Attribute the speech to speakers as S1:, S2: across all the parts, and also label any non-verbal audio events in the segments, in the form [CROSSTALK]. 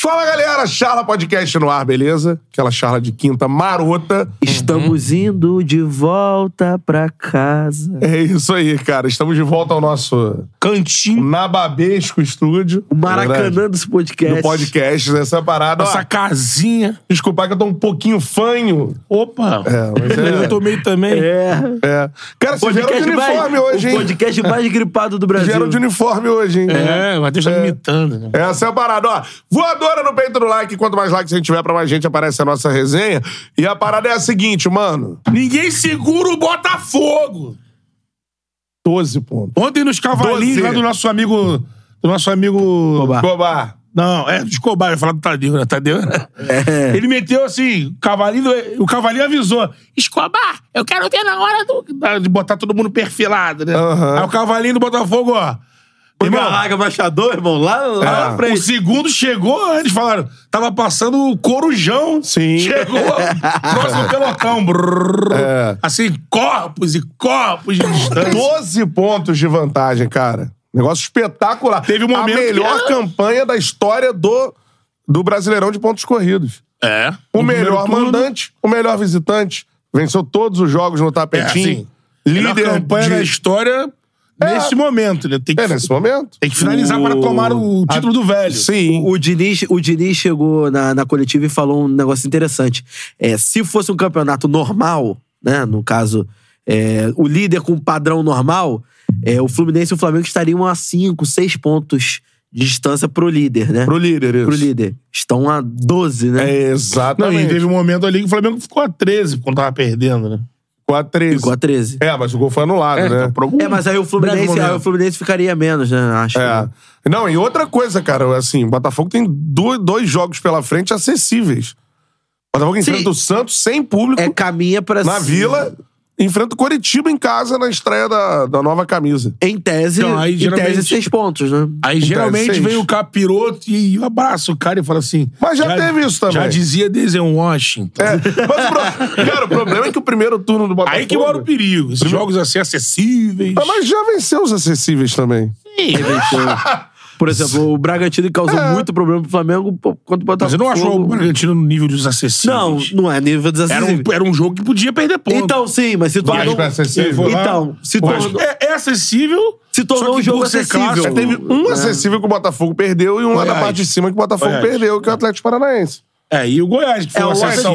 S1: Fala galera, Charla Podcast no ar, beleza? Aquela charla de quinta marota.
S2: Estamos indo de volta pra casa.
S1: É isso aí, cara. Estamos de volta ao nosso
S3: cantinho,
S1: nababesco estúdio. É
S2: O Maracanã
S1: Verdade?
S2: desse podcast.
S1: do podcast, né? essa parada.
S3: essa
S1: Ó,
S3: casinha.
S1: desculpa que eu tô um pouquinho fanho.
S3: Opa!
S1: É, mas é-
S3: Eu tomei também.
S2: É.
S1: É. Cara, vocês vieram de
S2: Podcast mais-
S1: uniforme hoje,
S2: o
S1: hein?
S2: podcast mais gripado do Brasil.
S1: Vieram de uniforme hoje, hein?
S3: É, o Matheus tá imitando. Né?
S1: Essa é a parada, ó. Voadora no peito do like. Quanto mais likes a gente tiver pra mais gente, aparece a nossa resenha. E a parada é a seguinte, mano.
S3: Ninguém segura o Botafogo.
S1: 12 pontos.
S3: Ontem nos cavalinhos
S1: Doze.
S3: lá do nosso amigo. Do nosso amigo.
S2: Tá.
S1: Cobar.
S3: Não, é do Escobar, eu ia falar do Tadeu, né? Tadeu, né?
S1: É.
S3: Ele meteu assim, o cavalinho, do- o cavalinho avisou: Escobar, eu quero ter na hora do- da- de botar todo mundo perfilado, né?
S1: Aham.
S3: Aí o cavalinho do Botafogo, ó. Irmão,
S2: Caraca, embaixador, irmão, lá,
S1: É.
S2: lá na
S3: É. o
S2: frente.
S3: segundo chegou, eles falaram, tava passando o corujão.
S1: Sim.
S3: Chegou, [LAUGHS] próximo pelotão. brrr.
S1: É.
S3: Assim, corpos e corpos de distância.
S1: 12 pontos de vantagem, cara. Negócio espetacular.
S3: Teve um momento
S1: A melhor
S3: que-
S1: campanha da história do, do Brasileirão de pontos corridos.
S3: É.
S1: O
S3: No primeiro
S1: melhor
S3: turno,
S1: mandante, o melhor visitante. Venceu todos os jogos no
S3: É,
S1: tapetinho.
S3: assim,
S1: Líder
S3: melhor campanha
S1: de-
S3: da história
S1: É.
S3: nesse momento, né? Tem que,
S1: É, nesse momento.
S3: tem que finalizar para tomar o título do velho.
S1: Sim.
S2: O Diniz, o Diniz chegou na, na coletiva e falou um negócio interessante. É, se fosse um campeonato normal, né? No caso, é, o líder com um padrão normal, é, o Fluminense e o Flamengo estariam a 5, 6 pontos de distância pro líder, né?
S1: Pro líder, isso.
S2: Pro líder. Estão a 12, né?
S1: É,
S3: Não, e
S1: exatamente.
S3: teve um momento ali que o Flamengo ficou a 13 quando tava perdendo, né?
S1: 4 a 13.
S2: Igual a 13.
S1: É, mas o gol foi anulado, né?
S3: então, por algum
S2: É, mas aí o
S3: breve
S2: Fluminense,
S3: momento.
S2: aí o Fluminense ficaria menos, né? Acho. né?
S1: É. Não, e outra coisa, cara, assim, o Botafogo tem do- dois jogos pela frente acessíveis. O Botafogo enfrenta o Santos sem público
S2: É, caminha pra
S1: na
S2: cima.
S1: Vila, enfrenta o Coritiba em casa na estreia da, da nova camisa.
S2: Em tese,
S3: Então, aí,
S2: em
S3: geralmente-
S2: tese, seis pontos, né?
S3: Aí
S1: Então,
S3: geralmente
S1: seis.
S3: vem o capiroto e abraça o cara e fala assim.
S1: Mas já teve isso também.
S3: Já dizia Desen Washington.
S1: É, mas o [LAUGHS] pro- cara, o problema é que o primeiro turno do Botafogo...
S3: Aí que mora o perigo. Esses jogos assim acessíveis.
S1: Ah, Mas já venceu os acessíveis também.
S2: Reverteu. [LAUGHS] Por exemplo, o Bragantino que causou muito problema pro Flamengo pô, quanto o Botafogo.
S3: É. Mas você não achou o Bragantino no nível dos acessíveis?
S2: Não, não é nível
S3: Era
S2: desacessível.
S3: um, era um jogo que podia perder ponto.
S2: Então, sim, mas se tornou.
S1: Vasco é acessível?
S2: Então, se
S3: O Vasco
S2: tornou.
S3: é, é acessível.
S2: Se tornou
S3: só que
S2: um jogo
S3: por ser
S2: acessível.
S3: clássico,
S1: Teve um
S2: É.
S1: acessível que o Botafogo perdeu e um lá da
S3: Goiás.
S1: parte de cima que o Botafogo
S3: Goiás.
S1: perdeu, que é o Atlético Paranaense.
S3: É, e o Goiás, que foi
S2: É,
S3: uma
S2: o Atlético
S1: Então,
S3: exceção.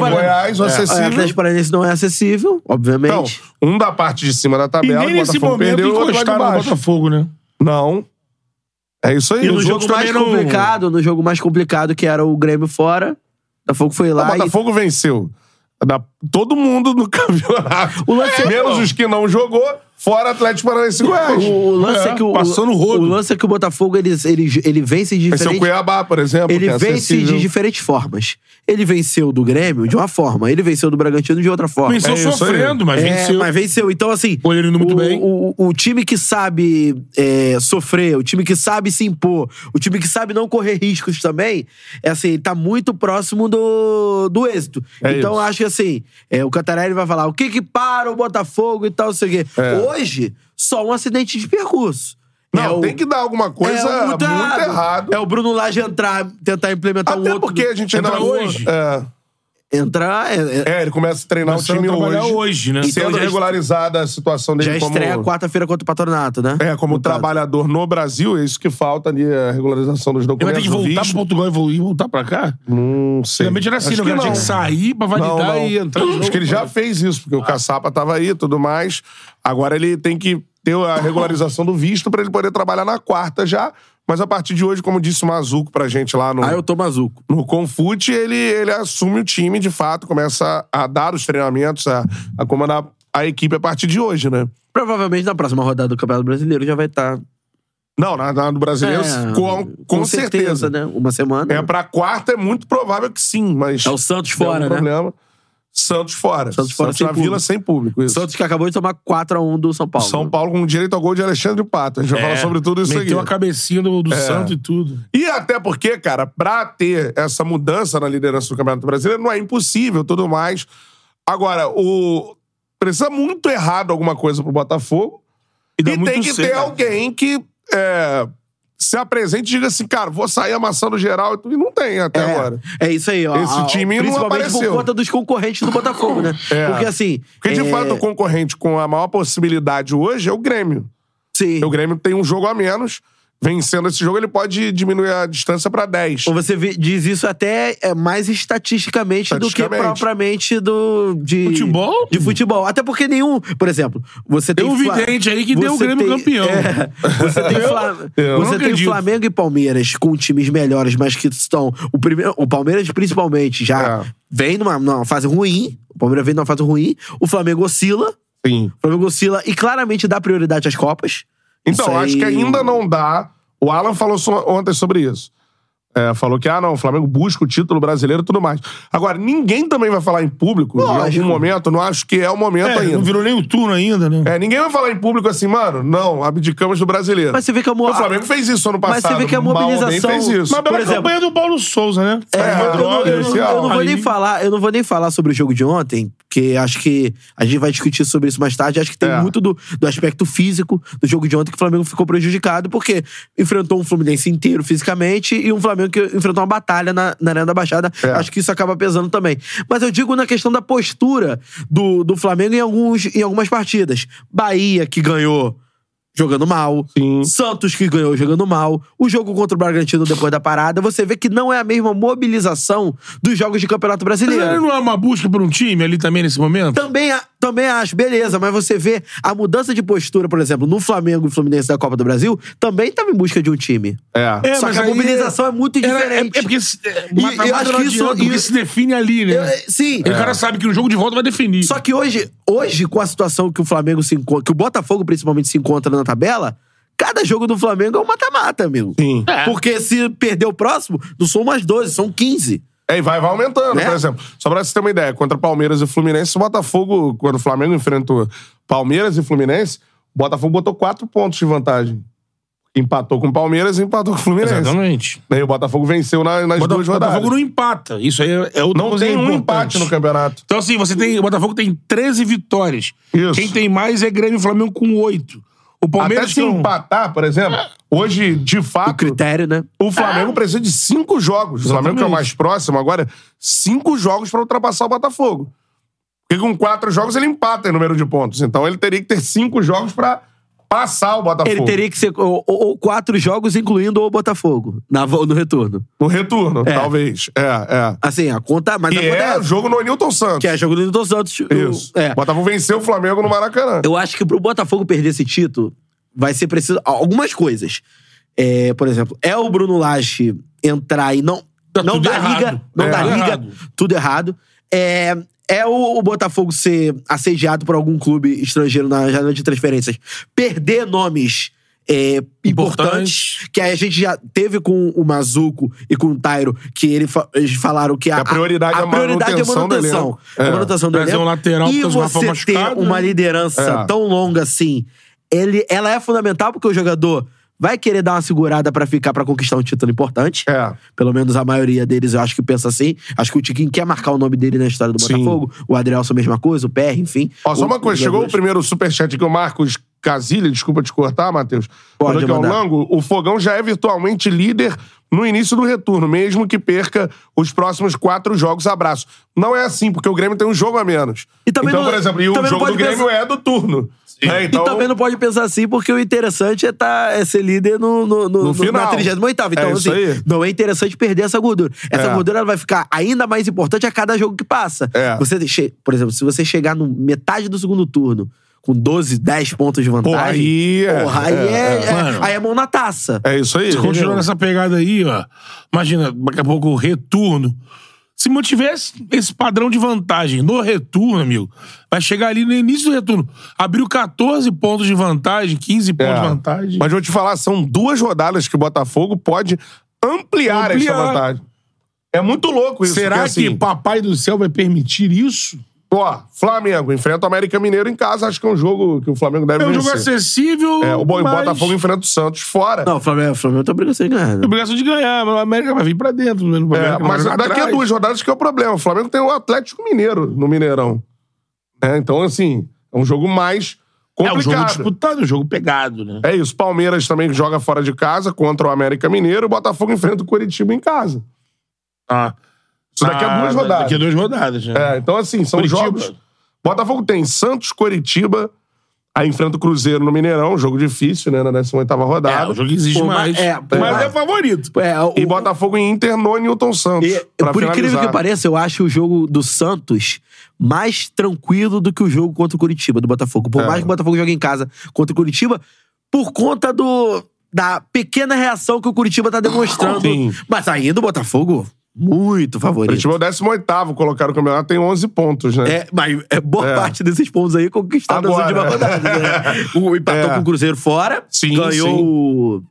S1: Goiás,
S2: Paranaense.
S1: o
S3: É.
S2: O
S1: acessível...
S2: Atlético Paranaense não é acessível,
S1: Então,
S2: obviamente.
S1: um da parte de cima da
S3: E
S1: tabela,
S3: nem
S1: o
S3: nesse
S1: Botafogo
S3: momento
S1: perdeu e o outro lá de
S3: encostaram no
S1: baixo.
S3: Botafogo, né?
S1: Não. É isso aí.
S3: E
S2: no
S3: os
S2: jogo
S3: jogos
S2: mais
S3: também não-
S2: complicado, no jogo mais complicado que era o Grêmio fora, o Botafogo foi
S1: O
S2: lá e
S1: Ah, Botafogo venceu. Da- Todo mundo no [LAUGHS] campeonato.
S2: O lance é-
S1: Menos os que não jogou, fora Atlético Paranaense e Goiás.
S2: O, o lance é,
S3: É,
S2: que o,
S3: passou no rodo.
S2: o lance é que o Botafogo ele, ele, ele vence de
S1: Venceu é o
S2: diferente,
S1: Cuiabá, por exemplo.
S2: ele
S1: que é
S2: vence
S1: acessível.
S2: de diferentes formas. Ele venceu do Grêmio de uma forma, ele venceu do Bragantino de outra forma.
S3: Venceu
S1: É isso aí.
S3: sofrendo, mas
S2: É,
S3: venceu.
S2: mas venceu. Então, assim,
S3: Goleiro indo muito
S2: o,
S3: bem.
S2: o- o time que sabe é, sofrer, o time que sabe se impor, o time que sabe não correr riscos também, é assim, tá muito próximo do, do êxito.
S1: É
S2: então,
S1: isso.
S2: acho que assim, é, o Cantarelli vai falar o que que para o Botafogo e tal, não sei o quê.
S1: É.
S2: Hoje, só um acidente de percurso.
S1: Não,
S2: É o-
S1: tem que dar alguma
S2: é
S1: coisa
S2: o
S1: muito, errado.
S2: É o Bruno Lage entrar, tentar implementar um
S1: Até
S2: outro.
S1: porque a gente ainda
S3: Entra
S1: não-
S3: hoje.
S1: É.
S2: entra. é- é-
S1: É, ele começa a treinar
S3: Começando
S1: o time
S3: a trabalhar
S1: hoje.
S3: hoje, né?
S1: Sendo
S2: Então já est-
S1: regularizada a situação dele
S2: já
S1: como...
S2: estreia quarta-feira contra o patronato, né?
S1: É, como
S2: Lutado.
S1: trabalhador no Brasil, é isso que falta ali, a regularização dos
S3: Ele vai
S1: documentos.
S3: ter que voltar
S1: visto.
S3: pra Portugal e vol- e voltar pra cá?
S1: Não sei.
S3: Realmente era assim,
S1: Acho
S3: né? O cara tinha que sair pra validar
S1: Não, não.
S3: e entrar. de
S1: Acho
S3: novo.
S1: que ele
S2: né?
S1: já fez isso, porque o
S2: Ah.
S1: Caçapa tava aí e tudo mais. Agora ele tem que ter a regularização do visto pra ele poder trabalhar na quarta já. Mas a partir de hoje, como disse o Mazuco pra gente lá no,
S2: Aí Ah, eu tô mazuco.
S1: no Confute, ele, ele assume o time, de fato, começa a dar os treinamentos, a, a comandar a equipe a partir de hoje, né?
S2: Provavelmente na próxima rodada do Campeonato Brasileiro já vai tá. estar.
S1: Não, na, na do brasileiro, com, com, certeza.
S2: É, né? Uma semana.
S1: É, pra quarta é muito provável que sim, mas.
S2: É o Santos
S1: tem algum
S2: fora, né?
S1: problema. Santos fora.
S2: Santos fora sem
S1: na
S2: público.
S1: Vila sem público. Isso.
S2: Santos que acabou de tomar 4x1 do São Paulo.
S1: São Paulo com direito ao gol de Alexandre Pato. A gente vai falar sobre tudo isso aqui. É.
S3: Meteu a cabecinha do, do santo e tudo.
S1: E até porque, cara, pra ter essa mudança na liderança do Campeonato Brasileiro, não é impossível tudo mais. Agora, o. Precisa muito errado alguma coisa pro Botafogo. E,
S3: dá muito
S1: tem que
S3: cedo.
S1: ter alguém que é, se apresente e diga assim, cara, vou sair amassando geral e tudo. E não tem até agora.
S2: É isso aí, ó.
S1: Esse
S2: Ah,
S1: time não
S2: Principalmente
S1: apareceu.
S2: por conta dos concorrentes do Botafogo, né?
S1: É.
S2: Porque assim.
S1: Porque, de
S2: é,
S1: fato, o concorrente com a maior possibilidade hoje é o Grêmio.
S2: Sim.
S1: O Grêmio tem um jogo a menos. Vencendo esse jogo, ele pode diminuir a distância pra 10.
S2: Ou Você vê- diz isso até é, mais estatisticamente, do que
S1: Estatisticamente.
S2: propriamente do. De,
S3: Futebol?
S2: De futebol. Até porque nenhum. Por exemplo, você tem.
S3: Tem um
S2: Fla-
S3: vidente aí que deu o
S2: você
S3: Grêmio
S2: tem-
S3: campeão.
S2: É, você tem, Fla-
S3: [LAUGHS] eu
S2: você
S3: não
S2: tem
S3: acredito.
S2: Flamengo e Palmeiras com times melhores, mas que estão. O, primeiro, o Palmeiras, principalmente, já
S1: É.
S2: vem numa, numa fase ruim. O Palmeiras vem numa fase ruim. O Flamengo oscila.
S1: Sim.
S2: O Flamengo oscila e claramente dá prioridade às Copas.
S1: Então,
S2: Isso
S1: acho
S2: aí-
S1: que ainda não dá. O Alan falou so- ontem sobre isso. É, falou que, ah, não, o Flamengo busca o título brasileiro e tudo mais. Agora, ninguém também vai falar em público em
S2: Lógico.
S1: algum momento. Não acho que é o momento
S3: É, não
S1: ainda.
S3: virou nem o turno ainda, né?
S1: É, ninguém vai falar em público assim, mano, não, abdicamos do brasileiro.
S2: Mas você vê que a mo-
S1: O Flamengo fez isso ano
S2: Mas
S1: passado.
S2: você vê que a
S1: mal nem
S2: mobilização-
S1: fez isso.
S3: Mas
S2: Por
S3: pela
S2: exemplo-
S3: campanha do Paulo Souza, né?
S1: É,
S3: Mas
S1: eu não-
S2: Eu, não- eu não vou
S3: Aí-
S2: nem falar, eu não vou nem falar sobre o jogo de ontem, porque acho que a gente vai discutir sobre isso mais tarde. Acho que tem
S1: É.
S2: muito do, do aspecto físico do jogo de ontem que o Flamengo ficou prejudicado, porque enfrentou um Fluminense inteiro fisicamente e um Flamengo que enfrentou uma batalha na, na Arena da Baixada.
S1: É.
S2: Acho que isso acaba pesando também. Mas eu digo na questão da postura do, do Flamengo em, alguns, em algumas partidas. Bahia, que ganhou jogando mal.
S1: Sim.
S2: Santos que ganhou jogando mal. O jogo contra o Bragantino depois da parada. Você vê que não é a mesma mobilização dos jogos de Campeonato
S3: Mas aí
S2: Brasileiro.
S3: não é uma busca por um time ali também nesse momento?
S2: Também, a- também acho, beleza, mas você vê a mudança de postura, por exemplo, no Flamengo e Fluminense da Copa do Brasil, também estava em busca de um time.
S1: É.
S2: Só que a
S3: aí
S2: mobilização é muito
S3: era-
S2: diferente.
S3: É, é porque se, é,
S2: E-
S3: mata-
S2: eu
S3: mata
S2: acho
S3: não
S2: que isso-
S3: adianta, porque
S2: e-
S3: se define ali, né?
S2: Eu- é, sim.
S3: E O cara sabe que no jogo de volta vai definir.
S2: Só que hoje, hoje, com a situação que o Flamengo se encontra, que o Botafogo principalmente se encontra na tabela, cada jogo do Flamengo é um mata-mata, amigo.
S1: Sim.
S3: É.
S2: Porque se perder o próximo, não são mais 12, são 15.
S1: É, e vai, vai aumentando,
S2: Né?
S1: por exemplo. Só pra você ter uma ideia, contra Palmeiras e Fluminense, o Botafogo, quando o Flamengo enfrentou Palmeiras e Fluminense, o Botafogo botou quatro pontos de vantagem. Empatou com o Palmeiras e empatou com o Fluminense.
S3: Exatamente.
S1: E o Botafogo venceu na- nas
S3: O Botafogo,
S1: duas rodadas.
S3: Botafogo não empata. Isso aí é é outra
S1: não
S3: coisa
S1: tem um
S3: importante.
S1: empate no campeonato.
S3: Então, assim, você tem. O Botafogo tem 13 vitórias.
S1: Isso.
S3: Quem tem mais é Grêmio e Flamengo com 8. O Palmeiras
S1: Até se
S3: tem um-
S1: empatar, por exemplo, hoje, de
S2: O
S1: fato,
S2: critério, né?
S1: o Flamengo precisa de cinco jogos. O Flamengo, que é o mais próximo agora, cinco jogos pra ultrapassar o Botafogo. Porque com quatro jogos ele empata em número de pontos. Então ele teria que ter cinco jogos pra passar o Botafogo
S2: Ele teria que ser ou, ou- ou quatro jogos, incluindo o Botafogo, na, vo- no retorno.
S1: no retorno, talvez. É, é.
S2: Assim, a conta. Mas
S1: E
S2: a conta
S1: é
S2: é,
S1: o jogo no Newton Santos.
S2: que é jogo do Nilton Santos. o-
S1: Isso.
S2: é.
S1: O Botafogo venceu o Flamengo no Maracanã.
S2: Eu acho que pro Botafogo perder esse título, vai ser preciso algumas coisas. É, por exemplo, é o Bruno Lage entrar e não. não
S3: Tá tudo
S2: dá
S3: errado.
S2: liga. Não
S3: É,
S2: dá
S3: tudo
S2: liga.
S3: errado.
S2: Tudo errado. É. É o, o Botafogo ser assediado por algum clube estrangeiro na janela de transferências. Perder nomes é, importantes,
S3: Importantes.
S2: que a gente já teve com o Mazuco e com o Tairo, que ele fa- eles falaram que a,
S1: Que a prioridade é a
S2: prioridade é
S1: manutenção do
S2: manutenção.
S1: elenco.
S2: É
S1: É.
S2: manutenção do
S3: Trazer
S2: elenco.
S3: um lateral,
S2: e
S3: porque o Zuma foi
S2: você ter
S3: machucado,
S2: uma
S3: né?
S2: liderança
S1: É.
S2: tão longa assim, ele, ela é fundamental porque o jogador vai querer dar uma segurada pra ficar pra conquistar um título importante.
S1: É.
S2: Pelo menos a maioria deles eu acho que pensa assim. Acho que o Tiquinho quer marcar o nome dele na história do
S1: Sim.
S2: Botafogo. O Adrielson, mesma coisa. O PR, enfim.
S1: Ó, só
S2: O-
S1: uma
S2: os
S1: coisa, chegou o
S2: jogadores.
S1: primeiro superchat que o Marcos Casilha, desculpa te cortar, Matheus.
S2: Pode
S1: Falou que ao
S2: mandar.
S1: longo, o Fogão já é virtualmente líder no início do retorno, mesmo que perca os próximos quatro jogos. Abraço. Não é assim, porque o Grêmio tem um jogo a menos.
S2: E também
S1: então,
S2: não-
S1: por exemplo, e o
S2: também não
S1: jogo do
S2: pode
S1: Grêmio
S2: pensar-
S1: é do turno. né? Então,
S2: e também não pode pensar assim, porque o interessante é, tá, é ser líder no, no, no,
S1: No
S2: no, na
S1: final.
S2: 38 Então,
S1: É isso
S2: assim,
S1: aí.
S2: não é interessante perder essa gordura. Essa
S1: É.
S2: gordura ela vai ficar ainda mais importante a cada jogo que passa.
S1: É.
S2: Você, che- por exemplo, se você chegar no metade do segundo turno com 12, 10 pontos de
S1: Pô,
S2: vantagem.
S1: aí é-
S2: porra, aí é,
S1: é,
S3: é. Mano.
S2: aí é mão na taça.
S1: é isso aí.
S3: Se continuar nessa pegada aí, ó. Imagina, daqui a pouco o retorno. Se mantivesse esse padrão de vantagem no retorno, amigo, vai chegar ali no início do retorno. Abriu 14 pontos de vantagem, 15 pontos de vantagem.
S1: É. Mas vou te falar, são duas rodadas que o Botafogo pode ampliar, essa
S3: Ampliar.
S1: vantagem. É muito louco isso.
S3: Será
S1: porque,
S3: que
S1: assim,
S3: Papai do Céu vai permitir isso?
S1: Ó, Flamengo enfrenta o América Mineiro em casa. Acho que é um jogo que o Flamengo deve
S3: É um jogo
S1: vencer.
S3: acessível.
S1: É, o Bo- o
S3: mas-
S1: Botafogo enfrenta o Santos fora.
S2: Não, o Flamengo, o Flamengo tá brigando sem ganhar. né?
S3: Obrigação de ganhar, mas o América vai vir pra dentro. né? O
S1: É,
S3: América vai
S1: mas
S3: jogar
S1: daqui a
S3: atrás.
S1: duas rodadas que é o problema. O Flamengo tem o Atlético Mineiro no Mineirão. É, então, assim, é um jogo mais
S3: É um jogo
S1: complicado.
S3: disputado, um jogo pegado, né?
S1: É isso. Palmeiras também joga fora de casa contra o América Mineiro. O Botafogo enfrenta o Curitiba em casa.
S3: Ah.
S1: Isso daqui a
S3: Ah,
S1: duas rodadas.
S3: Daqui a duas rodadas, né?
S1: É, então, assim, são
S3: Curitiba.
S1: jogos. Botafogo tem Santos, Curitiba. Aí enfrenta o Cruzeiro no Mineirão. Jogo difícil, né? Na 18
S3: É,
S1: rodada.
S3: o jogo exige
S2: Pô, mas-
S3: mais.
S2: é, pô,
S3: mas
S2: mas-
S3: é favorito.
S2: É, o-
S1: E Botafogo e Inter no Newton Santos.
S2: E,
S1: pra
S2: por incrível
S1: finalizar.
S2: que pareça, eu acho o jogo do Santos mais tranquilo do que o jogo contra o Curitiba, do Botafogo.
S1: É.
S2: Por mais que o Botafogo jogue em casa contra o Curitiba, por conta do da pequena reação que o Curitiba tá demonstrando.
S1: Sim.
S2: Mas ainda o Botafogo, muito favorito.
S1: Curitiba é o 18 colocado no campeonato, tem 11 pontos, né?
S2: É, mas é boa
S1: É.
S2: parte desses pontos aí conquistados nas
S1: Agora.
S2: últimas rodadas.
S1: [LAUGHS]
S2: Né? O empatou
S1: É.
S2: com o Cruzeiro fora,
S1: Sim,
S2: ganhou
S1: sim.
S2: o.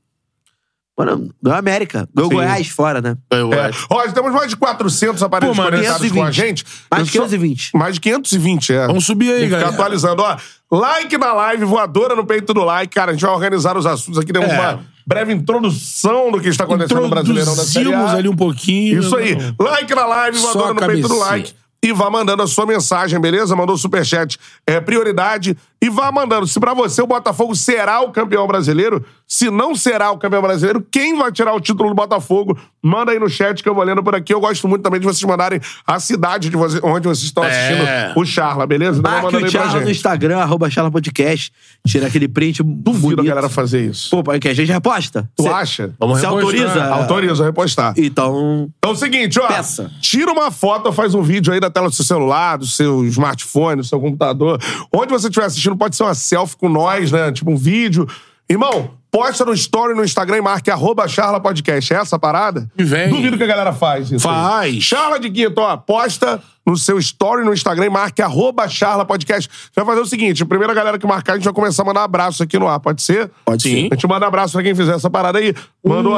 S2: Mano, ganhou a América, ganhou o
S1: Sim.
S2: Goiás fora, né?
S3: Eu
S1: É. Ó, já temos mais de 400 aparelhos
S3: Pô, mano,
S1: conectados com a
S2: 520.
S1: gente.
S2: Mais
S1: Eu só-
S2: 520.
S1: Mais de 520, é.
S3: Vamos subir
S1: Tem
S3: aí,
S1: que ficar
S3: galera.
S1: atualizando. Ó, like na live, voadora no peito do like. Cara, a gente vai organizar os assuntos aqui. Demos
S3: É.
S1: uma breve introdução do que está acontecendo no Brasileirão da Série
S3: Introduzimos
S1: A.
S3: ali um pouquinho.
S1: Isso aí. Like na live,
S3: Só
S1: voadora no
S3: a
S1: peito do
S3: cabecinha.
S1: like. E vá mandando a sua mensagem, beleza? Mandou superchat, é prioridade. E vá mandando. Se pra você o Botafogo será o campeão brasileiro, se não será o campeão brasileiro, quem vai tirar o título do Botafogo? Manda aí no chat que eu vou lendo por aqui. Eu gosto muito também de vocês mandarem a cidade de você, onde vocês estão assistindo
S3: É.
S1: o Charla, beleza? Então vai
S2: Marque
S1: mandando
S2: Ah, o
S1: aí pra
S2: Charla é no
S1: gente.
S2: Instagram, arroba Charla Podcast. Tira aquele print
S1: Duvido
S2: bonito.
S1: a galera fazer isso.
S2: Pô, pai, que a gente reposta.
S1: Tu
S2: Cê-
S1: acha?
S3: Vamos
S2: Você
S3: repostar.
S2: autoriza?
S1: Autoriza a repostar.
S2: Então,
S1: Então é o seguinte, ó.
S2: Peça.
S1: Tira uma foto, faz um vídeo aí da tela do seu celular, do seu smartphone, do seu computador. Onde você estiver assistindo, pode ser uma selfie com nós, né? Tipo um vídeo. Irmão, posta no story no Instagram e marque arroba charla podcast. É essa a parada?
S3: Me vem.
S1: Duvido que a galera faz isso. aí.
S3: Faz.
S1: Charla de Quinto, ó, posta no seu story no Instagram e marque arroba charla podcast. Vai fazer o seguinte, a primeira galera que marcar, a gente vai começar a mandar abraço aqui no ar, pode ser?
S2: Pode ser. Hum.
S1: A gente manda abraço pra quem fizer essa parada aí. Mandou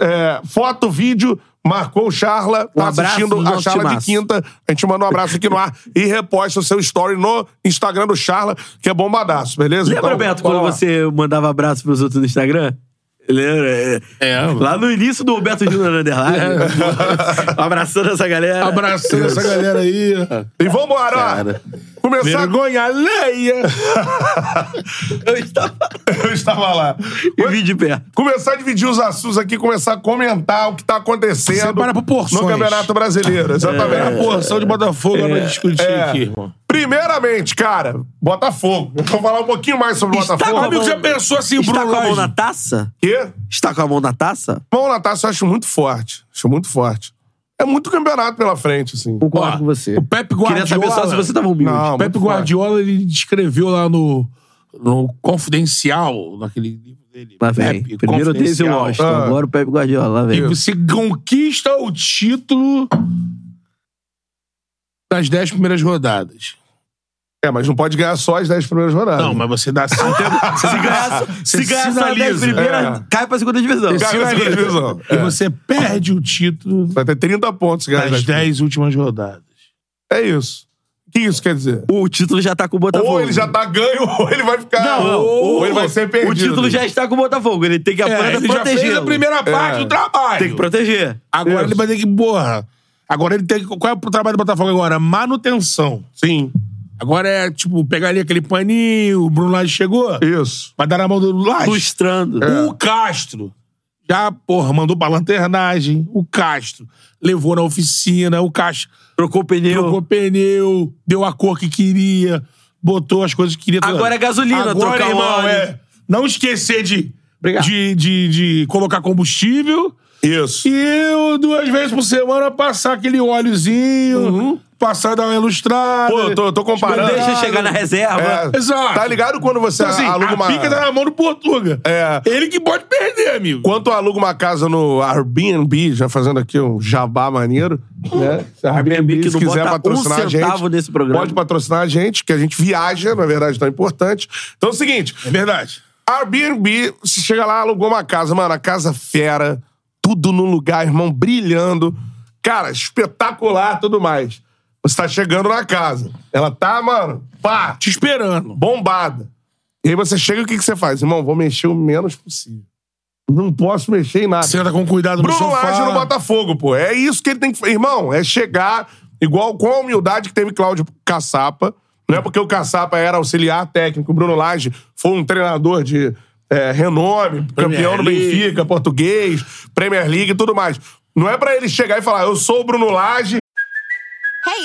S1: é, foto, vídeo, marcou o Charla,
S2: Um
S1: tá
S2: abraço do
S1: assistindo a
S2: nosso
S1: Charla
S2: timaço.
S1: de quinta. A gente manda um abraço aqui no ar e reposta o seu story no Instagram do Charla, que é bombadaço, beleza?
S2: lembra,
S1: Então,
S2: Beto,
S1: bora
S2: quando
S1: lá.
S2: você mandava abraço pros outros no Instagram? Lembra? É.
S3: É, mano.
S2: Lá no início do Beto Júnior [LAUGHS] Underline. Abraçando essa galera. [LAUGHS]
S3: Abraçando essa galera aí.
S1: E vambora,
S3: Cara.
S1: ó. Começar
S3: Vergonha alheia.
S2: Eu estava
S1: [LAUGHS] Eu estava lá.
S2: e vi de pé.
S1: Começar a dividir os assuntos aqui, começar a comentar o que tá acontecendo
S3: Separa por porções.
S1: no Campeonato Brasileiro.
S3: É a
S1: Exatamente.
S3: porção de Botafogo é. pra discutir
S1: É.
S3: aqui, irmão.
S1: Primeiramente, cara, Botafogo. Eu vou falar um pouquinho mais sobre o
S2: Está
S1: Botafogo.
S2: com a
S3: Amigo,
S2: mão-
S3: já pensou assim,
S2: Está
S3: Bruno
S2: com a mão
S3: Lage?
S2: na taça?
S1: Quê?
S2: Está com a mão na taça?
S1: Mão na taça eu acho muito forte. Acho muito forte. É muito campeonato pela frente, assim.
S2: Concordo
S3: Ó,
S2: com você.
S3: O Pepe
S2: Queria
S3: Guardiola.
S2: saber só se você tá tava humilde.
S1: Não,
S3: O Pepe
S1: muito forte.
S3: Guardiola, ele descreveu lá no, no Confidencial, naquele livro dele.
S2: Lá vem.
S3: Pepe,
S2: Primeiro o Daisy
S3: Confidencial.
S2: Washington,
S1: Ah.
S2: agora o Pepe Guardiola. Lá
S3: E
S2: vem.
S3: você conquista o título nas dez primeiras rodadas.
S1: É, mas não pode ganhar só as 10 primeiras rodadas.
S3: Não, mas [LAUGHS] você dá cinco.
S2: Se
S3: Ah,
S2: ganhar,
S3: Você
S2: se ganhar só 10
S3: sinaliza.
S2: primeiras,
S1: É.
S2: cai pra segunda divisão.
S1: Você Ganha a segunda divisão.
S3: E
S1: É.
S3: você perde o título
S1: Vai ter 30 pontos, galera.
S3: nas dez últimas rodadas.
S1: É isso. O que isso quer dizer?
S2: O título já tá com o Botafogo.
S1: Ou ele já tá ganho, [LAUGHS] ou ele vai ficar.
S2: Não, não.
S1: ou ele vai ser perdido.
S2: O título já está com o Botafogo. Ele tem que
S3: É,
S2: apenas
S3: ele já fez
S2: proteger.
S3: a primeira parte
S1: É.
S3: do trabalho.
S2: Tem que proteger.
S3: Agora
S1: Isso.
S3: ele vai ter que, porra. Agora ele tem que. Qual é o trabalho do Botafogo agora? Manutenção.
S1: Sim.
S3: Agora é, tipo, pegar ali aquele paninho, o Bruno Lage chegou,
S1: Isso.
S3: vai dar na mão do Lage.
S2: Frustrando.
S3: O Castro Já, porra, mandou pra lanternagem. O Castro levou na oficina. O Castro
S2: Trocou o pneu.
S3: trocou pneu, deu a cor que queria, botou as coisas que queria.
S2: Agora é gasolina,
S3: Agora,
S2: trocar o
S3: irmão,
S2: óleo.
S3: é. Não esquecer de,
S2: Obrigado.
S3: de, de, de colocar combustível
S1: Isso.
S3: e eu, duas vezes por semana passar aquele óleozinho, passar dar uma ilustrada.
S1: Pô, eu tô, eu tô
S2: Não
S1: comparando.
S2: deixa chegar na reserva.
S1: É,
S3: Exato.
S1: Tá ligado quando você
S3: Então, assim,
S1: aluga
S3: a
S1: uma...
S3: pica tá na mão do Portuga.
S1: É.
S3: Ele que pode perder, amigo.
S1: Quanto aluga uma casa no Airbnb, já fazendo aqui um jabá maneiro, né? Se a Airbnb,
S2: Airbnb que
S1: se
S2: não
S1: quiser
S2: bota um
S1: patrocinar a
S2: centavo
S1: gente,
S2: nesse programa.
S1: pode patrocinar a gente, que a gente viaja, na verdade, tão importante. Então é o seguinte,
S3: É verdade.
S1: Airbnb, você chega lá, alugou uma casa, mano, a casa fera, tudo no lugar, irmão, brilhando. Cara, espetacular, tudo mais. Você tá chegando na casa. Ela tá, mano, pá,
S3: Te esperando.
S1: bombada. E aí você chega, o que, que você faz? Irmão, vou mexer o menos possível. Não posso mexer em nada.
S3: Senta com cuidado no
S1: Bruno
S3: sofá.
S1: Lage no Botafogo, pô. É isso que ele tem que fazer. Irmão, é chegar igual com a humildade que teve Cláudio Caçapa. Não é porque o Caçapa era auxiliar técnico. O Bruno Lage foi um treinador de é, renome, campeão do
S3: League.
S1: Benfica, português, Premier League e tudo mais. Não é pra ele chegar e falar, eu sou o Bruno Lage,
S4: Hey,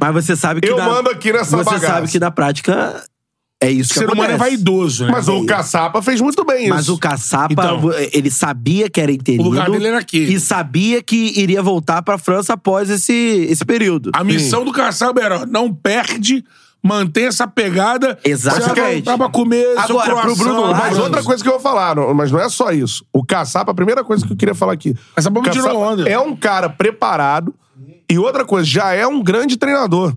S2: Mas você sabe que.
S1: Eu
S2: na-
S1: mando aqui nessa
S2: Você
S1: bagaça.
S2: sabe que na prática é isso
S3: O
S2: que
S3: ser humano é
S2: acontece.
S3: vaidoso, né?
S1: mas o Caçapa fez muito bem isso.
S2: Mas o caçapa,
S3: Então,
S2: vo- ele sabia que era interino.
S3: o lugar dele era aqui.
S2: E sabia que iria voltar pra França após esse, esse período.
S3: A missão do Kassab era, ó, não perde, mantém essa pegada.
S2: Exatamente.
S3: Você vai voltar pra comer seu
S2: Agora, pro
S3: croissant,
S2: Bruno Lage-
S1: Mas
S3: bananas.
S1: outra coisa que eu vou falar, não- mas não é só isso. O Caçapa, a primeira coisa que eu queria falar aqui.
S3: Caçapa me tirou onda.
S1: É um cara preparado e outra coisa, já é um grande treinador.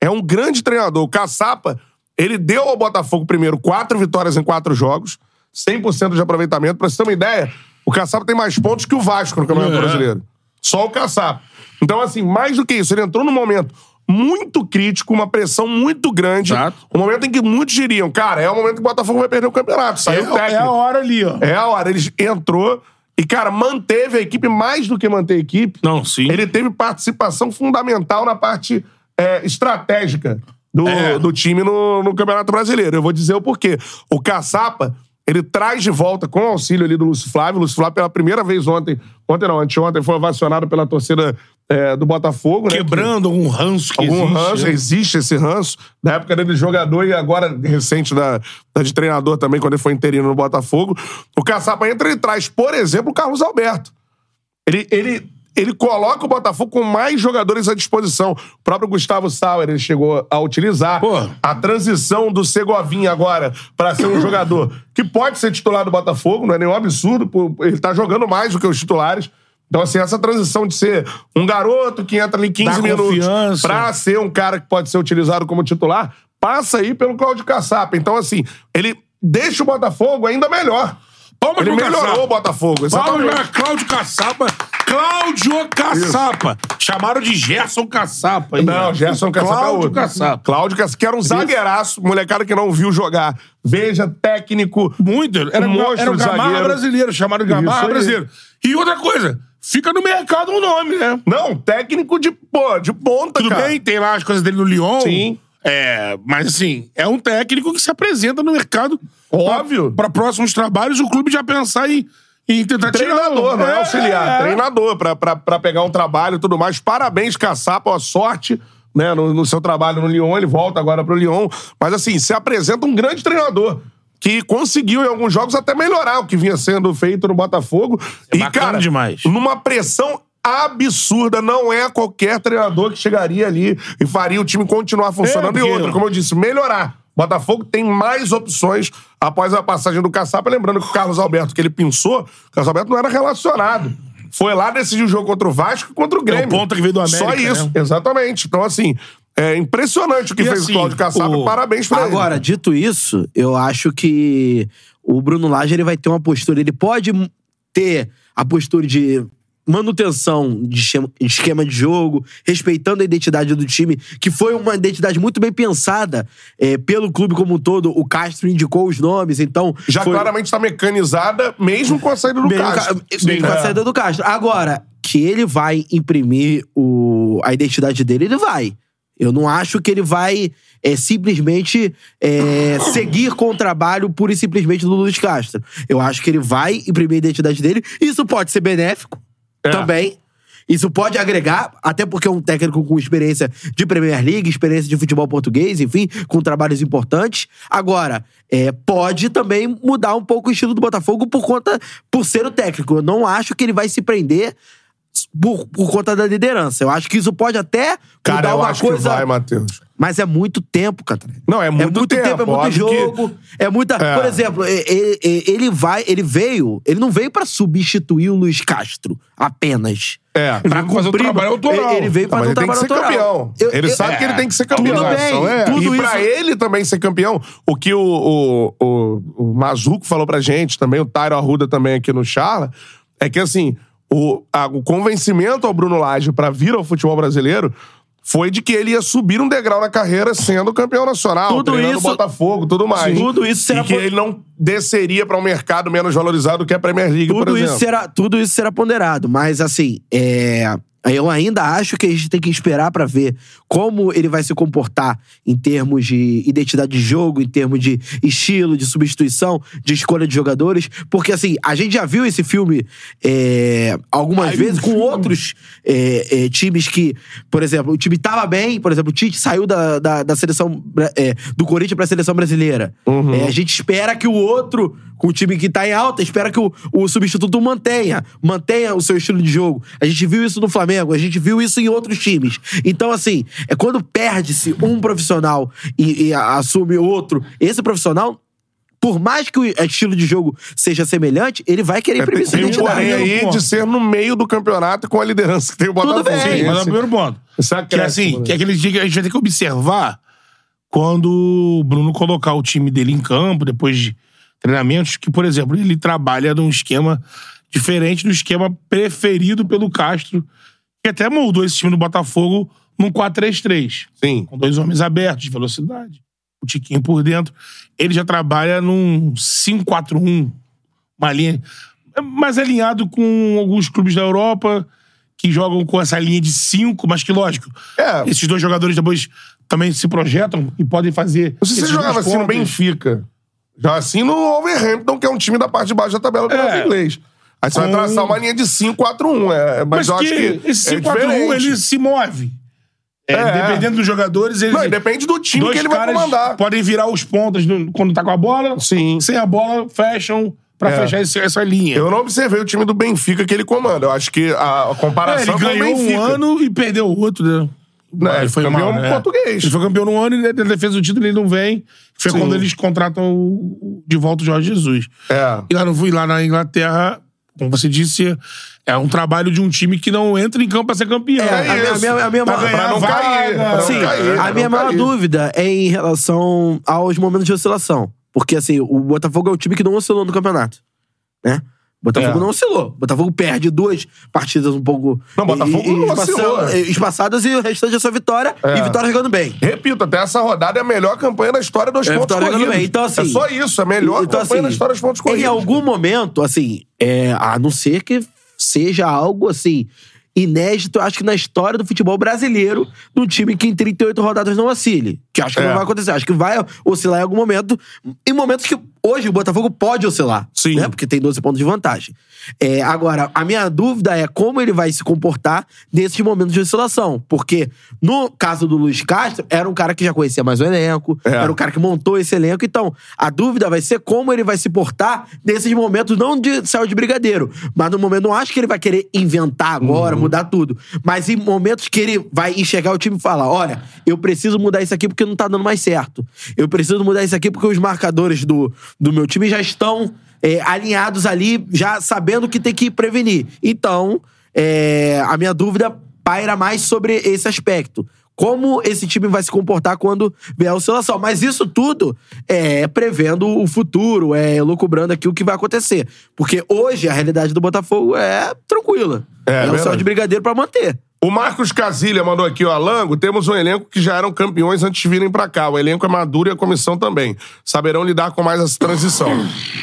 S1: É um grande treinador. O Caçapa, ele deu ao Botafogo primeiro quatro vitórias em quatro jogos, 100% de aproveitamento. Pra você ter uma ideia, o Caçapa tem mais pontos que o Vasco no Campeonato
S3: É.
S1: Brasileiro. Só o Caçapa. Então, assim, mais do que isso, ele entrou num momento muito crítico, uma pressão muito grande.
S3: Exato.
S1: Um momento em que muitos diriam, cara, é o momento que o Botafogo vai perder o campeonato. Saiu o
S3: É, é a
S1: técnico.
S3: hora ali, ó.
S1: É a hora. Ele entrou e, cara, manteve a equipe mais do que manter a equipe.
S3: Não, sim.
S1: Ele teve participação fundamental na parte é, estratégica do,
S3: É.
S1: do time no, no Campeonato Brasileiro. Eu vou dizer o porquê. O Caçapa, ele traz de volta com o auxílio ali do Lúcio Flávio. O Lúcio Flávio, pela primeira vez ontem, ontem não, anteontem, foi ovacionado pela torcida é, do Botafogo. né, que-
S3: Quebrando algum ranço que
S1: algum
S3: existe.
S1: ranço,
S3: né?
S1: existe esse ranço, da época dele de jogador e agora recente da, da de treinador também, quando ele foi interino no Botafogo. O Caçapa entra e traz, por exemplo, o Carlos Alberto. Ele, ele, ele coloca o Botafogo com mais jogadores à disposição. O próprio Gustavo Sauer ele chegou a utilizar.
S3: Pô.
S1: A transição do Segovinha agora para ser um jogador que pode ser titular do Botafogo, não é nenhum absurdo, pô, ele tá jogando mais do que os titulares. Então, assim, essa transição de ser um garoto que entra ali 15
S3: Dá
S1: minutos
S3: confiança.
S1: pra ser um cara que pode ser utilizado como titular, passa aí pelo Cláudio Caçapa. Então, assim, ele deixa o Botafogo ainda melhor.
S3: Palmas
S1: Ele
S3: pro
S1: melhorou
S3: Caçapa.
S1: o Botafogo.
S3: Palmas pra
S1: Exatamente.
S3: Cláudio Caçapa. Cláudio Caçapa. Chamaram de Gerson Caçapa. hein?
S1: Não, Gerson Caçapa é
S3: Cláudio
S1: outro.
S3: Caçapa.
S1: Cláudio Caçapa, que era um zagueiraço, molecada que não viu jogar. Veja, técnico.
S3: Muito. Era,
S1: Um
S3: um
S1: monstro
S3: era o
S1: de
S3: Gamarra
S1: zagueiro.
S3: brasileiro. Chamaram de
S1: Isso
S3: Gamarra
S1: aí.
S3: brasileiro. E outra coisa, fica no mercado o nome, né?
S1: Não, técnico de, pô, de ponta,
S3: Tudo
S1: cara.
S3: bem, tem lá as coisas dele no Lyon.
S1: Sim.
S3: É, mas assim, é um técnico que se apresenta no mercado.
S1: Óbvio.
S3: Para próximos trabalhos, o clube já pensar em, em tentar
S1: Treinador,
S3: tirar.
S1: não é auxiliar. Treinador, pra, pra, pra pegar um trabalho e tudo mais. Parabéns, Caçapa, ó, sorte né, no, no seu trabalho no Lyon. Ele volta agora pro Lyon. Mas assim, se apresenta um grande treinador. Que conseguiu em alguns jogos até melhorar o que vinha sendo feito no Botafogo. e,
S3: É bacana
S1: cara,
S3: demais.
S1: numa pressão absurda. Não é qualquer treinador que chegaria ali e faria o time continuar funcionando.
S3: É,
S1: E
S3: porque-
S1: outra, como eu disse, melhorar. Botafogo tem mais opções após a passagem do Caçapa. Lembrando que o Carlos Alberto, que ele pinçou, o Carlos Alberto não era relacionado. Foi lá, decidiu o jogo contra o Vasco e contra o Grêmio.
S3: ponta que veio do
S1: Só
S3: América,
S1: isso,
S3: né?
S1: exatamente. Então, assim, é impressionante o que
S3: E
S1: fez
S3: assim,
S1: o Cláudio Caçapa.
S3: o-
S1: Parabéns pra ele.
S2: Agora, dito isso, eu acho que o Bruno Lage ele vai ter uma postura. Ele pode ter a postura de manutenção de esquema- esquema de jogo, respeitando a identidade do time, que foi uma identidade muito bem pensada é, pelo clube como um todo. O Castro indicou os nomes, então.
S1: Já
S2: foi-
S1: claramente está mecanizada, mesmo com a saída do
S2: Mesmo
S1: Castro.
S2: ca- mesmo com a
S1: É.
S2: saída do Castro. Agora, que ele vai imprimir o, a identidade dele, ele vai. Eu não acho que ele vai é, simplesmente
S1: [COUGHS]
S2: é, seguir com o trabalho pura e simplesmente do Luiz Castro. Eu acho que ele vai imprimir a identidade dele. Isso pode ser benéfico
S1: É.
S2: também. Isso pode agregar, até porque é um técnico com experiência de Premier League, experiência de futebol português, enfim, com trabalhos importantes. Agora, é, pode também mudar um pouco o estilo do Botafogo por conta, por ser o técnico. Eu não acho que ele vai se prender por, por conta da liderança. Eu acho que isso pode até
S1: Cara,
S2: mudar
S1: eu
S2: uma
S1: acho
S2: coisa.
S1: que vai, Matheus.
S2: Mas é muito tempo, Catarina.
S1: Não, é muito tempo,
S2: é muito
S1: óbvio que-
S2: jogo, é muita.
S1: É.
S2: Por exemplo, e- e- e- ele vai, ele veio, ele não veio pra substituir o Luiz Castro apenas.
S1: É.
S2: Pra
S3: veio fazer o
S2: cumprir-
S3: trabalho autoral.
S2: Ele veio
S1: Não, mas
S2: fazer um
S1: ele tem que
S2: trabalho
S1: ser
S2: autoral.
S1: campeão.
S2: Eu-
S1: ele
S2: eu- é.
S1: sabe que ele tem que ser campeão.
S2: Tudo bem,
S1: Então, é.
S2: tudo
S1: e pra
S2: isso-
S1: ele também ser campeão, o que o, o, o, o Mazuco falou pra gente, também o Tairo Arruda também aqui no Charla, é que assim, o, a- o convencimento ao Bruno Lage pra vir ao futebol brasileiro foi de que ele ia subir um degrau na carreira sendo campeão nacional,
S2: Tudo
S1: treinando o
S2: isso-
S1: Botafogo, tudo mais.
S2: Tudo isso será
S1: E que
S2: po-
S1: ele não desceria pra um mercado menos valorizado que a Premier League, por
S2: tudo
S1: exemplo.
S2: isso será tudo isso será ponderado mas assim é eu ainda acho que a gente tem que esperar pra ver como ele vai se comportar em termos de identidade de jogo, em termos de estilo, de substituição, de escolha de jogadores. Porque, assim, a gente já viu esse filme é, algumas vezes com outros é, é, times que, por exemplo, o time tava bem, por exemplo, o Tite saiu da, da, da seleção bra- é, do Corinthians pra seleção brasileira.
S1: Uhum.
S2: É, a gente espera que o outro, com o time que tá em alta, espera que o, o substituto mantenha, mantenha o seu estilo de jogo. A gente viu isso no Flamengo, a gente viu isso em outros times. Então, assim, é quando perde-se um profissional e, e a- assume outro, esse profissional. Por mais que o estilo de jogo seja semelhante, ele vai querer
S1: É, tem,
S2: imprimir sua
S1: tem um
S2: identidade.
S1: porém aí
S3: Pô.
S1: de ser no meio do campeonato com a liderança que tem o Botafogo.
S2: bem.
S3: Sim,
S1: Esse-
S3: mas é o primeiro ponto.
S1: esse
S3: Que é
S1: acréscimo,
S3: assim,
S1: né?
S3: que é aquele dia que a gente vai ter que observar quando o Bruno colocar o time dele em campo, depois de treinamentos, que, por exemplo, ele trabalha num esquema diferente do esquema preferido pelo Castro, que até moldou esse time do Botafogo num 4-3-3
S1: Sim.
S3: com dois homens abertos, de velocidade, o Tiquinho por dentro. Ele já trabalha num 5-4-1, uma linha é mais alinhado com alguns clubes da Europa que jogam com essa linha de 5, mas que, lógico,
S1: É.
S3: esses dois jogadores depois também se projetam e podem fazer.
S1: Se você
S3: esses
S1: jogava
S3: dois
S1: assim no
S3: pontos.
S1: Benfica, já assim no Wolverhampton, que é um time da parte de baixo da tabela do
S3: É.
S1: campeonato inglês. Aí você vai
S3: Com-
S1: traçar uma linha de 5-4-1. É, mas,
S3: Mas
S1: eu
S3: que,
S1: acho que.
S3: esse
S1: é
S3: 5-4-1
S1: diferente.
S3: ele se move. É,
S1: É.
S3: Dependendo dos jogadores, ele.
S1: Não, e depende do time
S3: dois
S1: que ele vai
S3: caras
S1: comandar.
S3: Podem virar os pontas no- quando tá com a bola.
S1: Sim.
S3: Sem a bola, fecham pra
S1: É.
S3: fechar esse- essa linha.
S1: Eu não observei o time do Benfica que ele comanda. Eu acho que a a
S3: É, ele
S1: comparação com o
S3: ganhou
S1: Benfica.
S3: um ano e perdeu o outro, né?
S1: Não,
S3: Aí
S1: ele foi campeão
S3: mal, né?
S1: português.
S3: Ele foi campeão no ano e na defesa do título ele não vem. Foi
S1: Sim.
S3: quando eles contratam o- o- de volta o Jorge Jesus.
S1: É.
S3: E lá, no, e lá na Inglaterra, como você disse, é um trabalho de um time que não entra em campo pra ser campeão.
S2: É, a minha- a minha- a minha
S3: Pra
S2: maior-
S3: ganhar
S1: Pra não
S3: vaga.
S1: cair, pra não
S3: Sim.
S2: Sim,
S1: cair, né?
S2: a minha
S1: Não
S2: maior
S1: cair.
S2: dúvida é em relação aos momentos de oscilação. Porque, assim, o Botafogo é o time que não oscilou no campeonato. Né? O Botafogo
S1: É.
S2: não oscilou. O Botafogo perde duas partidas um pouco.
S1: Não, o Botafogo
S2: e- e-
S1: não oscilou.
S2: espaçando- Espaçadas e o restante é só vitória.
S1: É.
S2: E vitória jogando bem.
S1: Repito, até essa rodada é a melhor campanha da história dos
S2: É,
S1: pontos
S2: vitória
S1: corridos.
S2: também. Então, assim-
S1: é só isso, é a melhor
S2: Então,
S1: campanha da
S2: assim,
S1: história dos pontos corridos.
S2: Em algum momento, assim, é, a não ser que seja algo assim. Inédito, acho que na história do futebol brasileiro, num time que em 38 rodadas não oscile. Que acho que
S1: É.
S2: não vai acontecer. Acho que vai oscilar em algum momento. Em momentos que hoje o Botafogo pode oscilar.
S1: Sim.
S2: né? Porque tem 12 pontos de vantagem. É, agora, a minha dúvida é como ele vai se comportar nesses momentos de oscilação. Porque no caso do Luiz Castro, era um cara que já conhecia mais o elenco,
S1: É.
S2: era um cara que montou esse elenco. Então, a dúvida vai ser como ele vai se portar nesses momentos, não de céu de brigadeiro, mas no momento, não acho que ele vai querer inventar agora, mudar tudo. Mas em momentos que ele vai enxergar o time e falar: olha, eu preciso mudar isso aqui porque não tá dando mais certo. Eu preciso mudar isso aqui porque os marcadores do, do meu time já estão é, alinhados ali, já sabendo o que tem que prevenir. Então, é, a minha dúvida paira mais sobre esse aspecto. como esse time vai se comportar quando vier a oscilação. Mas isso tudo é prevendo o futuro, é lucubrando aqui o que vai acontecer. Porque hoje a realidade do Botafogo é tranquila.
S1: É,
S2: É, o
S1: verdade.
S2: céu de brigadeiro pra manter.
S1: O Marcos Casilha mandou aqui, ó. Lango, temos um elenco que já eram campeões antes de virem pra cá. O elenco é maduro e a comissão também. Saberão lidar com mais essa transição.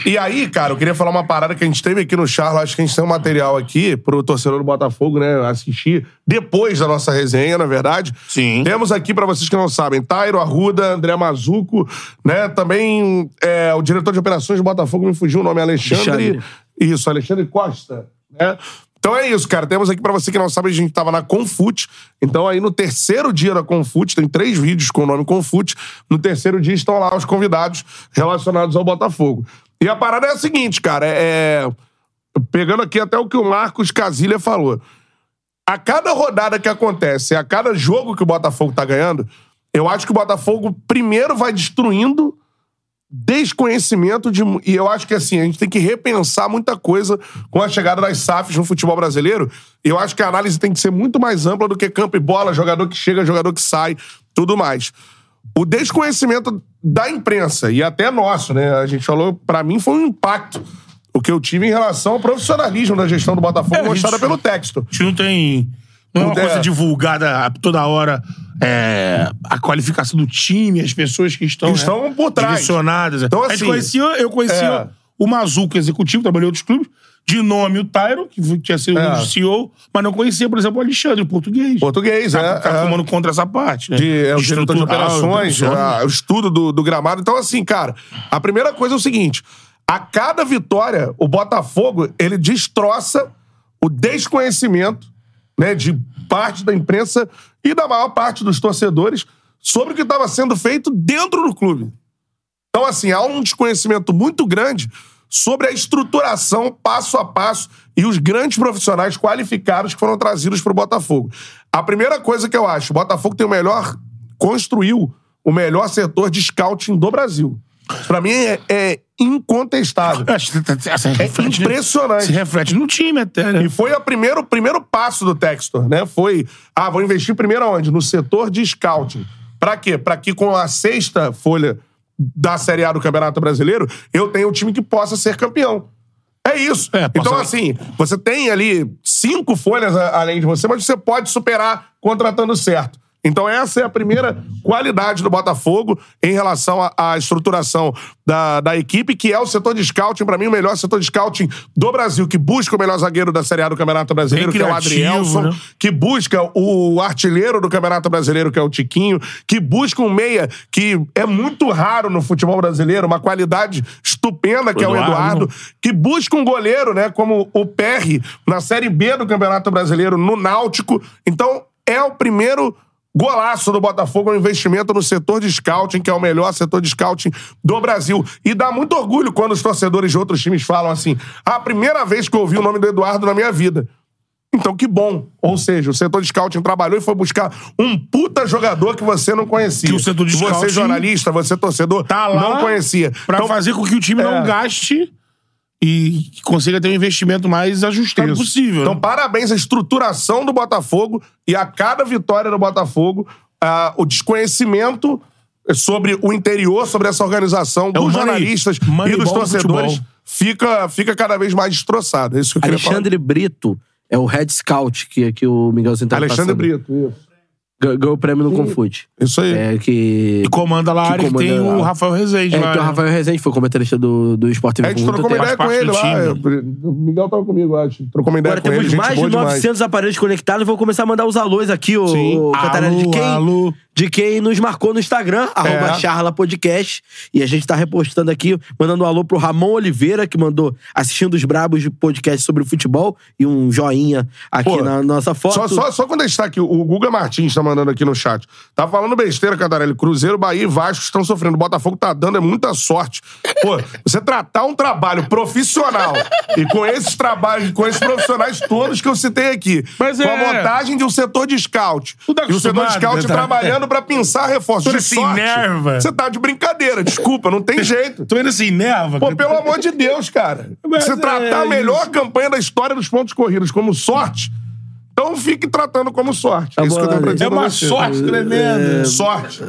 S1: E aí, cara, eu queria falar uma parada que a gente teve aqui no Charla. Acho que a gente tem um material aqui pro torcedor do Botafogo, né, assistir depois da nossa resenha, na verdade.
S3: Sim.
S1: Temos aqui, pra vocês que não sabem, Tairo Arruda, André Mazuco, né, também é, o diretor de operações do Botafogo, me fugiu o nome, Alexandre...
S2: Alexandre.
S1: Isso, Alexandre Costa, né? Então é isso, cara. Temos aqui pra você que não sabe, a gente tava na Confute. Então aí no terceiro dia da Confute, tem três vídeos com o nome Confute. No terceiro dia estão lá os convidados relacionados ao Botafogo. E a parada é a seguinte, cara, é pegando aqui até o que o Marcos Casilha falou. A cada rodada que acontece, a cada jogo que o Botafogo tá ganhando, eu acho que o Botafogo primeiro vai destruindo desconhecimento de. mu- E eu acho que assim, a gente tem que repensar muita coisa com a chegada das SAFs no futebol brasileiro. E eu acho que a análise tem que ser muito mais ampla do que campo e bola, jogador que chega, jogador que sai, tudo mais. O desconhecimento da imprensa, e até nosso, né? A gente falou, pra mim foi um impacto. O que eu tive em relação ao profissionalismo da gestão do Botafogo,
S3: É, a gente-
S1: mostrada pelo texto.
S3: gente não tem. Não é uma
S1: Não tem-
S3: coisa divulgada a- toda hora. é, a qualificação do time, as pessoas que estão. né,
S1: Que estão por trás.
S3: Direcionadas.
S1: Então,
S3: a gente
S1: assim,
S3: conhecia, eu conhecia
S1: é.
S3: o Mazuco executivo, trabalhou em outros clubes, de nome o Tairo, que foi- tinha sido
S1: É.
S3: um CEO, mas não conhecia, por exemplo, o Alexandre, o português.
S1: Português,
S3: Tá,
S1: é.
S3: tá
S1: é.
S3: tomando contra essa parte. Né?
S1: de, é, o diretor de
S3: Estrutural, né?
S1: operações,
S3: estrutural.
S1: é, o estudo do, do gramado. Então, assim, cara, a primeira coisa é o seguinte: a cada vitória, o Botafogo ele destroça o desconhecimento né, de parte da imprensa e da maior parte dos torcedores sobre o que estava sendo feito dentro do clube. Então, assim, há um desconhecimento muito grande sobre a estruturação passo a passo e os grandes profissionais qualificados que foram trazidos para o Botafogo. A primeira coisa que eu acho, o Botafogo tem o melhor, construiu o melhor setor de scouting do Brasil. Isso Pra mim é, é incontestável.
S3: Acho que tá- tá- se reflete-
S1: É impressionante.
S3: Se reflete no time até, né?
S1: E foi a primeiro- o primeiro, passo do Textor, né? Foi, ah, vou investir primeiro aonde? No setor de scouting. Pra quê? Pra que com a sexta folha da Série A do Campeonato Brasileiro, eu tenha um time que possa ser campeão. É isso.
S3: É, possa-
S1: Então, assim, você tem ali cinco folhas a- além de você, mas você pode superar contratando certo. Então, essa é a primeira qualidade do Botafogo em relação à- à estruturação da, da equipe, que é o setor de scouting, pra mim, o melhor setor de scouting do Brasil, que busca o melhor zagueiro da Série A do Campeonato Brasileiro, que é o
S3: criativo,
S1: Adrielson,
S3: né?
S1: que busca o artilheiro do Campeonato Brasileiro, que é o Tiquinho, que busca um meia que é muito raro no futebol brasileiro, uma qualidade estupenda, que é o
S3: Eduardo.
S1: Eduardo, que busca um goleiro, né, como o Perry, na Série B do Campeonato Brasileiro, no Náutico. Então, é o primeiro golaço do Botafogo, um investimento no setor de scouting, que é o melhor setor de scouting do Brasil. E dá muito orgulho quando os torcedores de outros times falam assim, a primeira vez que eu ouvi o nome do Eduardo na minha vida. Então, que bom. Ou seja, o setor de scouting trabalhou e foi buscar um puta jogador que você não conhecia.
S3: Que o setor de
S1: Que Você
S3: scouting
S1: jornalista, você torcedor,
S3: tá lá
S1: não conhecia.
S3: Pra
S1: Então,
S3: fazer com que o time não
S1: É.
S3: gaste e que consiga ter um investimento mais ajustado
S1: Isso.
S3: possível.
S1: Então,
S3: né?
S1: parabéns à estruturação do Botafogo e a cada vitória do Botafogo, ah, o desconhecimento sobre o interior, sobre essa organização dos
S3: É o money-
S1: jornalistas e
S3: moneyball
S1: dos
S3: do
S1: torcedores
S3: futebol.
S1: fica, fica cada vez mais destroçado. É isso que eu queria
S2: Alexandre Brito é o head scout que, que o Miguelzinho tá
S1: falar. Alexandre
S2: passando.
S1: Brito, Hum. isso.
S2: Gan- Ganhou o prêmio no Confute.
S1: Isso aí.
S2: É que...
S3: E comanda lá a
S2: que
S3: área que
S2: comanda
S3: tem o
S2: lá.
S3: Rafael Rezende
S2: É,
S3: lá.
S2: que o
S3: né?
S2: Rafael Rezende foi comentarista do, do Sport
S1: A
S2: TV por
S1: gente
S2: muito
S1: trocou uma
S2: tempo.
S1: ideia com
S3: parte
S1: ele
S3: do
S1: lá.
S3: time,
S1: eu- O Miguel tava comigo, eu acho. Trocou uma ideia
S2: Agora
S1: com ele.
S2: temos
S1: Gente
S2: mais de
S1: boa demais.
S2: 900 aparelhos conectados. Vou começar a mandar os alôs aqui, ô,
S1: Sim.
S2: ô Catarina, de
S3: Alô,
S2: quem,
S3: alô.
S2: de quem nos marcou no Instagram, arroba charla podcast. E a gente tá repostando aqui, mandando um alô pro Ramon Oliveira, que mandou assistindo os brabos de podcast sobre futebol e um joinha aqui
S1: Pô,
S2: na nossa foto.
S1: Só, só, só contestar aqui, o Guga Martins tá mandando aqui no chat. Tá falando besteira, Cantarelli. Cruzeiro, Bahia e Vasco estão sofrendo. O Botafogo tá dando, é muita sorte. Pô, você tratar um trabalho profissional e com esses trabalhos, com esses profissionais todos que eu citei aqui,
S3: Mas
S1: com a
S3: é-
S1: montagem de um setor de scout.
S3: Tudo
S1: e o setor de
S3: acostumado,
S1: scout
S3: né, tá?
S1: trabalhando pra pensar reforços
S3: Tudo
S1: de
S3: se
S1: sorte.
S3: enerva.
S1: Você tá de brincadeira, desculpa, não
S3: [LAUGHS]
S1: tem jeito.
S3: Tô indo assim, nerva.
S1: Pô, pelo amor de Deus, cara.
S3: Mas
S1: Você
S3: é
S1: tratar a melhor
S3: isso.
S1: campanha da história dos pontos corridos como sorte. Então, Então fique tratando como sorte.
S2: Tá
S1: é isso que eu tenho pra
S2: bolado
S1: dizer
S3: É
S1: pra
S3: uma
S1: você.
S3: sorte né? tremenda.
S1: Sorte.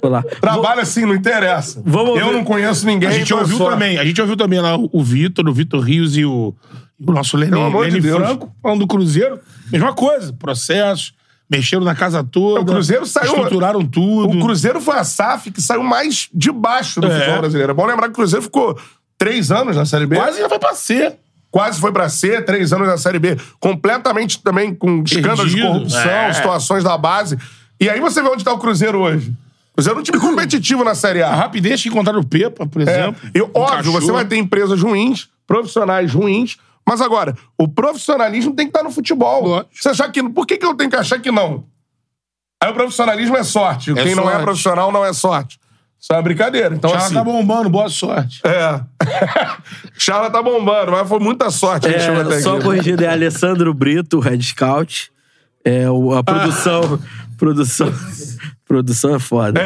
S2: Vou lá.
S1: Trabalho assim, não interessa.
S2: Vamos
S1: eu
S2: ouvir.
S1: não conheço ninguém.
S3: A gente
S1: então é
S3: ouviu
S1: sorte.
S3: também, a gente ouviu também lá o Vitor, o Vitor Rios e o, e o nosso Lene,
S1: Pelo amor de
S3: Lene
S1: Deus.
S3: Franco, falando do Cruzeiro. Mesma coisa, processo, mexeram na casa toda.
S1: O Cruzeiro saiu-
S3: Estruturaram tudo.
S1: O Cruzeiro foi a SAF que saiu mais de baixo do
S3: É.
S1: futebol brasileiro. É bom lembrar que o Cruzeiro ficou três anos na Série B.
S3: quase já foi pra C.
S1: Quase foi pra C, três anos na Série B. Completamente também com escândalos de
S3: Perdido.
S1: corrupção,
S3: É.
S1: situações da base. E aí você vê onde tá o Cruzeiro hoje. O Cruzeiro é um time competitivo na Série
S3: A
S1: A.
S3: rapidez que encontraram o Pepa, por
S1: É.
S3: exemplo.
S1: E, óbvio,
S3: Encaixou.
S1: você vai ter empresas ruins, profissionais ruins. Mas agora, o profissionalismo tem que estar no futebol.
S3: Lógico.
S1: Você achar que. Por que, que eu tenho que achar que não? Aí o profissionalismo é sorte. Quem não é
S3: sorte.
S1: profissional não é sorte. Isso é uma brincadeira. Então,
S3: Já
S1: assim.
S3: tá bombando, boa sorte.
S1: É. [LAUGHS] Charla tá bombando, mas foi muita sorte que chegou até
S2: É, só
S1: aqui.
S2: corrigindo, é Alessandro Brito, o Red Scout. É, o- a
S3: [LAUGHS]
S2: produção. Produção. Produção é foda.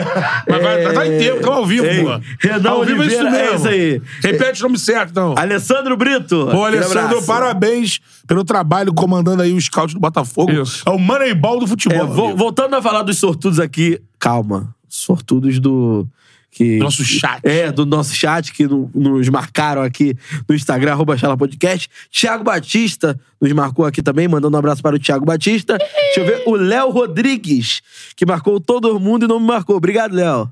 S3: Mas [LAUGHS] vai, tá- tá em tempo, tá ao vivo,
S2: É, Ei,
S3: pô.
S2: Renan
S3: ao vivo
S2: Oliveira, é isso aí.
S3: Repete o nome certo, então.
S2: Alessandro Brito!
S3: Ô,
S2: aquele
S3: Alessandro,
S2: abraço.
S3: parabéns pelo trabalho comandando aí o scout do Botafogo.
S1: Isso.
S3: É o Moneyball do futebol.
S2: É, vo-
S3: amigo.
S2: voltando a falar dos sortudos aqui, calma. Sortudos do. Que,
S3: Nosso chat.
S2: É, do nosso chat que no- nos marcaram aqui no Instagram, arroba Chala Podcast. Tiago Batista nos marcou aqui também, mandando um abraço para o Tiago Batista. Deixa eu ver, o Léo Rodrigues, que marcou todo mundo e não me marcou. Obrigado, Léo.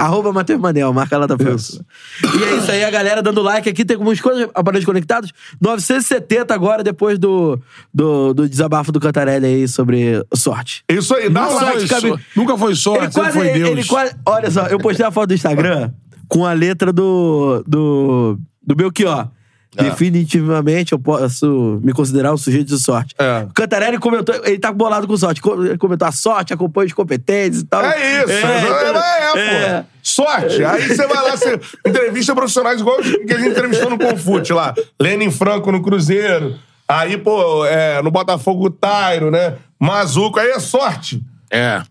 S2: Arroba Matheus Manel, marca lá da pessoa. E é isso aí, a galera dando like aqui. Tem algumas coisas, aparelhos conectados. 970 agora, depois do, do, do desabafo do Cantarelli aí sobre sorte.
S1: Isso aí, dá
S3: Nunca
S1: um
S3: foi
S1: like,
S3: sorte,
S1: cabe...
S3: Nunca foi sorte,
S2: Ele quase,
S3: sempre foi Deus.
S2: ele quase. Olha só, eu postei a foto do Instagram com a letra do. do. do Belchior.
S1: É.
S2: Definitivamente eu posso me considerar um sujeito de sorte.
S1: É.
S2: O Cantarelli comentou, ele tá bolado com sorte. Co- Ele comentou a sorte, acompanha os competentes e tal.
S1: É isso, é, é,
S2: é.
S1: pô. Sorte. Aí você vai lá, você entrevista profissionais igual os que a gente entrevistou no Confute lá. Lenin Franco no Cruzeiro. Aí, pô, é, no Botafogo o Tairo, né? Mazuco, aí é sorte.
S3: É.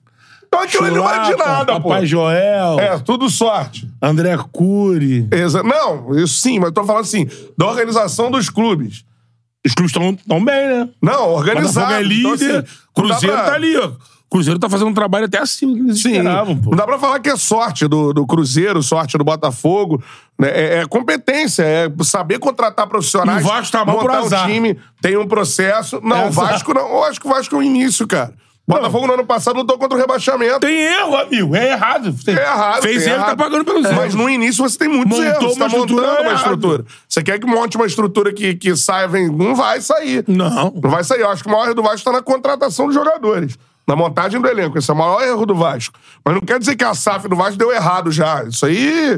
S1: Então aquilo ali não vale de
S3: Chulapa,
S1: nada, pô.
S3: Papai Joel,
S1: É, tudo sorte.
S3: André Cury.
S1: Exa- Não, isso sim, mas eu tô falando assim, da organização dos clubes.
S3: Os clubes estão bem, né?
S1: Não,
S3: Botafogo
S1: organizado.
S3: é líder,
S1: Então, assim, não dá
S3: Cruzeiro
S1: pra-
S3: tá ali, ó. Cruzeiro tá fazendo um trabalho até acima do que eles esperavam, pô.
S1: Não dá pra falar que é sorte do, do Cruzeiro, sorte do Botafogo. né? É, é competência, é saber contratar profissionais.
S3: E o Vasco tá mal
S1: montar
S3: por azar.
S1: um time, tem um processo. Não,
S3: É
S1: o Vasco não. Eu acho que o Vasco é o início, cara. Botafogo no ano passado lutou contra o rebaixamento.
S3: Tem erro, amigo. É errado. Tem-
S1: É errado.
S3: Fez
S1: tem
S3: erro, tá
S1: errado. É.
S3: pagando pelos erros.
S1: Mas no início você tem muitos
S3: Montou
S1: erros. Você
S3: uma
S1: tá
S3: estrutura
S1: montando uma
S3: errada.
S1: estrutura. Você quer que monte uma estrutura que, que saia, vem. Não vai sair.
S3: Não.
S1: Não vai sair. Eu acho que o maior erro do Vasco está na contratação dos jogadores. Na montagem do elenco. Esse é o maior erro do Vasco. Mas não quer dizer que a SAF do Vasco deu errado já. Isso aí.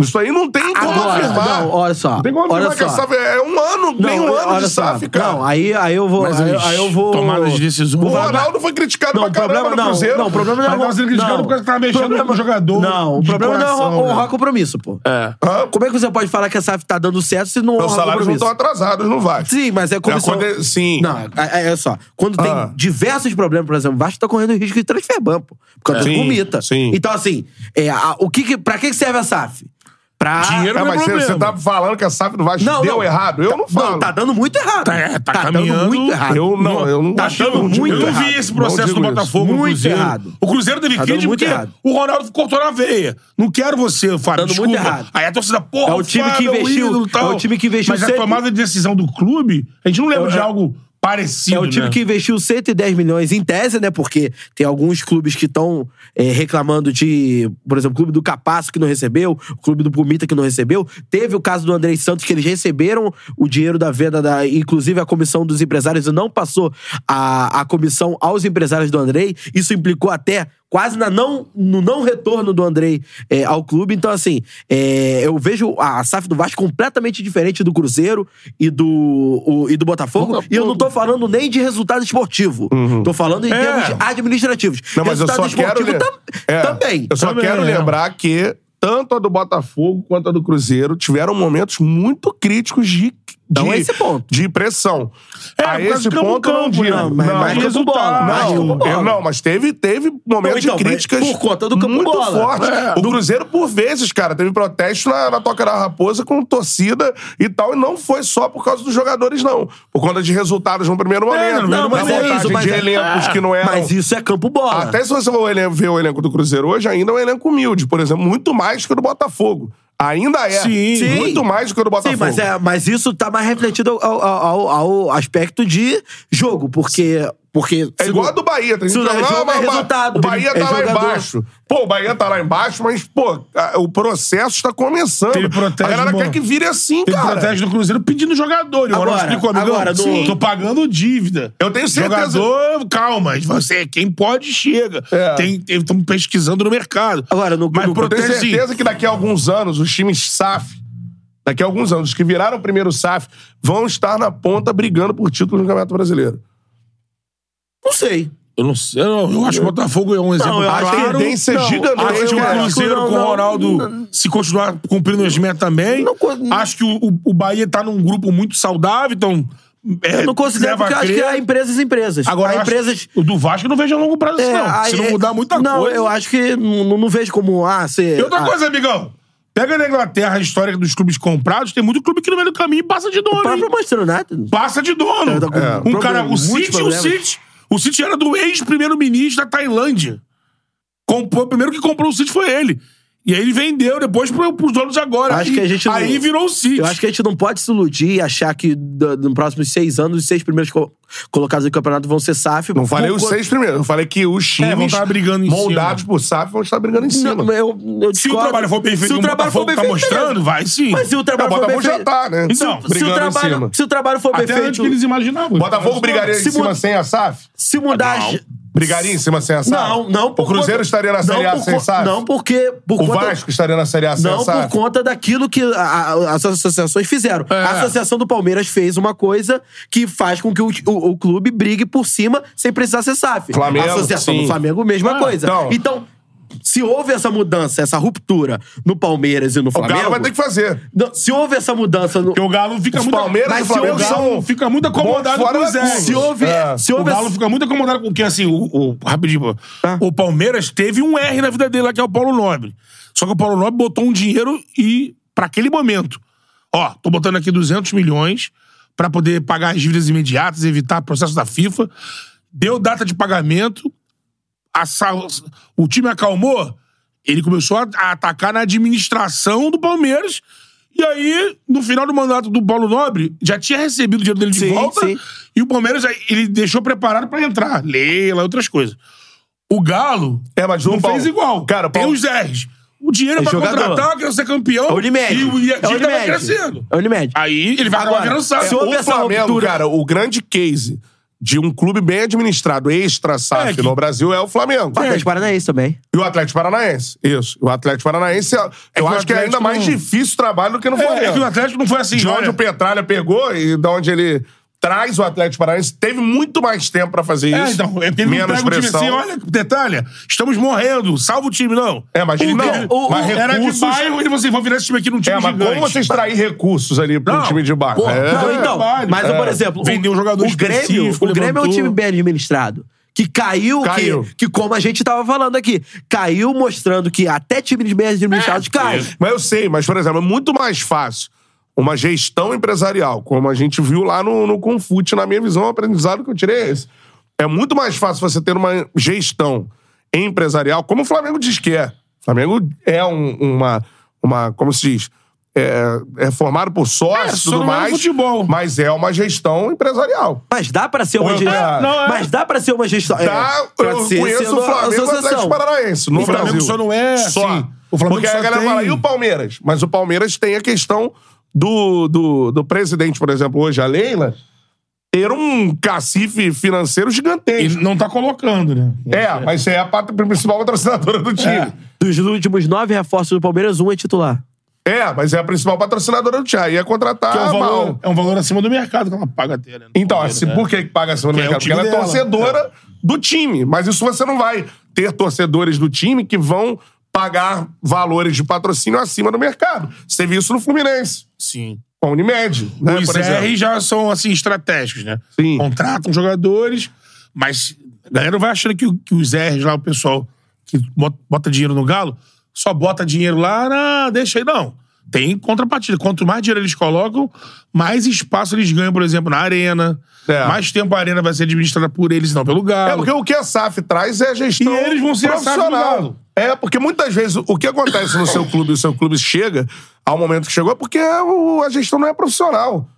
S1: Isso aí não tem como
S2: Agora,
S1: afirmar.
S2: não, olha só,
S1: Não tem como
S2: olha
S1: afirmar que a
S2: só.
S1: SAF é é um ano, nem um ano de SAF, cara.
S2: Não, aí, aí eu vou.
S3: Mas
S2: aí,
S3: as
S2: aí eu vou.
S3: tomadas de decisão-
S2: vou
S1: o
S2: falar-
S1: Ronaldo foi criticado
S2: Não, o
S1: pra caramba
S2: problema
S1: no
S2: não.
S1: Cruzeiro.
S2: Não, o problema não é
S3: Mas
S2: honrar-
S3: tá sendo criticado
S2: não.
S3: porque tava mexendo
S2: Problema-
S3: com o jogador
S2: Não, o
S3: de
S2: problema não é
S3: coração,
S2: honrar- honrar
S3: né?
S2: compromisso, pô.
S3: É.
S1: Hã?
S2: Como é que você pode falar que a SAF tá dando certo se não honra
S1: Os
S2: o
S1: salários não
S2: compromisso?
S1: estão atrasados no Vasco.
S2: Sim, mas é comissão...
S1: quando é- sim.
S2: Não, é, é- é só. Quando
S1: Ah.
S2: tem diversos problemas, por exemplo, o Vasco tá correndo risco de transfer ban, pô. Por causa
S1: É.
S2: do
S1: Sim,
S2: Gomita.
S1: sim.
S2: Então, assim, é, a- o que que, pra que que serve a SAF? Pra...
S3: Dinheiro
S1: Ah,
S3: não é
S1: mas você,
S3: problema.
S1: você tá falando que a SAF do Vasco
S2: Não,
S1: deu
S2: não.
S1: errado? Eu não falo.
S2: Não, tá dando muito errado.
S3: Tá- é, tá
S2: dando
S3: caminhando.
S2: muito errado.
S1: Eu não, eu não
S2: Tá
S1: acho-
S2: dando
S1: eu
S2: muito
S3: eu não
S2: errado.
S3: vi esse processo
S1: Não
S3: do
S1: digo
S3: Botafogo
S2: isso.
S3: no
S2: Muito
S3: Cruzeiro.
S2: errado.
S3: O Cruzeiro teve
S2: Tá dando
S3: crítica
S2: muito
S3: porque
S2: errado. Tá
S3: o Ronaldo cortou na veia. Não quero você, Fábio.
S2: Dando
S3: desculpa.
S2: muito errado.
S3: Aí a torcida, porra,
S2: É o time
S3: Fábio,
S2: que investiu-
S3: o ídolo, tal.
S2: é o time que investiu
S3: Mas
S2: cento-
S3: a tomada de decisão do clube, a gente não lembra
S2: É-
S3: de
S2: é-
S3: algo parecido.
S2: É o time
S3: né?
S2: que investiu 110 milhões em tese, né? Porque tem alguns clubes que estão reclamando de, por exemplo, o clube do Capasso que não recebeu, o clube do Pumita que não recebeu. Teve o caso do Andrei Santos, que eles receberam o dinheiro da venda, da, inclusive a comissão dos empresários, e não passou a, a comissão aos empresários do Andrei. Isso implicou até. Quase na não, no não retorno do Andrei é, ao clube. Então, assim, é, eu vejo a SAF do Vasco completamente diferente do Cruzeiro e do, o- e do Botafogo. E eu não tô falando nem de resultado esportivo. Tô falando em
S3: É.
S2: termos administrativos.
S1: Não, mas eu
S2: resultado
S1: só quero.
S2: esportivo
S1: le-
S2: tam-
S1: É,
S2: também.
S1: Eu só
S3: Também,
S1: quero
S3: é.
S1: lembrar que tanto a do Botafogo quanto a do Cruzeiro tiveram momentos muito críticos de
S2: Então
S3: de,
S2: é esse ponto.
S3: de pressão.
S1: É,
S3: a
S1: por causa
S3: esse
S1: do campo
S3: ponto eu não
S1: campo,
S3: digo.
S1: não,
S2: mas-
S3: não,
S2: mas
S3: eu-
S2: campo bola, mas campo
S3: não,
S2: bola.
S3: eu- não, mas teve, teve momentos
S2: Então,
S3: de
S2: mas
S3: críticas.
S2: por conta do campo
S3: muito
S2: bola.
S3: forte.
S1: É.
S3: O Cruzeiro, por vezes, cara, teve protesto na, na Toca da Raposa com torcida e tal. E não foi só por causa dos jogadores, não. Por conta de resultados no primeiro momento.
S1: não,
S3: da
S1: mas é
S3: montagem
S1: isso,
S2: mas
S3: de
S2: é-
S3: elencos que não eram.
S2: Mas isso é campo bola.
S3: Ah, Até se você for elen- ver o elenco do Cruzeiro hoje, ainda é um elenco humilde, por exemplo, muito mais que o do Botafogo. Ainda é.
S1: Sim.
S2: Sim.
S3: Muito mais que o do
S2: Sim,
S3: Botafogo.
S2: mas, é, mas isso tá mais refletido ao, ao- ao- ao aspecto de jogo, porque. porque
S3: É igual a do Bahia. Tem
S2: Isso
S3: gente que
S2: não é
S3: fala,
S2: jogo,
S3: "Ah, mas
S2: é
S3: o Ba-
S2: resultado.
S3: O Bahia
S2: É
S3: tá lá
S2: jogador."
S3: embaixo. Pô, o Bahia tá lá embaixo, mas, pô, a- o processo tá começando.
S1: Teve protesto,
S3: a galera
S1: mano.
S3: quer que vire assim,
S1: Tem
S3: cara.
S1: protesto do Cruzeiro pedindo jogador. E o Ronaldo
S2: Agora,
S1: explicou, amigão,
S2: agora, do-
S1: tô pagando dívida.
S3: Eu tenho certeza-
S1: Jogador, calma, você, quem pode, chega.
S3: É.
S1: Estamos pesquisando no mercado.
S2: Agora, no-
S1: Mas
S2: no-
S3: Eu tenho
S1: protesto sim.
S3: certeza que daqui a alguns anos os times SAF, daqui a alguns anos, os que viraram o primeiro SAF, vão estar na ponta brigando por título no Campeonato Brasileiro.
S2: Não sei.
S1: Eu não sei, eu, não- eu acho que o Botafogo é um exemplo
S2: eu acho
S1: claro.
S2: que
S3: a tendência é
S2: não,
S3: gigantesca.
S1: Acho que o
S3: cara.
S1: Cruzeiro
S2: Não,
S1: com o
S2: não,
S1: Ronaldo, se continuar cumprindo as metas também.
S2: Não co- não-
S1: acho que o, o- o Bahia tá num grupo muito saudável, então. é,
S2: Eu não considero
S1: leva
S2: porque
S1: a
S2: eu acho
S1: crer.
S2: que há empresas e empresas.
S1: Agora,
S2: há
S1: eu acho que
S2: empresas.
S1: O do Vasco eu não vejo a longo prazo, isso,
S2: é,
S1: não.
S2: há-
S1: Se não mudar muita
S2: não,
S1: coisa.
S2: eu acho que não, não- não vejo como. Ah, você.
S1: E outra
S2: ah,
S1: coisa, amigão. Pega na Inglaterra a história dos clubes comprados, tem muito clube que no meio do caminho passa de dono.
S2: O próprio
S1: hein?
S2: Manchester United.
S1: Passa de dono.
S2: É, tá com
S1: um
S2: problema,
S1: cara, o
S2: muitos
S1: City, o
S2: problemas.
S1: City, o City era do ex-primeiro-ministro da Tailândia. Comprou, o primeiro que comprou o City foi ele. E aí ele vendeu depois pro, pros donos de agora.
S2: Acho
S1: aí,
S2: que a gente não-
S1: aí virou o City.
S2: Eu acho que a gente não pode se iludir e achar que do- nos próximos seis anos os seis primeiros co- colocados do campeonato vão ser SAF.
S3: Não falei
S2: Por
S3: os
S2: co-
S3: seis primeiros. Eu falei que os
S1: É, vão
S3: times
S1: estar brigando em
S3: moldados
S1: cima.
S3: por SAF vão estar brigando em cima.
S2: Não, eu, eu
S1: se o
S2: discordo.
S1: trabalho for bem feito,
S2: Se o
S1: como o
S2: trabalho for
S1: Botafogo
S2: bem
S1: tá
S2: feito,
S1: mostrando,
S2: beleza.
S1: vai sim.
S2: Mas se o
S3: É, o
S2: trabalho for bem
S3: Botafogo já
S2: feito.
S3: tá, né?
S1: Então,
S2: se, o
S3: brigando em
S2: trabalho,
S3: cima.
S2: se o trabalho for bem
S1: Até antes
S2: feito.
S1: que eles imaginavam.
S3: O Botafogo brigaria em
S2: Se
S3: cima
S2: mu-
S3: sem a SAF?
S2: Se mudar.
S1: Não.
S3: Brigaria em cima sem a SAF?
S2: Não, não
S3: O Cruzeiro estaria na Série
S2: não
S3: A
S2: por
S3: sem
S2: co-
S3: SAF?
S2: Não, porque. Por
S3: O
S2: conta,
S3: Vasco estaria na Série A sem
S2: Não por
S3: SAF?
S2: conta daquilo que a- a- as associações fizeram.
S1: É.
S2: A associação do Palmeiras fez uma coisa que faz com que o, o- o clube brigue por cima sem precisar ser SAF.
S3: Flamengo,
S2: a associação
S3: sim.
S2: do Flamengo,
S1: Ah,
S2: mesma coisa.
S3: então.
S2: Então, se houve essa mudança, essa ruptura no Palmeiras e no
S3: O
S2: Flamengo.
S3: Galo vai ter que fazer.
S2: Não, se houve essa mudança no.
S1: Porque o Galo fica
S3: Os
S1: muito.
S3: Palmeiras
S1: Mas
S3: e o
S1: se
S3: Flamengo
S1: o Galo
S3: são
S1: fica muito acomodado
S3: bons
S1: com
S3: fora
S1: o
S3: da
S1: Zé.
S3: curva.
S2: se houve.
S3: É.
S2: Se
S1: o
S2: houve
S1: Galo fica muito acomodado com que assim, o, o- rapidinho, pô.
S2: Tá.
S1: o Palmeiras teve um R na vida dele lá que é o Paulo Nobre. Só que o Paulo Nobre botou um dinheiro e pra aquele momento, ó, tô botando aqui 200 milhões pra poder pagar as dívidas imediatas, evitar processo da FIFA. Deu data de pagamento, a sa- o time acalmou, ele começou a, a atacar na administração do Palmeiras. E aí, no final do mandato do Paulo Nobre, já tinha recebido o dinheiro dele de
S2: Sim,
S1: volta.
S2: sim.
S1: E o Palmeiras, aí, ele deixou preparado pra entrar. Leila, outras coisas. O Galo
S3: É, mas
S1: não
S3: o Paulo-
S1: fez igual.
S3: Cara, o
S1: Tem
S3: Paulo-
S1: os 10. O dinheiro é
S2: Tem
S1: pra
S2: jogador.
S1: contratar, quero ser campeão.
S2: É Unimed.
S1: E, o- e a
S2: É
S1: dívida vai
S2: Unimed.
S1: crescendo.
S2: É Unimed.
S3: Ah,
S1: Aí ele vai
S2: Agora,
S1: acabar virando saco.
S2: se houve
S3: o
S2: essa
S3: Flamengo,
S2: ruptura-
S3: cara, o grande case de um clube bem administrado, extra SAF
S1: É que-
S3: no Brasil, é o Flamengo.
S2: O Atlético Paranaense é também.
S3: E o Atlético Paranaense. Isso. O Atlético Paranaense, eu
S1: o
S3: acho que é ainda
S1: Atlético
S3: mais
S1: não-
S3: difícil o trabalho do que no
S1: É,
S3: Flamengo.
S1: é que o Atlético não foi assim,
S3: de onde
S1: olha.
S3: o Petralha pegou e de onde ele traz o Atlético Paranaense, teve muito mais tempo pra fazer isso.
S1: É, então, é porque ele não
S3: menos
S1: pega o time
S3: pressão.
S1: assim, olha, detalhe, estamos morrendo, salva o time, não.
S3: É, mas
S1: ele
S3: não,
S1: não,
S3: o- mas
S1: era
S3: recursos-
S1: de bairro e você vai virar esse time aqui num time
S3: É, mas
S1: gigante.
S3: como você extrair recursos ali pro
S1: Não,
S3: time de baixo?
S1: porra,
S3: é.
S2: Não,
S1: É,
S2: então,
S1: vale.
S2: mas,
S1: É.
S2: por exemplo, o-
S1: Vendeu um jogador
S2: o Grêmio,
S1: específico,
S2: o Grêmio é um
S1: levantou.
S2: time bem administrado. Que caiu,
S3: Caiu.
S2: Que, que como a gente tava falando aqui, caiu mostrando que até times bem
S3: É,
S2: administrados caem.
S3: Mas eu sei, mas, por exemplo, é muito mais fácil uma gestão empresarial, como a gente viu lá no, no Confute, na minha visão, o aprendizado que eu tirei é esse. É muito mais fácil você ter uma gestão empresarial, como o Flamengo diz que é. O Flamengo é um- uma, uma. Como se diz? É, é formado por
S1: É,
S3: sócios e
S1: só
S3: tudo
S1: não é
S3: mais.
S1: futebol.
S3: Mas é uma gestão empresarial.
S2: Mas dá pra ser uma
S3: Ou é-
S2: gestão.
S1: não, é.
S2: Mas dá pra ser uma gestão. é,
S3: Tá,
S2: pra
S3: eu
S2: ser
S3: conheço
S2: sendo
S3: o
S2: a
S3: Flamengo é e o Atlético Paranaense. No
S1: O Flamengo
S3: Brasil.
S1: só não é
S3: Só.
S1: assim. O Flamengo
S3: Porque
S1: só
S3: a galera
S1: tem-
S3: fala, e o Palmeiras? Mas o Palmeiras tem a questão do, do, do presidente, por exemplo, hoje, a Leila, ter um cacife financeiro gigantesco.
S1: Ele não tá colocando, né?
S3: É, mas você é a pat- principal patrocinadora
S1: É.
S3: do time.
S2: Dos últimos nove reforços do Palmeiras, um é titular.
S3: É. mas é a principal patrocinadora do time. Aí é contratar
S1: Que é um, valor,
S3: mal.
S1: é um valor acima do mercado que ela paga até, né?
S3: Então,
S1: Palmeiras,
S3: assim,
S1: né?
S3: por que que paga acima do
S1: Que é o
S3: mercado? Porque
S1: time
S3: ela é
S1: dela. né?
S3: torcedora do time. Mas isso você não vai ter torcedores do time que vão pagar valores de patrocínio acima do mercado. Você viu isso no Fluminense.
S1: Sim.
S3: com a Unimed. Né,
S1: Os
S3: por exemplo.
S1: R já são, assim, estratégicos, né?
S3: Sim.
S1: Contratam jogadores, mas a galera não vai achando que, o- que os R's lá, o pessoal que bota, bota dinheiro no galo, só bota dinheiro lá, na, deixa aí, não. Tem contrapartida. Quanto mais dinheiro eles colocam, mais espaço eles ganham, por exemplo, na arena.
S3: É.
S1: Mais tempo a arena vai ser administrada por eles, não pelo galo.
S3: É porque o que a SAF traz é a gestão
S1: E eles vão ser a SAF do
S3: profissional.
S1: Galo.
S3: É, porque muitas vezes o que acontece no seu clube, o seu clube chega ao momento que chegou, é porque o- a gestão não é profissional.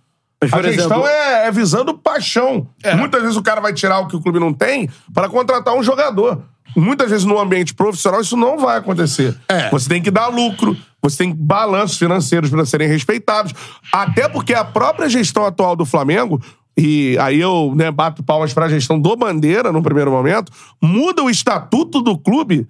S3: a
S2: por
S3: gestão
S2: exemplo-
S3: é, é visando paixão.
S1: É.
S3: Muitas vezes o cara vai tirar o que o clube não tem para contratar um jogador. Muitas vezes no ambiente profissional isso não vai acontecer.
S1: É.
S3: Você tem que dar lucro, você tem balanços financeiros para serem respeitados. Até porque a própria gestão atual do Flamengo, e aí eu né, bato palmas para a gestão do Bandeira no primeiro momento, muda o estatuto do clube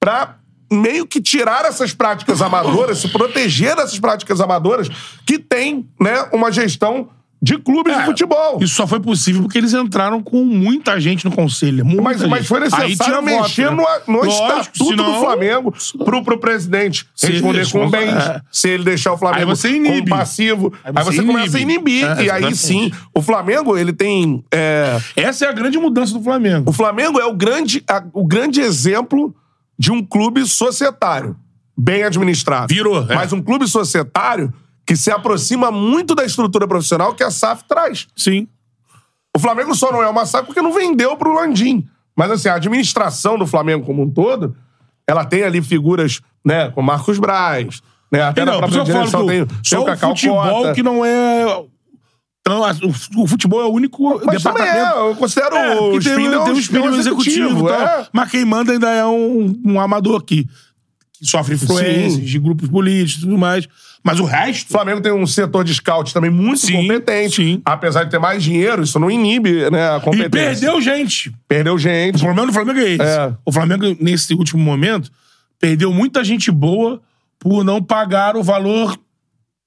S3: para meio que tirar essas práticas amadoras, se proteger dessas práticas amadoras que tem né, uma gestão de clubes de futebol.
S1: É, Isso só foi possível porque eles entraram com muita gente no conselho. muita
S3: Mas,
S1: gente.
S3: mas foi
S1: Aí tira
S3: necessário mexer
S1: voto, né?
S3: no, no
S1: Lógico,
S3: estatuto do
S1: senão-
S3: Flamengo pro, pro presidente
S1: Se
S3: responder
S1: ele
S3: com
S1: responsa-
S3: bens,
S1: é.
S3: se ele deixar o Flamengo
S1: Aí você
S3: como
S1: inibe.
S3: passivo. Aí
S1: Aí
S3: você,
S1: você
S3: começa a
S1: inibe.
S3: inibir.
S1: É,
S3: e aí
S1: exatamente.
S3: sim, o Flamengo, ele tem... é,
S1: Essa é a grande mudança do Flamengo.
S3: o Flamengo é o grande, a- o grande exemplo de um clube societário, bem administrado.
S1: Virou, é.
S3: Mas um clube societário que se aproxima muito da estrutura profissional que a SAF traz.
S1: Sim.
S3: O Flamengo só não é uma SAF porque não vendeu pro Landim. Mas assim, a administração do Flamengo como um todo, ela tem ali figuras, né, como Marcos Braz, né, até na
S1: Não, por isso
S3: própria
S1: eu falo que
S3: direção tem
S1: o-
S3: o
S1: só
S3: seu
S1: o
S3: Cacau
S1: futebol
S3: Cota.
S1: que não é... Então, a- o- o futebol é o único
S3: Mas também é,
S1: departamento...
S3: eu considero
S1: É,
S3: o
S1: porque tem,
S3: Spindle é um-
S1: tem um
S3: é um
S1: espírito executivo, tá? e tal,
S3: é.
S1: mas quem manda ainda é um, um amador que, que sofre influências
S3: Sim.
S1: de grupos políticos e tudo mais. Mas o
S3: O
S1: resto...
S3: Flamengo tem um setor de scout também muito
S1: Sim,
S3: competente.
S1: sim.
S3: Apesar de ter mais dinheiro, isso não inibe né, a
S1: E
S3: competência.
S1: perdeu gente.
S3: Perdeu
S1: O
S3: gente.
S1: problema do Flamengo é esse.
S3: É.
S1: O Flamengo, nesse último momento, perdeu muita gente boa por não pagar o valor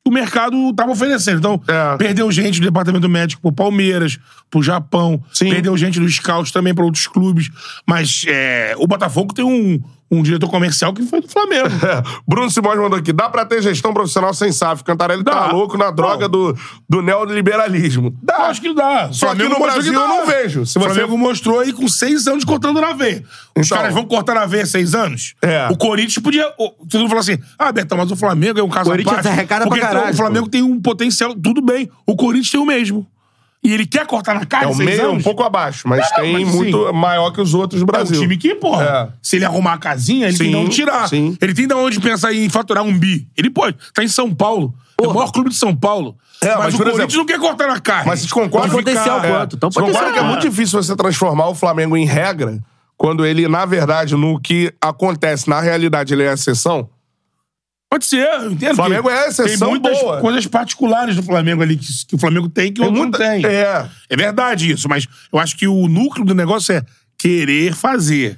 S1: que o mercado estava oferecendo. Então,
S3: É.
S1: perdeu gente do departamento médico pro Palmeiras, pro Japão,
S3: Sim.
S1: perdeu gente do Scout também para outros clubes. Mas é, o Botafogo tem um, um diretor comercial que foi do Flamengo.
S3: [LAUGHS] É. Bruno Simões mandou aqui. Dá pra ter gestão profissional sem SAF. Cantarelli tá
S1: Dá.
S3: louco na droga do, do neoliberalismo.
S1: Eu
S3: Dá.
S1: acho que dá.
S3: Só
S1: Flamengo
S3: que no
S1: mostrou
S3: Brasil eu
S1: dá.
S3: não vejo. Se
S1: o
S3: você-
S1: Flamengo mostrou aí com seis anos cortando na veia. Os
S3: Então.
S1: caras vão cortar na veia seis anos?
S3: É.
S1: O Corinthians podia. o- Todo mundo fala assim: ah, Betão, mas o Flamengo é um caso à
S2: Corinthians
S1: parte,
S2: arrecada pra
S1: porque
S2: caralho,
S1: O Flamengo tem um potencial. Tudo bem. O Corinthians tem o mesmo. E ele quer cortar na cara
S3: É o
S1: em seis
S3: meio, é
S1: anos?
S3: um pouco abaixo, mas
S1: Não,
S3: tem
S1: mas assim,
S3: muito maior que os outros
S1: É
S3: do
S1: um
S3: Brasil.
S1: time que, porra,
S3: É.
S1: se ele arrumar a casinha, ele
S3: Sim,
S1: tem de onde tirar.
S3: sim.
S1: Ele tem de onde pensar em faturar um bi. Ele pode. Tá em São Paulo. É o maior clube de São Paulo.
S3: É, mas,
S1: mas, o
S3: por exemplo-
S1: Corinthians não quer cortar na cara.
S3: Mas vocês concordam
S2: Tem potencial
S3: que,
S2: quanto? Então,
S3: vocês concordam
S2: potencial.
S3: que é muito difícil você transformar o Flamengo em regra quando ele, na verdade, no que acontece na realidade, ele é a exceção?
S1: Pode ser, eu entendo.
S3: Flamengo
S1: que
S3: é a exceção
S1: Tem muitas
S3: boa.
S1: coisas particulares do Flamengo ali que, que o Flamengo tem que o
S3: Tem
S1: outro
S3: muita-
S1: não tem.
S3: É.
S1: É verdade isso, mas eu acho que o núcleo do negócio é querer fazer.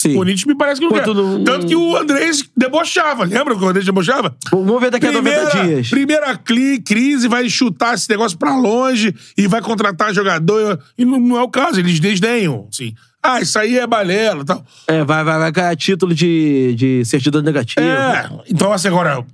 S2: Sim.
S1: O Corinthians me parece que não
S2: Quanto
S1: quer.
S2: não-
S1: Tanto que o Andrés debochava. Lembra que o Andrés debochava?
S2: Vamos ver daqui a 90
S1: Primeira,
S2: dias.
S1: primeira cli- crise vai chutar esse negócio pra longe e vai contratar jogador. E não, não é o caso, eles desdenham. Assim. Ah, isso aí é balela e tal.
S2: É, vai, vai, vai ganhar título de, de certidão negativa.
S1: É. Então, assim, agora,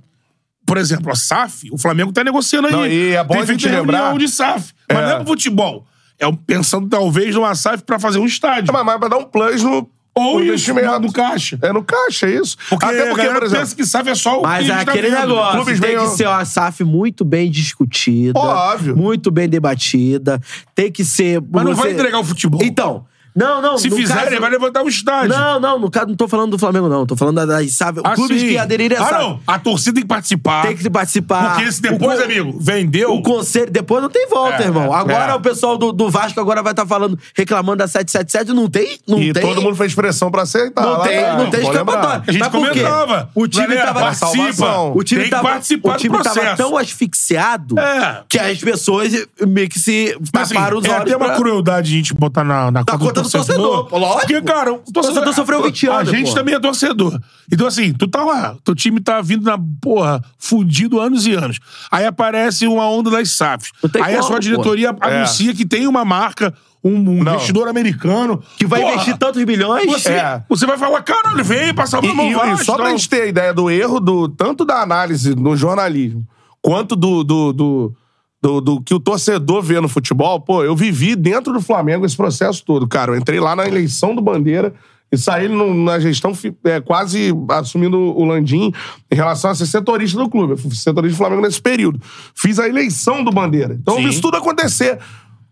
S1: por exemplo, a SAF, o Flamengo tá negociando aí.
S3: Não, e é bom
S1: Tem
S3: a gente
S1: feito reunião
S3: lembrar-
S1: de SAF. Mas
S3: É.
S1: não é pro futebol. É um- pensando, talvez, numa SAF pra fazer um estádio.
S3: Mas, mas pra dar um plus no,
S1: Ou
S3: no
S1: isso,
S3: investimento.
S1: na- no caixa.
S3: É no caixa, é isso.
S1: Porque,
S3: Até porque, por exemplo,
S1: pensa que SAF é só o
S2: Mas
S1: que a
S2: é
S1: gente
S2: aquele
S1: tá vendo.
S2: negócio.
S3: Clubes
S2: tem
S3: bem-
S2: que ser uma SAF muito bem discutida.
S3: Óbvio.
S2: Muito bem debatida. Tem que ser.
S1: Mas não vai entregar o futebol.
S2: Então. Não, não.
S1: Se
S2: no
S1: fizer,
S2: caso-
S1: ele vai levantar um estádio.
S2: Não, não, no caso, não tô falando do Flamengo, não. Tô falando da, da SAF.
S1: Ah,
S2: clubes
S1: sim.
S2: que aderirem a
S1: Ah,
S2: SAF.
S1: não. A torcida tem que participar.
S2: Tem que participar.
S1: Porque se depois,
S2: O con-
S1: amigo, vendeu...
S2: O conselho, depois não tem volta,
S1: É,
S2: irmão. Agora
S1: é.
S2: o pessoal do, do Vasco agora vai estar falando, reclamando da 777, não tem, não
S3: e
S2: tem.
S3: todo mundo fez pressão pra aceitar.
S2: Não
S3: lá
S2: tem,
S3: atrás,
S2: não tem
S3: pode lembrar.
S2: escapatória.
S1: A gente
S2: Mas por quê?
S1: comentava.
S2: O time
S1: Galera,
S2: tava-
S1: participa.
S3: Salvação.
S2: O time
S1: tem que
S2: tava,
S1: participar
S2: o time
S1: do processo.
S2: tava tão asfixiado
S1: É.
S2: que as pessoas meio que se
S1: Mas, assim,
S2: taparam os
S1: é
S2: olhos.
S1: até uma
S2: pra-
S1: crueldade a gente botar na, na
S2: Na conta do torcedor, lógico.
S1: Porque, cara, o torcedor,
S2: torcedor sofreu 20 anos,
S1: A gente
S2: pô.
S1: também é torcedor. Então, assim, tu tá lá, teu time tá vindo na porra, fudido anos e anos. Aí aparece uma onda das SAFs.
S2: Não tem
S1: Aí a
S2: como,
S1: sua
S2: pô.
S1: diretoria
S3: É.
S1: anuncia que tem uma marca, um, um
S3: Não.
S1: investidor americano.
S2: Que vai
S1: Porra,
S2: investir tantos bilhões.
S1: Você,
S3: É.
S1: você vai falar, caralho, vem passar
S3: E,
S1: uma mão
S3: e- e
S1: vai,
S3: só pra
S1: tal.
S3: gente ter a ideia do erro do, tanto da análise no jornalismo quanto do, do, do, do, do que o torcedor vê no futebol, pô, eu vivi dentro do Flamengo esse processo todo, cara. Eu entrei lá na eleição do Bandeira e saí no- na gestão fi- é, quase assumindo o Landim em relação a ser setorista do clube. Eu fui setorista do Flamengo nesse período. Fiz a eleição do Bandeira. Então eu vi isso tudo acontecer.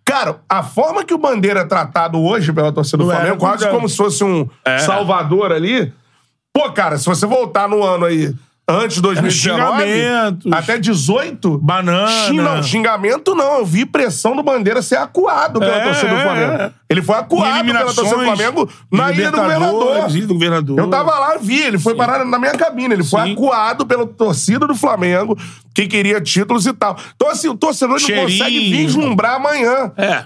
S3: Cara, a forma que o Bandeira é tratado hoje pela torcida do
S1: Não É. era
S3: Flamengo, quase
S1: como-
S3: como se fosse um salvador ali, Pô, cara, se você voltar no ano aí, antes de 2019,
S1: xingamentos.
S3: até 18,
S1: Banana.
S3: xing- não, xingamento não. Eu vi pressão do Bandeira ser acuado pela
S1: É,
S3: torcida do Flamengo.
S1: é.
S3: Ele foi
S1: Em
S3: acuado pela
S1: eliminações,
S3: torcida do Flamengo
S1: em
S3: na Ilha do
S1: Libertadores,
S3: Governador.
S1: Ilha do Governador.
S3: Eu tava lá, vi, ele foi parar na minha cabine. Ele foi
S1: Sim.
S3: acuado pela torcida do Flamengo, que queria títulos e tal. Então, assim, o torcedor não
S1: Cheirinho.
S3: consegue vislumbrar amanhã.
S1: É.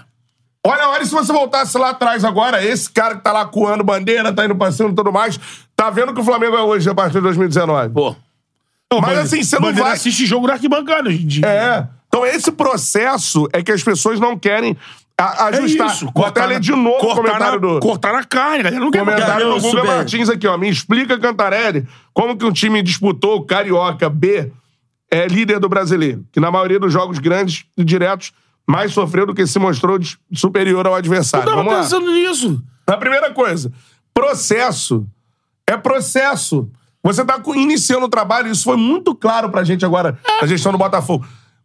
S3: Olha, olha, se você voltasse lá atrás agora, esse cara que tá lá coando bandeira, tá indo pra cima e tudo mais, tá vendo que o Flamengo é hoje a partir de 2019.
S1: Pô.
S3: Mas assim, você não
S1: Bandeira
S3: vai.
S1: assiste jogo na arquibancada hoje em dia.
S3: É. Então, esse processo é que as pessoas não querem a-
S1: É
S3: ajustar.
S1: isso.
S3: Vou até
S1: na-
S3: ler de novo o
S1: cortar
S3: comentário
S1: na,
S3: do.
S1: Cortar na carne, galera. Não quer
S3: Comentário do
S1: mais.
S3: Guga
S2: super.
S3: Martins aqui, ó. Me explica, Cantarelli, como que um time disputou o Carioca B, é líder do brasileiro, que na maioria dos jogos grandes e diretos mais sofreu do que se mostrou dis- superior ao adversário.
S1: Eu tava
S3: Vamos lá.
S1: pensando nisso.
S3: A primeira coisa, processo. É processo. Você tá co- iniciando o trabalho, isso foi muito claro pra gente agora, a gestão do Botafogo.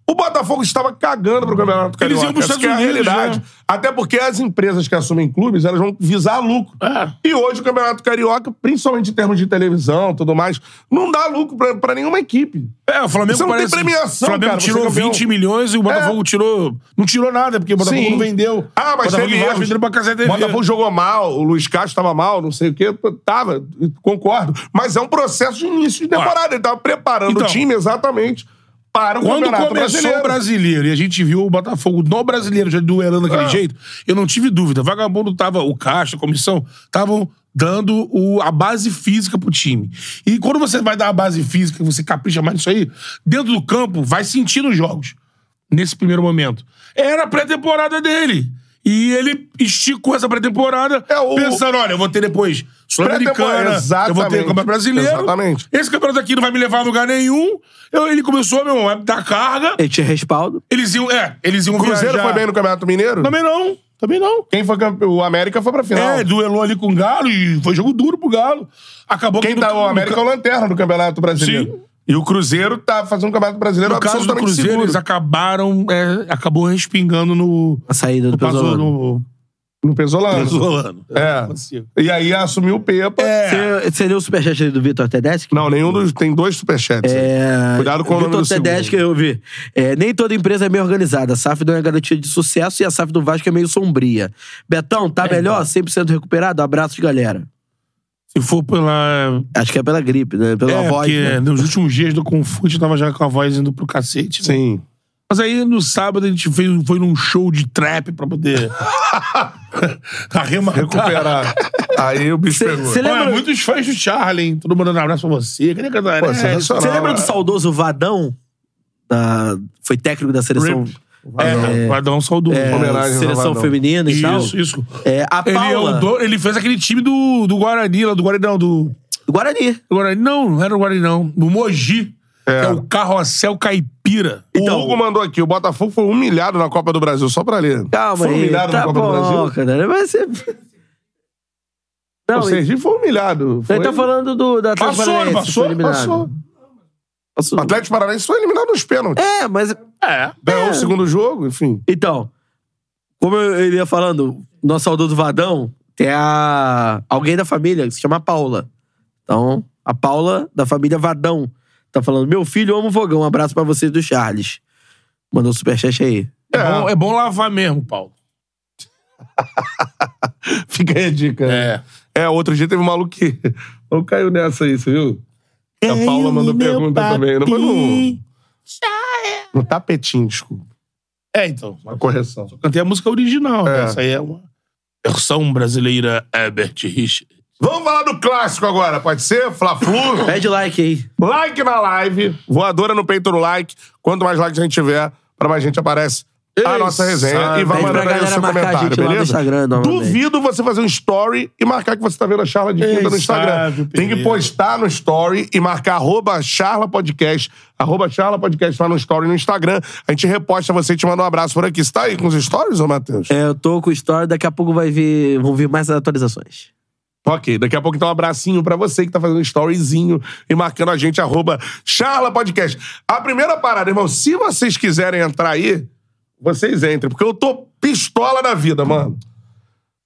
S3: O Botafogo estava cagando pro Campeonato
S1: Eles
S3: Carioca.
S1: iam pros
S3: Essa que é a
S1: Estados Unidos,
S3: realidade.
S1: né?
S3: Até porque as empresas que assumem clubes, elas vão visar lucro.
S1: É.
S3: E hoje o Campeonato Carioca, principalmente em termos de televisão e tudo mais, não dá lucro pra- pra nenhuma equipe.
S1: É, o Flamengo
S3: Você não tem
S1: parece-
S3: premiação,
S1: O Flamengo
S3: cara, você é
S1: tirou
S3: campeão. É.
S1: 20 milhões e o Botafogo tirou. Não tirou nada, porque o Botafogo
S3: Sim.
S1: não vendeu.
S3: Ah, mas
S1: o Botafogo
S3: teve
S1: embaixo
S3: erros.
S1: vendeu pra Casa TV.
S3: Botafogo jogou mal, o Luiz Castro tava mal, não sei o quê. Tava, concordo. Mas é um processo de início de temporada. Ele tava preparando
S1: Então,
S3: o time exatamente para o
S1: Quando
S3: Campeonato
S1: começou o brasileiro e a gente viu o Botafogo no brasileiro já duelando daquele
S3: É.
S1: jeito, eu não tive dúvida. Vagabundo tava, o Caixa, a comissão, estavam dando o- a base física pro time. E quando você vai dar a base física, você capricha mais nisso aí, dentro do campo, vai sentir nos jogos. Nesse primeiro momento. Era a pré-temporada dele. E ele esticou essa pré-temporada
S3: É, o-
S1: pensando, olha, eu vou ter depois
S3: Pré-temporada,
S1: Sul-Americana, eu vou ter
S3: exatamente.
S1: Campeonato Brasileiro.
S3: Exatamente.
S1: Esse campeonato aqui não vai me levar a lugar nenhum. Eu- ele começou, meu irmão, a dar carga.
S2: Ele tinha respaldo.
S1: Eles iam. É, eles iam
S3: O Cruzeiro
S1: viajar.
S3: foi bem no Campeonato Mineiro?
S1: Também não, também não.
S3: Quem foi campe... O América foi pra final.
S1: É, duelou ali com o Galo e foi jogo duro pro Galo. Acabou
S3: Quem
S1: que no-
S3: tá o
S1: no
S3: América é
S1: ca-
S3: o Lanterna do Campeonato Brasileiro.
S1: Sim.
S3: E o Cruzeiro tá fazendo um Campeonato Brasileiro
S1: No caso do
S3: absolutamente
S1: Cruzeiro,
S3: seguro.
S1: eles acabaram. é, acabou respingando no.
S2: A saída do
S1: No Pasolano.
S2: Pesolano.
S1: No
S3: No
S1: tá
S3: Pesolano.
S1: Pesolano.
S3: É. E aí assumiu o Pepa.
S1: É.
S2: Você, você leu o superchat ali do Vitor Tedeschi?
S3: Não, nenhum dos... Tem dois superchats.
S2: É,
S3: Cuidado com o nome
S2: Vitor
S3: do segundo.
S2: Tedeschi, eu vi. É, nem toda empresa é bem organizada. A SAF não é garantia de sucesso e a SAF do Vasco é meio sombria. Betão, tá melhor? 100% recuperado? Abraços, galera.
S1: Se for pela.
S2: Acho que é pela gripe, né? Pela
S1: é,
S2: voz.
S1: porque
S2: né?
S1: nos últimos dias do Confute eu tava já com a voz indo pro cacete. né?
S3: Sim.
S1: Mas aí no sábado a gente fez, foi num show de trap pra
S3: [LAUGHS]
S1: poder. arrematar.
S3: Recuperar. aí o bicho
S2: Cê-
S3: pegou. é
S2: cê
S1: Olha,
S2: lembra-
S1: é muitos fãs do Charlie, hein? Todo mandando um abraço pra você. Cadê Cantaré?
S3: Pô, sensacional.
S2: Você lembra do
S3: É.
S2: saudoso Vadão? Da- foi técnico da seleção.
S1: Rip. É, vai dar um saudoso.
S2: é,
S3: Homenagem ao
S2: seleção
S3: Vadão.
S2: feminina e tal.
S1: Isso, isso.
S2: É, a
S1: Ele, é
S2: Paula.
S1: o dono- ele fez aquele time do, do Guarani, lá do Guarani, não, do,
S2: do Guarani.
S1: do Guarani. Não, não era o Guarani, não. Do Mogi. que É. o Carrossel Caipira.
S3: o
S2: Então,
S3: Hugo mandou aqui, o Botafogo foi humilhado na Copa do Brasil, só pra ler.
S2: Calma
S3: foi
S2: aí.
S3: humilhado na
S2: Tá
S3: Copa do
S2: bom,
S3: Brasil?
S2: cara. Mas você. Não,
S3: o Sergipe foi humilhado. Foi...
S2: ele tá falando do, da Atlético
S1: Passou, não
S2: Paranaense,
S1: passou?
S2: foi eliminado.
S3: Passou, passou.
S2: Passou.
S3: O Atlético Paranaense foi eliminado nos pênaltis.
S2: É, mas.
S1: É.
S3: Ganhou o segundo jogo, enfim.
S2: Então, como eu eu ia falando, nosso saudoso Vadão tem a. alguém da família que se chama Paula. Então, a Paula, da família Vadão, tá falando: Meu filho ama o fogão, um abraço pra vocês do Charles. Mandou um superchat aí.
S1: É. bom, é bom lavar mesmo, Paulo.
S3: [LAUGHS] Fica aí a dica. né?
S1: É.
S3: É, outro dia teve um maluco que. Ou caiu nessa aí, você viu? a Paula mandou pergunta também. Não foi no. No tapetinho, desculpa.
S1: É, então.
S3: Uma correção.
S1: Cantei a música original.
S3: É.
S1: né? Essa aí é uma versão brasileira Herbert Richard.
S3: Vamos falar do clássico agora, pode ser? Fla-Flu?
S2: Pede like aí.
S3: Like na live. Voadora no peito no like. Quanto mais likes a gente tiver, pra mais gente aparece a nossa resenha e vai
S2: Pede pra
S3: mandando aí o
S2: galera
S3: seu
S2: marcar a
S3: comentário,
S2: gente lá no
S3: beleza?
S2: Instagram, novamente.
S3: Duvido você fazer um story e marcar que você tá vendo a Charla de Quinta no
S1: Ei,
S3: Instagram.
S1: Sávio
S3: Tem que
S1: Pereira.
S3: postar no story e marcar arroba Charla Podcast, arroba Charla Podcast lá no story no Instagram. A gente reposta você e te manda um abraço por aqui. Você tá aí com os stories, ô Matheus?
S2: É, eu tô com o story, daqui a pouco vai vir, vão vir mais atualizações.
S3: Ok, daqui a pouco então um abracinho pra você que tá fazendo um storyzinho e marcando a gente, arroba Charla Podcast. A primeira parada, irmão, se vocês quiserem entrar aí, vocês entrem, porque eu tô pistola da vida, mano.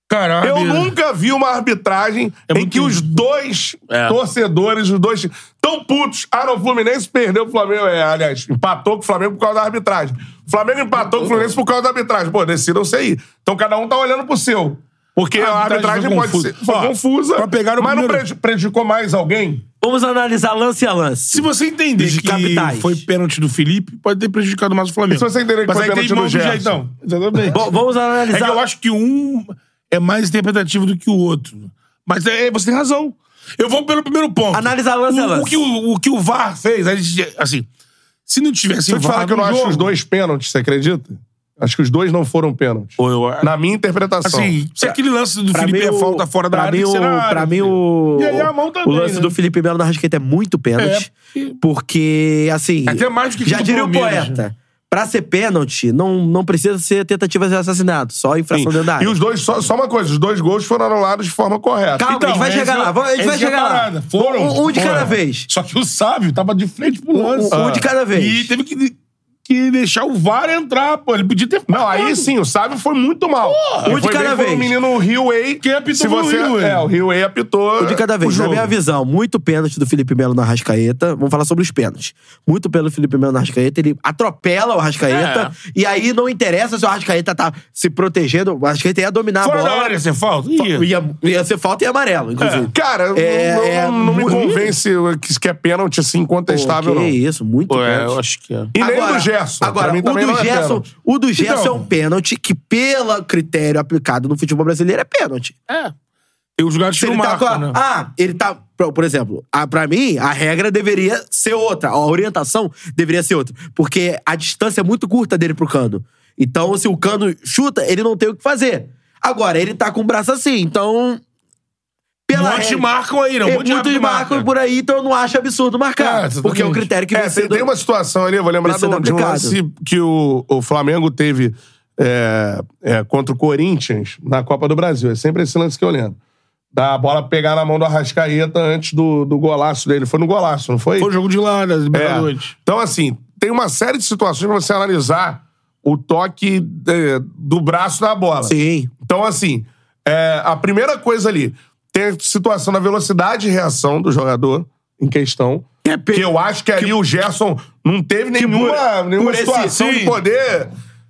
S1: Caralho.
S3: Eu nunca vi uma arbitragem em
S1: É muito
S3: que os dois
S1: É.
S3: torcedores, os dois tão putos. Ah, não, o Fluminense perdeu o Flamengo. É, aliás, empatou com o Flamengo por causa da arbitragem. O Flamengo empatou com o Fluminense por causa da arbitragem. Pô, decidam-se aí. Então cada um tá olhando pro seu. Porque a
S1: A
S3: arbitragem,
S1: arbitragem foi
S3: pode
S1: confusa.
S3: ser foi
S1: Ó,
S3: confusa.
S1: pra pegar o
S3: mas não
S1: primeiro-
S3: preju- prejudicou mais alguém?
S2: Vamos analisar lance a lance.
S1: Se você entender
S2: Dos
S1: que
S2: capitais.
S1: foi pênalti do Felipe, pode ter prejudicado mais o Flamengo.
S3: E se você entender que
S1: Mas
S3: foi
S1: aí tem
S3: pênalti do
S1: mão
S3: Gerson?
S1: Jaitão. Exatamente.
S2: Bom, vamos
S1: É que
S2: analisar.
S1: eu acho que um é mais interpretativo do que o outro. Mas é, você tem razão. Eu vou pelo primeiro ponto.
S2: Analisar lance a
S1: o,
S2: lance.
S1: o, que o, o que o VAR fez, a gente, assim, se não tivesse
S3: Se eu te
S1: VAR
S3: falar que eu
S1: no
S3: não acho
S1: jogo,
S3: os dois pênaltis, você acredita? Acho que os dois não foram pênaltis.
S1: Ou eu,
S3: Na minha interpretação.
S1: assim, se aquele lance do
S2: Pra
S1: Felipe
S2: mim,
S1: é
S2: o-
S1: falta fora da
S2: pra
S1: área,
S2: mim,
S1: tem que ser na
S2: o,
S1: área,
S2: pra mim,
S1: filho.
S2: o,
S1: E aí a mão também,
S2: o lance
S1: né?
S2: do Felipe Melo na Rasqueta é muito pênalti.
S1: É,
S2: Porque, assim.
S1: Até mais do que
S2: já
S1: do
S2: diria o
S1: Palmeiras, né?
S2: poeta. Pra ser pênalti, não, não precisa ser tentativa de assassinato, só
S3: Sim.
S2: infração dentro da área.
S3: E os dois, só, só uma coisa, os dois gols foram anulados de forma correta. Então,
S2: Calma, a gente vai
S1: essa
S2: chegar
S1: é-
S2: lá, vamos- a gente
S1: essa
S2: vai
S1: é
S2: chegar lá.
S1: parada. Foram,
S2: Um- um de
S1: foram.
S2: cada vez.
S1: Só que o sábio tava de frente pro lance.
S2: um- um de cada vez.
S1: E teve que, que deixar o VAR entrar, pô. Ele podia ter.
S3: Não, aí sim, o Sábio foi muito mal.
S2: um de
S3: Foi bem
S2: cada
S3: com
S2: vez.
S3: O menino Hillway.
S1: Quem apitou
S3: se
S1: foi o
S3: você,
S1: Hillway.
S3: É, o Hillway apitou.
S2: Um de cada
S3: o
S2: vez. Na
S3: jogo.
S2: minha visão, muito pênalti do Felipe Melo na Rascaeta. Vamos falar sobre os pênaltis. Muito pelo Felipe Melo na Rascaeta, ele atropela o Rascaeta.
S1: É.
S2: E aí não interessa se o Rascaeta tá se protegendo. O Rascaeta ia dominar
S1: Fora
S2: a
S1: da
S2: bola.
S1: área, você falta? Ih.
S2: Ia, ia ser falta e amarelo, inclusive.
S3: Cara,
S2: É,
S3: não,
S2: é
S3: não me
S2: muito-
S3: convence que- que é pênalti assim,
S2: Pô,
S3: incontestável,
S2: que
S3: não.
S2: isso, muito
S1: Pô, é,
S2: pênalti.
S1: eu acho que é.
S3: E nem do Gerson.
S2: Agora,
S3: pra mim
S2: o,
S3: também
S2: do
S3: não é
S2: Gerson,
S3: pênalti.
S2: o do Gerson
S1: Então.
S2: é um pênalti que, pelo critério aplicado no futebol brasileiro, é pênalti.
S1: É. Tem os jogadores
S2: Se
S1: que não
S2: ele tá com
S1: marcam,
S2: a-
S1: né?
S2: Ah, ele tá. Por por exemplo, a, pra mim, a regra deveria ser outra. A orientação deveria ser outra. Porque a distância é muito curta dele pro cano. Então, se o cano chuta, ele não tem o que fazer. Agora, ele tá com o braço assim, então.
S1: Um
S2: Pela
S1: monte de
S2: regra-
S1: marcam aí, né? Um
S2: é,
S1: monte de
S2: muitos
S1: árbitro
S2: marcam
S1: marca.
S2: por aí, então eu não acho absurdo marcar.
S1: É,
S2: porque é um
S1: exatamente.
S2: critério que
S3: É,
S2: vem
S3: tem,
S2: sendo-
S3: tem uma situação ali, eu vou lembrar
S2: Vem sendo
S3: do, de um
S2: aplicado.
S3: lance que o, o Flamengo teve é, é, contra o Corinthians na Copa do Brasil. É sempre esse lance que eu lembro. Da bola pegar na mão do Arrascaeta antes do, do golaço dele. Foi no golaço, não foi?
S1: Foi o jogo de lá,
S2: É.
S1: das Libertadores.
S3: Então, assim, tem uma série de situações pra você analisar o toque eh, do braço na bola.
S2: Sim.
S3: Então, assim, é, a primeira coisa ali, tem a situação da velocidade e reação do jogador em questão.
S2: É
S3: Que eu acho que ali o Gerson não teve nenhuma, nenhuma
S2: por esse-
S3: situação
S2: sim.
S3: de poder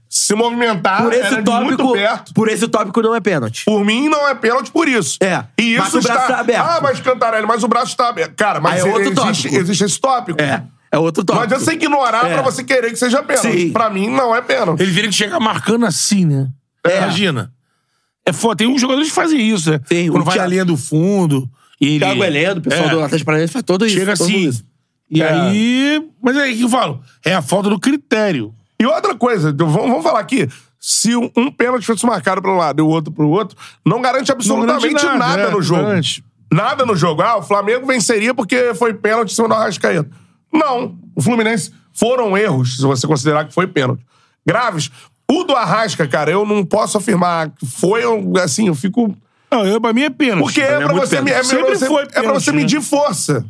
S3: se movimentar.
S2: Por
S3: era
S2: esse
S3: de
S2: tópico,
S3: muito perto.
S2: por esse tópico não é pênalti.
S3: Por mim, não é pênalti por isso.
S2: É,
S3: E isso
S2: mas o braço
S3: está...
S2: tá aberto.
S3: Ah, mas Cantarelli, mas o braço está aberto. Cara, mas
S2: Aí é outro
S3: existe,
S2: tópico.
S3: existe esse tópico.
S2: É, é outro
S3: Não
S2: tópico.
S3: adianta você ignorar
S2: É.
S3: pra você querer que seja pênalti.
S2: Sim.
S3: Pra mim, não é pênalti.
S1: Ele teria que chegar marcando assim, né?
S2: É.
S1: Imagina. É foda. Tem uns jogadores que fazem isso, né?
S2: Tem,
S1: Quando
S2: o
S1: vai na
S2: Thiago-
S1: linha do fundo. E ele...
S2: Thiago Heleno, o pessoal
S1: É.
S2: do Atlético Paranaense faz tudo isso.
S1: Chega
S2: todo
S1: assim.
S2: isso.
S1: E
S3: É.
S1: aí... Mas é aí que eu falo. É a falta do critério.
S3: E outra coisa, então, vamos, vamos falar aqui. Se um, um pênalti fosse marcado para um lado e o outro para o outro, não garante absolutamente
S1: Não garante
S3: nada,
S1: nada, é,
S3: no jogo.
S1: garante.
S3: Nada no jogo. Ah, o Flamengo venceria porque foi pênalti em cima do Arrascaeta. Não. O Fluminense foram erros, se você considerar que foi pênalti. Graves. O do Arrasca, cara, eu não posso afirmar que foi, eu, assim, eu fico...
S1: Não, eu, pra mim é pênalti.
S3: Porque é, pra
S1: muito
S3: você, me-
S1: pênalti.
S3: é, pra
S1: Sempre
S3: você-
S1: foi
S3: é pra você
S1: pênalti, né?
S3: medir força.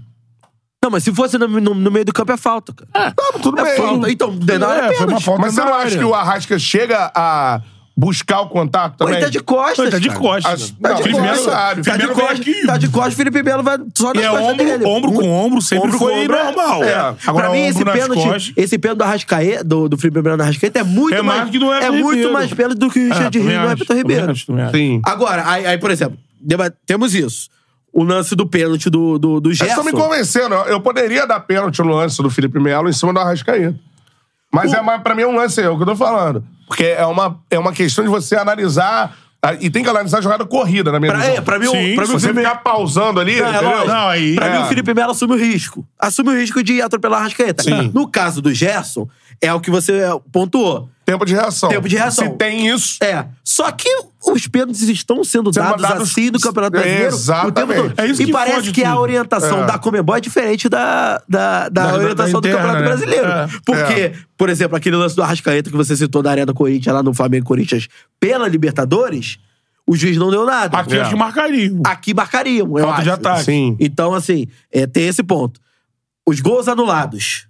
S2: Não, mas se fosse no, no- no meio do campo é falta, cara.
S3: Tá, tudo bem.
S2: falta. Então, de nada é
S1: É, foi É uma
S2: pênalti.
S1: falta
S3: Mas você
S1: na
S3: não
S1: área.
S3: acha que o Arrasca chega a buscar o contato
S2: Pô,
S3: também?
S2: ele tá de costas.
S1: Ele tá de
S2: cara.
S1: costas.
S3: Acho-
S2: Tá de
S3: Felipe Melo
S2: costas. Tá
S3: sabe.
S2: de
S1: Felipe Melo vem
S2: costas.
S1: aqui.
S2: Tá de costas, Felipe Melo vai só
S1: E
S2: nas
S1: é
S2: costas
S1: ombro,
S2: dele.
S1: ombro com ombro, sempre
S2: Ombro com
S1: foi
S2: ombro, é-
S1: normal.
S2: É.
S1: Agora,
S2: pra mim, esse
S1: ombro nas
S2: pênalti,
S1: costas.
S2: esse pênalti do Arrascaeta, do, do Felipe Melo na Arrascaeta, é muito
S1: É mais
S2: mais,
S1: que do Everton
S2: muito
S1: Ribeiro. É,
S2: mais pênalti do que o Richard
S1: também
S2: Ribeiro no
S1: acho,
S2: Everton
S1: também
S2: Ribeiro.
S1: acho, também acho.
S3: Sim.
S2: Agora, aí, aí, por exemplo, deba- temos isso. O lance do pênalti do, do, do
S3: Vocês
S2: Gerson.
S3: estão me convencendo. Eu- Eu poderia dar pênalti no lance do Felipe Melo em cima do Arrascaeta. Mas é mais, pra mim é um lance, é o que eu tô falando. Porque é uma, é uma questão de você analisar. a- E tem que analisar a jogada corrida, na minha
S2: Pra, é,
S3: visão.
S2: pra mim, o-
S1: Sim,
S2: pra mim
S3: Se
S2: o
S3: você
S2: Felipe
S3: ficar pausando ali,
S2: Não, é
S3: entendeu?
S2: lógico.
S1: Não, aí-
S2: Pra
S3: É.
S2: mim, o Felipe Melo assume o risco. Assume o risco de atropelar a Rascaeta. No caso do Gerson, é o que você pontuou.
S3: Tempo de reação.
S2: Tempo de reação.
S3: Se tem isso.
S2: É. Só que os pênaltis estão sendo
S3: Sendo
S2: dados,
S3: dados-
S2: assim no Campeonato
S3: É,
S2: Brasileiro o
S3: exatamente.
S2: tempo todo.
S1: É isso
S2: e
S1: que
S2: parece
S1: fode
S2: que a
S1: tudo.
S2: orientação
S3: É.
S2: da Comembol é diferente da, da, da,
S1: Da- da-
S2: orientação
S1: da interna,
S2: do Campeonato
S1: né?
S2: Brasileiro.
S1: É.
S2: Porque,
S3: É.
S2: por exemplo, aquele lance do Arrascaeta que você citou da Arena Corinthians, lá no Flamengo e Corinthians, pela Libertadores, o juiz não deu nada. É.
S1: Aqui acho que marcaria.
S2: Aqui marcariam, eu
S1: Falta de
S2: acho.
S1: ataque.
S3: Sim.
S2: Então, assim, é, tem esse ponto. Os gols anulados.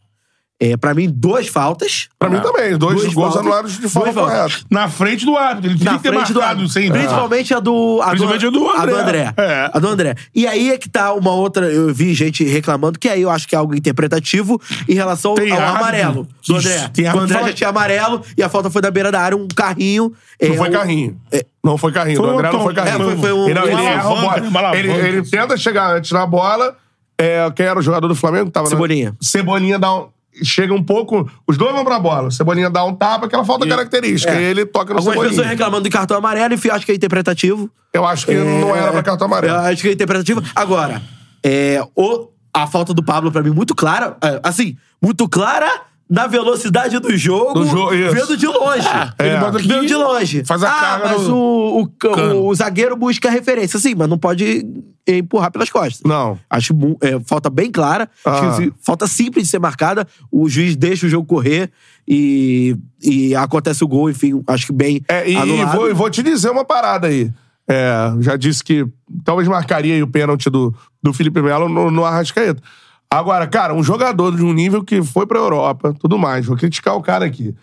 S2: É, para mim, duas faltas. Ah.
S3: Pra mim também. Dois,
S2: Duas
S3: gols
S2: faltas.
S3: anulados de
S2: Duas
S3: forma
S2: faltas.
S3: correta.
S1: Na frente do árbitro. Ele
S2: na
S1: tinha que ter
S2: frente do
S1: marcado
S2: Ah. árbitro.
S1: sem
S2: Principalmente a do. A
S1: Principalmente a do
S2: a
S1: André. É.
S2: A do André. E aí é que tá uma outra. Eu vi gente reclamando, que aí eu acho que é algo interpretativo em relação
S1: Tem
S2: ao
S1: árbitro.
S2: amarelo. Do André.
S1: Ixi, tem
S2: o
S1: árbitro
S2: André
S1: fala-
S2: já tinha amarelo e a falta foi da beira da área, um carrinho. é,
S3: Não foi
S2: um-
S3: carrinho. Não foi carrinho.
S1: Foi
S3: do André
S1: um
S3: não foi
S1: tom-
S3: carrinho.
S2: é, foi- foi um-
S3: ele, ele
S2: uma
S3: erra a
S1: alavanca,
S3: bola.
S1: uma alavanca.
S3: Ele, ele tenta chegar, tirar a bola. É, quem era o jogador do Flamengo? que Tava na-
S2: Cebolinha.
S3: Cebolinha dá um... Chega um pouco... Os dois vão pra bola. Cebolinha dá um tapa, aquela falta característica.
S2: é.
S3: E ele toca no
S2: Algumas pessoas
S3: Cebolinha.
S2: reclamando de cartão amarelo, enfim, acho que é interpretativo.
S3: Eu acho que não era pra cartão amarelo.
S2: É. Eu acho que é interpretativo. Agora, é, o- a falta do Pablo, pra mim, muito clara. é, Assim, muito clara na velocidade do jogo,
S3: Do jogo, isso. Ah, é.
S2: vendo de longe.
S3: ele bota aqui,
S2: vendo de longe.
S3: faz a
S2: ah,
S3: carga
S2: mas
S3: no
S2: o, o ca-
S1: cano.
S2: o zagueiro busca referência. Sim, mas não pode empurrar pelas costas.
S3: Não.
S2: Acho mu- é, falta bem clara,
S3: Ah.
S2: acho que falta simples de ser marcada. O juiz deixa o jogo correr e, e acontece o gol, enfim, acho que bem
S3: É, e, e
S2: anulado.
S3: vou, e vou te dizer uma parada aí. É, já disse que talvez marcaria aí o pênalti do, do Felipe Melo no, no Arrascaeta. Agora, cara, um jogador de um nível que foi pra Europa, tudo mais, vou criticar o cara aqui.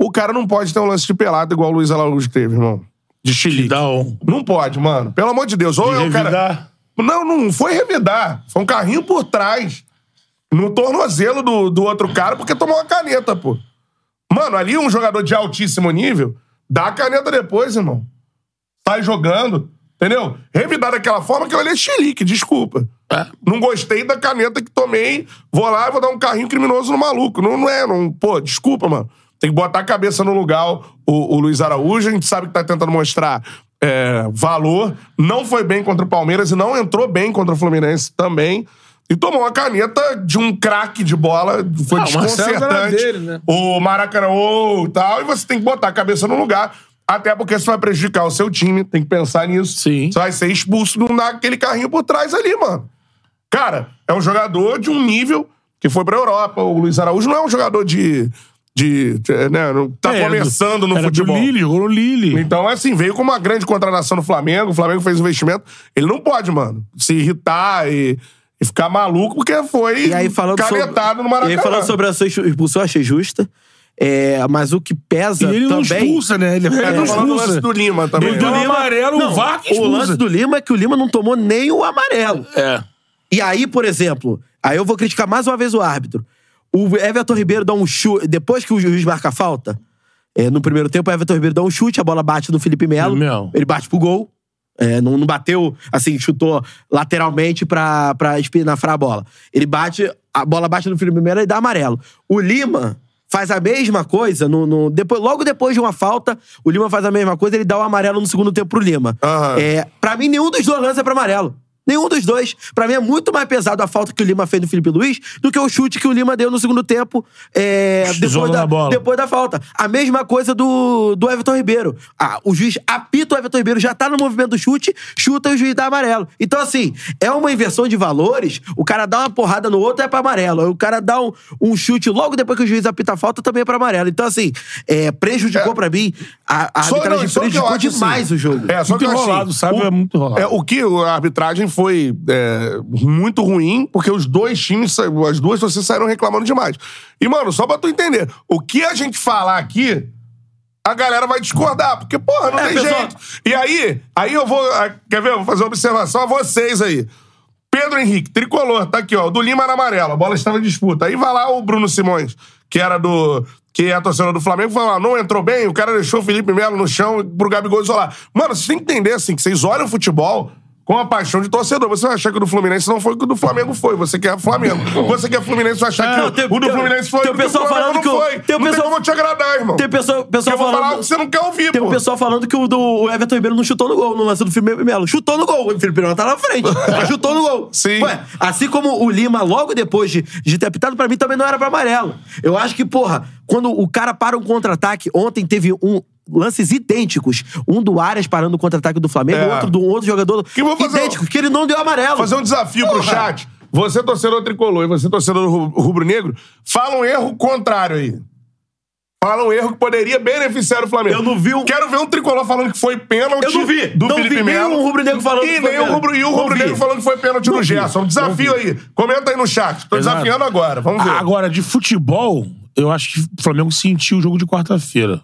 S3: O cara não pode ter um lance de pelada igual o Luiz Araújo teve, irmão. De Chile.
S1: Dá um.
S3: Não pode, mano. Pelo amor de Deus. Ou é o cara.
S1: Revidar.
S3: Não, não foi revidar. Foi um carrinho por trás. No tornozelo do, do outro cara, porque tomou uma caneta, pô. Mano, ali um jogador de altíssimo nível, dá a caneta depois, irmão. Sai jogando, entendeu? Revidar daquela forma que eu é xerique, desculpa.
S1: É.
S3: Não gostei da caneta que tomei, vou lá e vou dar um carrinho criminoso no maluco. Não, não é, não. Pô, desculpa, mano. Tem que botar a cabeça no lugar o, o Luiz Araújo. A gente sabe que tá tentando mostrar é, valor. Não foi bem contra o Palmeiras e não entrou bem contra o Fluminense também. E tomou uma caneta de um craque de bola. Foi
S1: Ah, o Marcelo era
S3: desconcertante.
S1: dele, né?
S3: O Maracanã ou tal. E você tem que botar a cabeça no lugar. Até porque isso vai prejudicar o seu time. Tem que pensar nisso.
S1: Sim.
S3: Você vai ser expulso de um daquele carrinho por trás ali, mano. Cara, é um jogador de um nível que foi pra Europa. O Luiz Araújo não é um jogador de. de, de- né, não tá
S1: É, era do-
S3: começando no
S1: era
S3: futebol.
S1: Do Lille, jogou no Lille.
S3: Então, assim, veio com uma grande contratação no Flamengo. O Flamengo fez investimento. Ele não pode, mano, se irritar e, e ficar maluco, porque foi
S2: E aí falando
S3: canetado
S2: sobre,
S3: no Maracanã.
S2: E aí falando sobre a sua expulsão, eu achei justa. É, mas o que pesa
S1: E ele não
S2: também...
S1: expulsa, né? Ele
S3: É,
S1: ele não
S3: tô falando do
S1: expulsa.
S3: lance do Lima também.
S1: Ele deu um amarelo, o VAR que
S2: O
S1: expulsa.
S2: lance do Lima é que o Lima não tomou nem o amarelo.
S1: É.
S2: E aí, por exemplo, aí eu vou criticar mais uma vez o árbitro. O Everton Ribeiro dá um chute. Depois que o juiz marca a falta, é, no primeiro tempo, o Everton Ribeiro dá um chute, a bola bate no Felipe Melo.
S1: Felipe Melo.
S2: Ele bate pro gol. É, não, não bateu, assim, chutou lateralmente pra, pra espinafrar a bola. Ele bate, a bola bate no Felipe Melo e dá amarelo. O Lima faz a mesma coisa, no, no- depois, logo depois de uma falta, o Lima faz a mesma coisa, ele dá o amarelo no segundo tempo pro Lima.
S3: Aham.
S2: É, pra mim, nenhum dos dois lança pra amarelo. Nenhum dos dois. Pra mim, é muito mais pesado a falta que o Lima fez no Felipe Luiz do que o chute que o Lima deu no segundo tempo é, depois,
S1: Isolando
S2: da,
S1: a bola.
S2: depois da falta. A mesma coisa do, do Everton Ribeiro. Ah, o juiz apita o Everton Ribeiro, já tá no movimento do chute, chuta e o juiz dá amarelo. Então, assim, é uma inversão de valores. O cara dá uma porrada no outro, é pra amarelo. Aí O cara dá um, um chute logo depois que o juiz apita a falta, também é pra amarelo. Então, assim, é, prejudicou pra mim. A, a
S3: Só-
S2: arbitragem
S3: não, só que eu
S2: prejudicou
S3: acho, assim,
S2: demais o jogo.
S3: É, só
S1: Muito
S3: que eu acho,
S1: enrolado, sabe?
S3: o-
S1: É muito enrolado.
S3: É, o que a arbitragem foi é, muito ruim, porque os dois times, sa- as duas torcidas saíram reclamando demais. E, mano, só pra tu entender, o que a gente falar aqui, a galera vai discordar, porque, porra, não
S2: É,
S3: tem
S2: pessoal.
S3: jeito. E aí, aí eu vou. ah, Quer ver? Eu Vou fazer uma observação a vocês aí. Pedro Henrique, tricolor, tá aqui, ó. O do Lima era amarelo, a bola estava em disputa. Aí vai lá o Bruno Simões, que era do. que é a torcida do Flamengo, vai lá, não entrou bem, o cara deixou o Felipe Melo no chão pro Gabigol isolar. Mano, vocês têm que entender, assim, que vocês olham o futebol. com a paixão de torcedor. Você vai achar que o do Fluminense não foi o que o do Flamengo foi. Você quer Flamengo. Você quer Fluminense, vai achar que
S2: Não,
S3: o-
S2: tem-
S3: o do
S2: tem-
S3: Fluminense foi
S2: tem
S3: o
S2: o
S3: que o
S2: pessoal
S3: Flamengo
S2: falando
S3: não
S2: que o-
S3: foi.
S2: tem o
S3: não
S2: pessoal-
S3: tem como eu te agradar, irmão.
S2: Tem pessoa, pessoal
S3: eu vou falar
S2: falando.
S3: o que você não quer ouvir,
S2: Tem
S3: pô.
S2: um pessoal falando que o, do, o Everton Ribeiro não chutou no gol no lance do Felipe Melo. Chutou no gol. O Felipe Melo tá na
S3: [LAUGHS]
S2: frente. Mas chutou no gol.
S3: Sim.
S2: Ué, assim como o Lima, logo depois de, de ter apitado, pra mim também não era pra amarelo. Eu acho que, porra, quando o cara para um contra-ataque, ontem teve um. Lances idênticos. Um do Arias parando o contra-ataque do Flamengo,
S3: É.
S2: outro do um outro jogador.
S3: eu vou fazer um-
S2: idênticos, que ele não deu amarelo.
S3: fazer um desafio pro chat. Você, torcedor tricolor, e você, torcedor ru- rubro-negro, fala um erro contrário aí. Fala um erro que poderia beneficiar o Flamengo.
S2: Eu não vi um-
S3: Quero ver um tricolor falando que foi pênalti
S2: Eu não vi.
S3: do
S2: Não
S3: Felipe
S2: vi
S3: Melo.
S2: nenhum rubro-negro falando
S3: e
S2: que foi
S3: nem o
S2: pênalti.
S3: rubro, E o
S2: Não
S3: rubro-negro
S2: vi.
S3: falando que foi pênalti no Gerson. Um desafio aí. Comenta aí no chat. Tô
S1: Exato.
S3: desafiando agora. Vamos ver.
S1: Agora, de futebol, eu acho que o Flamengo sentiu o jogo de quarta-feira.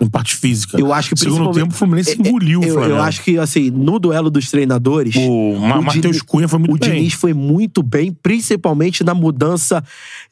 S1: Na parte física.
S2: Eu acho que
S1: Segundo
S2: principalmente-
S1: tempo, o Fluminense
S2: É, é,
S1: engoliu o
S2: eu,
S1: Flamengo.
S2: eu acho que, assim, no duelo dos treinadores.
S1: O Ma- Matheus
S2: Diniz-
S1: Cunha foi muito
S2: o
S1: bem.
S2: Diniz foi muito bem, principalmente na mudança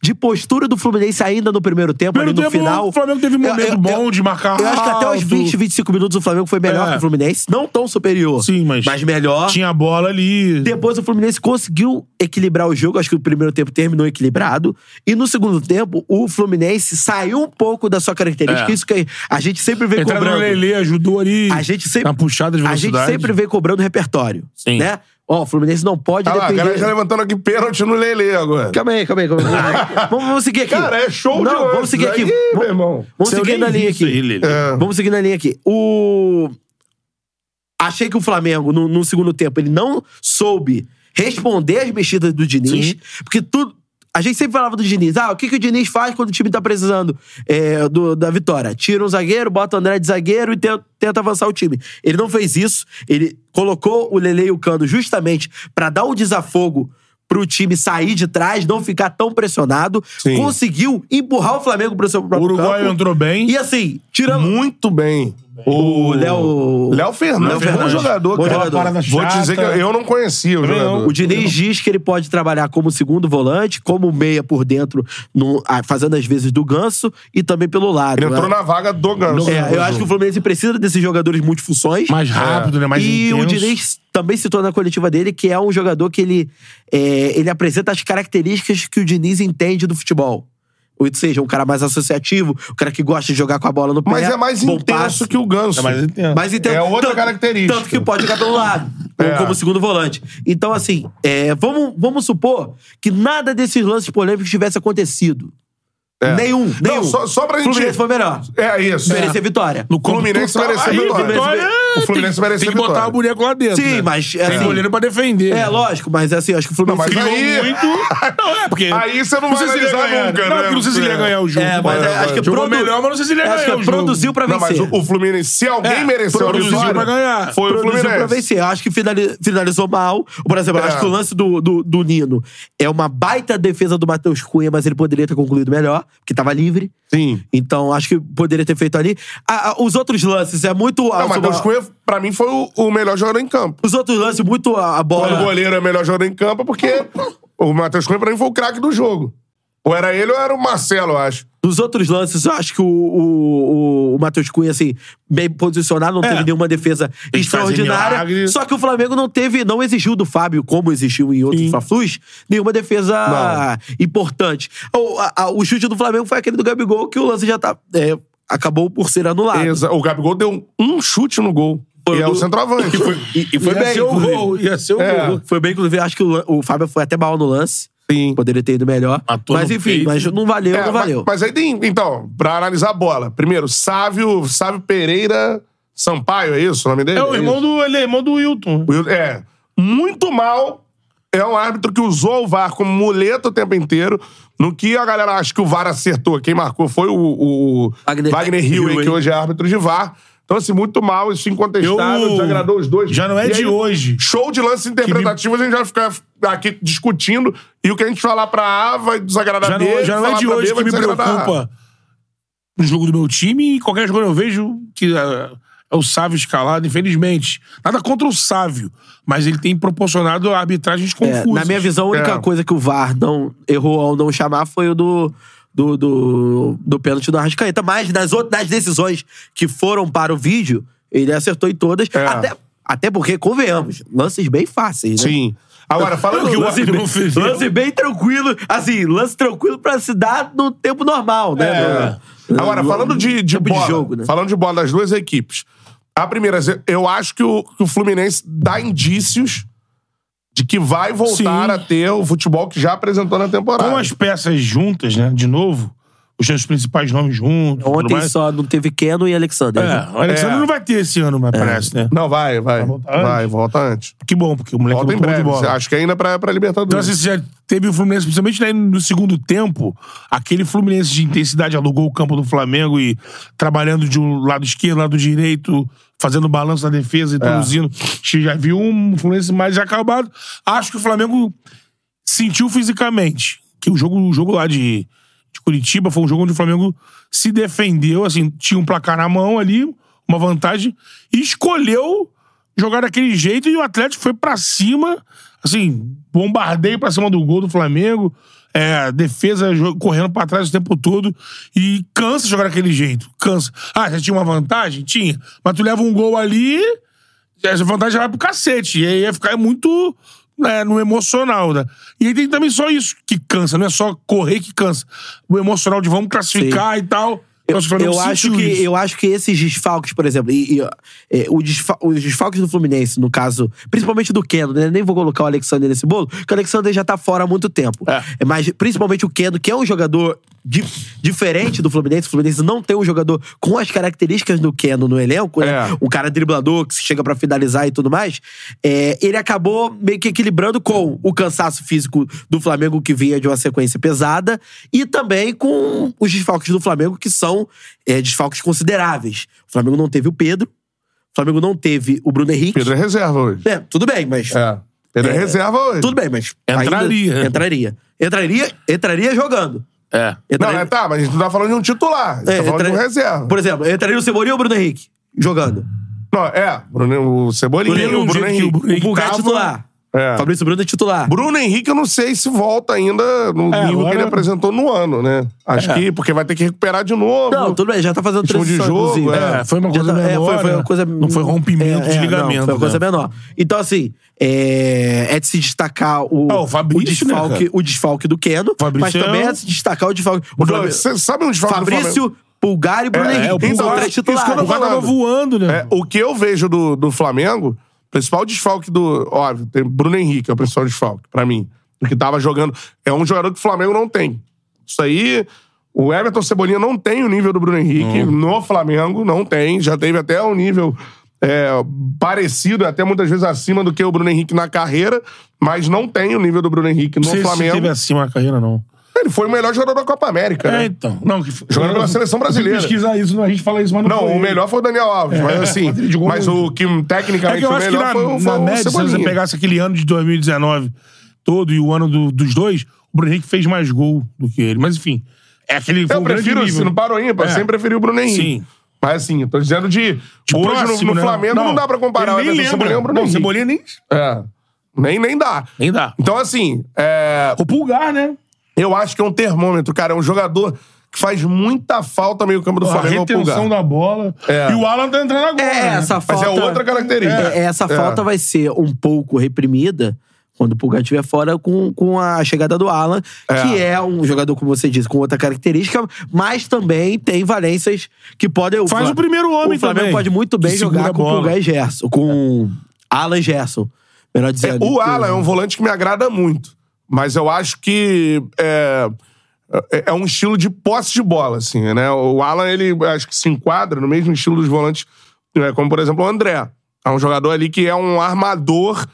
S2: de postura do Fluminense ainda no primeiro tempo,
S1: Primeiro
S2: ali no
S1: tempo,
S2: final.
S1: o Flamengo teve um momento bom de marcar
S2: Eu acho que até os
S1: alto.
S2: 20, 25 minutos o Flamengo foi melhor
S1: É.
S2: que o Fluminense. Não tão superior.
S1: Sim, mas-
S2: melhor.
S1: Tinha a bola ali.
S2: Depois o Fluminense conseguiu equilibrar o jogo. Acho que o primeiro tempo terminou equilibrado. E no segundo tempo, o Fluminense saiu um pouco da sua característica.
S1: É.
S2: Isso que a gente sempre vem
S1: Entrada no
S2: um cobrando.
S1: Lele ajudou ali.
S2: A gente sempre,
S3: tá
S1: Na puxada de
S2: a gente
S1: velocidade.
S2: sempre vem cobrando repertório.
S1: Sim.
S2: Né? Ó, o Fluminense não pode
S3: Tá lá, a
S2: depender.
S3: galera já levantando aqui pênalti no Lele agora.
S2: Calma aí, calma aí, calma aí.
S3: [LAUGHS]
S2: vamos, vamos seguir aqui.
S3: Cara, é show de
S2: Não,
S3: lances.
S2: Vamos seguir aqui.
S3: Aí,
S2: Vamos-
S3: meu irmão. É.
S2: Vamos
S1: Você
S2: seguir
S1: nem
S2: na linha
S1: viu isso
S2: aqui.
S1: aí, Lele.
S2: Vamos seguir na linha aqui. O. Achei que o Flamengo, no, no segundo tempo, ele não soube responder as mexidas do Diniz, porque tudo. A gente sempre falava do Diniz. Ah, o que, que o Diniz faz quando o time tá precisando é, do- da vitória? Tira um zagueiro, bota o André de zagueiro e tenta, tenta avançar o time. Ele não fez isso. Ele colocou o Lele e o Cano justamente pra dar um desafogo pro time sair de trás, não ficar tão pressionado.
S3: Sim.
S2: Conseguiu empurrar o Flamengo pro seu
S1: O
S2: próprio
S1: Uruguai
S2: campo.
S1: entrou bem.
S2: E assim, tirando
S3: Muito bem. O
S2: Léo-
S3: Léo
S2: Léo
S3: Fernandes, bom
S2: Fernandes.
S3: jogador,
S2: Bom
S3: cara.
S2: jogador.
S1: Parada
S3: Vou
S1: chata.
S3: dizer que eu não conhecia o
S1: Também não.
S3: jogador.
S2: O Diniz diz que ele pode trabalhar como segundo volante, como meia por dentro, no- ah, fazendo as vezes do ganso e também pelo lado.
S3: Ele entrou
S2: né?
S3: na vaga do Ganso.
S2: É, eu acho que o Fluminense precisa desses jogadores multifunções.
S1: Mais rápido, né? Mais
S2: É. e
S1: intenso.
S2: o Diniz também citou na coletiva dele que é um jogador que ele, é, ele apresenta as características que o Diniz entende do futebol. Ou seja, um cara mais associativo, um cara que gosta de jogar com a bola no pé.
S3: Mas é mais
S2: bom
S3: intenso
S2: passe.
S3: que o Ganso.
S1: É mais intenso.
S2: Mas então,
S3: É outra
S2: tanto-
S3: característica.
S2: Tanto que pode jogar pelo lado, ou
S3: É.
S2: como segundo volante. Então, assim, é, vamos, vamos supor que nada desses lances polêmicos tivesse acontecido. Nenhum,
S3: É. Não,
S2: nenhum.
S3: só- só pra gente-
S2: Fluminense foi melhor.
S3: É isso.
S2: Merecer vitória.
S1: No campo
S3: Fluminense
S1: total.
S3: mereceu
S1: Aí,
S3: vitória. O
S1: é, tem-
S3: Fluminense mereceu
S1: Tem que botar
S3: vitória.
S1: o boneco lá dentro.
S2: Sim,
S1: né?
S2: mas,
S1: Tem
S2: assim-
S1: goleiro pra defender.
S2: É, lógico, mas assim, acho que o Fluminense...
S3: Não, mas
S1: Brigou
S3: Aí-
S1: muito. Não, é, porque.
S3: Aí você não vai
S1: sei se ele ia
S3: analisar
S1: ganhar.
S3: nunca,
S1: Não,
S3: né?
S1: porque não sei se ele ia ganhar o jogo.
S2: É, mas é, acho que
S1: Jogou
S2: produ-
S1: melhor, mas não sei se ele ia
S2: acho que
S1: ganhar o jogo.
S2: produziu pra
S3: Não, mas
S2: vencer.
S3: o, o Fluminense, se alguém
S1: É,
S3: mereceu a
S1: produziu
S3: vitória,
S1: pra ganhar.
S3: foi o
S2: produziu pra
S3: Fluminense.
S2: vencer. Eu acho que finali- finalizou mal. Por exemplo, eu
S3: É.
S2: acho que o lance do, do, do Nino é uma baita defesa do Matheus Cunha, mas ele poderia ter concluído melhor, porque tava livre.
S3: Sim.
S2: Então, acho que poderia ter feito ali. Ah, ah, os outros lances é muito. a-
S3: Não, Matheus Cunha, pra mim, foi o, o melhor jogador em campo.
S2: Os outros lances, muito a, a
S3: Quando o
S2: bola.
S3: goleiro é o melhor jogador em campo, porque o Matheus Cunha, pra mim, foi o craque do jogo. Ou era ele ou era o Marcelo, eu acho.
S2: Dos outros lances, eu acho que o, o, o, o Matheus Cunha, assim, bem posicionado, não
S1: É.
S2: teve nenhuma defesa
S1: Eles fazem
S2: extraordinária.
S1: milagre.
S2: Só que o Flamengo não teve, não exigiu do Fábio, como exigiu em outros
S1: Sim.
S2: Faflus, nenhuma defesa importante. O, a- a- o chute do Flamengo foi aquele do Gabigol, que o lance já tá. é, acabou por ser anulado.
S3: Exa- O Gabigol deu um chute no gol. e é o centroavante.
S2: [LAUGHS] E, e foi
S1: Ia
S2: bem.
S1: ser o
S2: inclusive.
S1: gol. Ia ser o
S3: É.
S1: gol.
S2: Foi bem, inclusive, acho que o, lan- o Fábio foi até mal no lance.
S3: Sim.
S2: Poderia ter ido melhor.
S1: Matou
S2: mas
S1: no
S2: enfim,
S1: peito.
S2: mas não valeu,
S3: É,
S2: não
S3: mas-
S2: valeu.
S3: Mas, aí tem, então, pra analisar a bola. Primeiro, Sávio, Sávio Pereira Sampaio, é isso o nome dele?
S1: É o irmão do. Ele é irmão do Wilton.
S3: isso? O- É. Muito mal. É um árbitro que usou o VAR como muleta o tempo inteiro. No que a galera acha que o VAR acertou. Quem marcou foi o, o- o
S2: Wagner-
S3: Wagner, Hill,
S2: Hill,
S3: hein, que
S2: hein?
S3: hoje é árbitro de VAR. Então, assim, muito mal, isso incontestável,
S1: Eu-
S3: desagradou os dois.
S1: Já não é
S3: E
S1: de hoje.
S3: Show de lances interpretativos, a gente vai ficar aqui discutindo. E o que a gente falar pra A vai desagradar
S1: Já
S3: B,
S1: não, já não é
S3: falar
S1: de
S3: pra B
S1: hoje que
S3: vai
S1: me
S3: desagradar A.
S1: preocupa o jogo do meu time e qualquer jogo que eu vejo que é, é o Sávio escalado, infelizmente. Nada contra o Sávio, mas ele tem proporcionado arbitragens
S2: É,
S1: confusas.
S2: na minha visão, a única
S3: É.
S2: coisa que o VAR não errou ao não chamar foi o do. Do, do, do pênalti do Arrascaeta. Mas nas outras das decisões que foram para o vídeo, ele acertou em todas.
S3: É.
S2: Até, Até porque, convenhamos, lances bem fáceis, né?
S3: Sim. Agora, falando que o
S2: lance,
S1: não fez.
S2: bem, lance bem tranquilo, assim, lance tranquilo pra se dar no tempo normal, né?
S3: É.
S2: No-
S3: Agora,
S2: no-
S3: falando de, de
S2: tempo
S3: bola,
S2: de jogo, né?
S3: falando de bola das duas equipes. A primeira, eu acho que o, que o Fluminense dá indícios de que vai voltar
S1: Sim.
S3: a ter o futebol que já apresentou na temporada.
S1: Com as peças juntas, né? De novo, os seus principais nomes juntos. tudo
S2: Ontem
S1: mais.
S2: só não teve Keno e Alexander. né?
S1: É, o Alexandre
S3: É.
S1: não vai ter esse ano, mas parece, né?
S3: Não, vai, vai.
S1: voltar antes?
S3: vai, volta antes.
S1: Que bom, porque o moleque
S3: Volta
S1: não
S3: em
S1: muito de
S3: breve.
S1: bola.
S3: Acho que é ainda pra, pra
S1: Então,
S3: Libertadores.
S1: assim, você já teve o Fluminense, principalmente né, no segundo tempo, aquele Fluminense de intensidade alugou o campo do Flamengo e trabalhando de um lado esquerdo, lado direito, fazendo balanço na defesa, introduzindo. Você É. Já viu um Fluminense mais acabado. Acho que o Flamengo sentiu fisicamente. Que o jogo, o jogo lá de, de Curitiba foi um jogo onde o Flamengo se defendeu, assim, tinha um placar na mão ali, uma vantagem, e escolheu jogar daquele jeito e o Atlético foi pra cima, assim, bombardeio pra cima do gol do Flamengo, é, defesa jo- correndo pra trás o tempo todo e cansa jogar daquele jeito, cansa. Ah, já tinha uma vantagem? Tinha. Mas tu leva um gol ali, essa vantagem vai pro cacete. E aí ia ficar muito né, no emocional, né? E aí tem também só isso que cansa, não é só correr que cansa. O emocional de vamos classificar e tal.
S2: Eu,
S1: Então, o Flamengo
S2: eu acho
S1: sentiu
S2: que,
S1: isso.
S2: eu acho que esses desfalques, por exemplo, e, e, ó, é, o desfa- os desfalques do Fluminense, no caso, principalmente do Keno, né? Nem vou colocar o Alexander nesse bolo, porque o Alexander já tá fora há muito tempo. É, Mas principalmente o Keno, que é um jogador di- diferente do Fluminense. O Fluminense não tem um jogador com as características do Keno no elenco, né?
S3: É.
S2: Um cara driblador que chega pra finalizar e tudo mais. É, ele acabou meio que equilibrando com o cansaço físico do Flamengo, que vinha de uma sequência pesada, e também com os desfalques do Flamengo, que são é, desfalques consideráveis. O Flamengo não teve o Pedro, o Flamengo não teve o Bruno Henrique.
S3: Pedro é reserva hoje.
S2: É, tudo bem, mas.
S3: É. Pedro é,
S2: É.
S3: reserva hoje.
S2: Tudo bem, mas. ainda-
S1: Entraria.
S2: entraria. Entraria. Entraria jogando.
S1: É.
S3: Não,
S2: Entraria-
S3: é, tá, mas a gente não tá falando de um titular. A gente
S2: É,
S3: tá falando de um
S2: entra-
S3: reserva.
S2: Por exemplo, entraria o Cebolinha ou o Bruno Henrique? Jogando.
S3: Não, é, Bruno, o Cebolinha,
S1: Pelo
S3: o
S1: jeito
S3: Bruno
S1: que
S3: Henrique.
S1: o Bruno
S2: O Pulgar é
S1: Tava-
S2: titular.
S3: É.
S2: Fabrício Bruno é titular.
S3: Bruno Henrique, eu não sei se volta ainda no
S1: É,
S3: nível
S1: agora- É.
S3: que ele apresentou no ano, né? Acho que, porque vai ter que recuperar de novo.
S2: Não, tudo bem, já tá fazendo
S3: Ritmo de
S2: transição,
S3: jogo,
S2: inclusive.
S3: é.
S1: É, foi uma
S2: Já
S1: coisa
S2: tá- é,
S1: menor,
S2: foi, foi uma
S1: né?
S2: coisa...
S1: Não foi rompimento
S2: É,
S1: de
S2: é,
S1: ligamento.
S2: Não, foi uma coisa
S1: né?
S2: menor. Então, assim, é, é de se destacar o,
S1: Ah, o Fabrício,
S2: desfalque,
S1: né, cara?
S2: o desfalque do Keno,
S1: Fabrício
S2: mas
S1: é
S2: também
S1: um-
S2: é de se destacar o desfalque... O
S3: Bruno,
S2: Flamengo-
S3: cê sabe um desfalque do Flamengo?
S2: Fabrício, Pulgar e Bruno
S3: É,
S2: Henrique.
S1: É, o
S3: Então,
S1: Pulgar,
S2: são três
S1: isso que eu
S2: titulares.
S1: não
S3: Pulgar
S1: tava
S3: nada.
S1: voando, né?
S3: É, o que eu vejo do, do Flamengo, o principal desfalque do. Óbvio, tem Bruno Henrique, é o principal desfalque, pra mim. O que tava jogando. É um jogador que o Flamengo não tem. Isso aí. O Everton Cebolinha não tem o nível do Bruno Henrique no Flamengo, não tem. Já teve até um nível é, parecido, até muitas vezes acima do que o Bruno Henrique na carreira, mas não tem o nível do Bruno Henrique no
S1: não sei se
S3: Flamengo.
S1: teve assim uma carreira, não.
S3: Ele foi o melhor jogador da Copa América,
S1: É,
S3: né?
S1: então. Não, que...
S3: Jogando pela seleção brasileira.
S1: Pesquisar isso, não, a gente fala isso, mas não
S3: Não,
S1: foi
S3: o
S1: ele.
S3: melhor foi o Daniel Alves, mas assim,
S1: quadrilha de gol
S3: mas
S1: não-
S3: o que
S1: É
S3: tecnicamente
S1: que eu
S3: o
S1: acho que
S3: melhor
S1: na,
S3: foi, o-
S1: na
S3: foi o
S1: média, se você
S3: Cebolinha.
S1: pegasse aquele ano de 2019 todo e o ano do- dos dois, o Bruno Henrique fez mais gol do que ele. Mas enfim, é aquele foi
S3: Eu
S1: um grande
S3: prefiro,
S1: nível.
S3: se não parou ímpa, eu
S1: É.
S3: sempre preferi o Bruno Henrique.
S1: Sim.
S3: Mas assim, eu tô dizendo de,
S1: De
S3: hoje
S1: próximo,
S3: no, no
S1: né?
S3: Flamengo não, dá pra comparar
S1: ele
S3: o
S1: nem
S3: Everton
S1: lembra.
S3: Cebolinha com o Bruno
S1: Não, o
S3: Henrique.
S1: Cebolinha nem,
S3: É. Nem, nem dá.
S1: nem dá.
S3: Então assim, é,
S1: O Pulgar, né?
S3: eu acho que é um termômetro, cara, é um jogador que faz muita falta meio campo do
S1: A
S3: Flamengo ao
S1: retenção
S3: Pulgar.
S1: da bola.
S3: É.
S1: E o Alan tá entrando agora.
S2: É,
S1: né?
S2: essa
S3: Mas
S2: falta...
S3: é outra característica.
S2: É, essa falta vai ser um pouco reprimida quando o Pulgar estiver fora com, com a chegada do Alan, que é um jogador, como você disse, com outra característica, mas também tem valências que podem...
S1: Faz
S2: Fla-
S1: o primeiro homem
S2: O Flamengo
S1: também,
S2: pode muito bem
S1: que segura
S2: jogar
S1: a
S2: com o
S1: bola.
S2: Pulgar e Gerson, com Alan e Gerson, melhor dizendo.
S3: O Alan é um volante que me agrada muito. Mas eu acho que é, é- é um estilo de posse de bola, assim, né? O Alan, ele acho que se enquadra no mesmo estilo dos volantes, né, como, por exemplo, o André. É um jogador ali que é um armador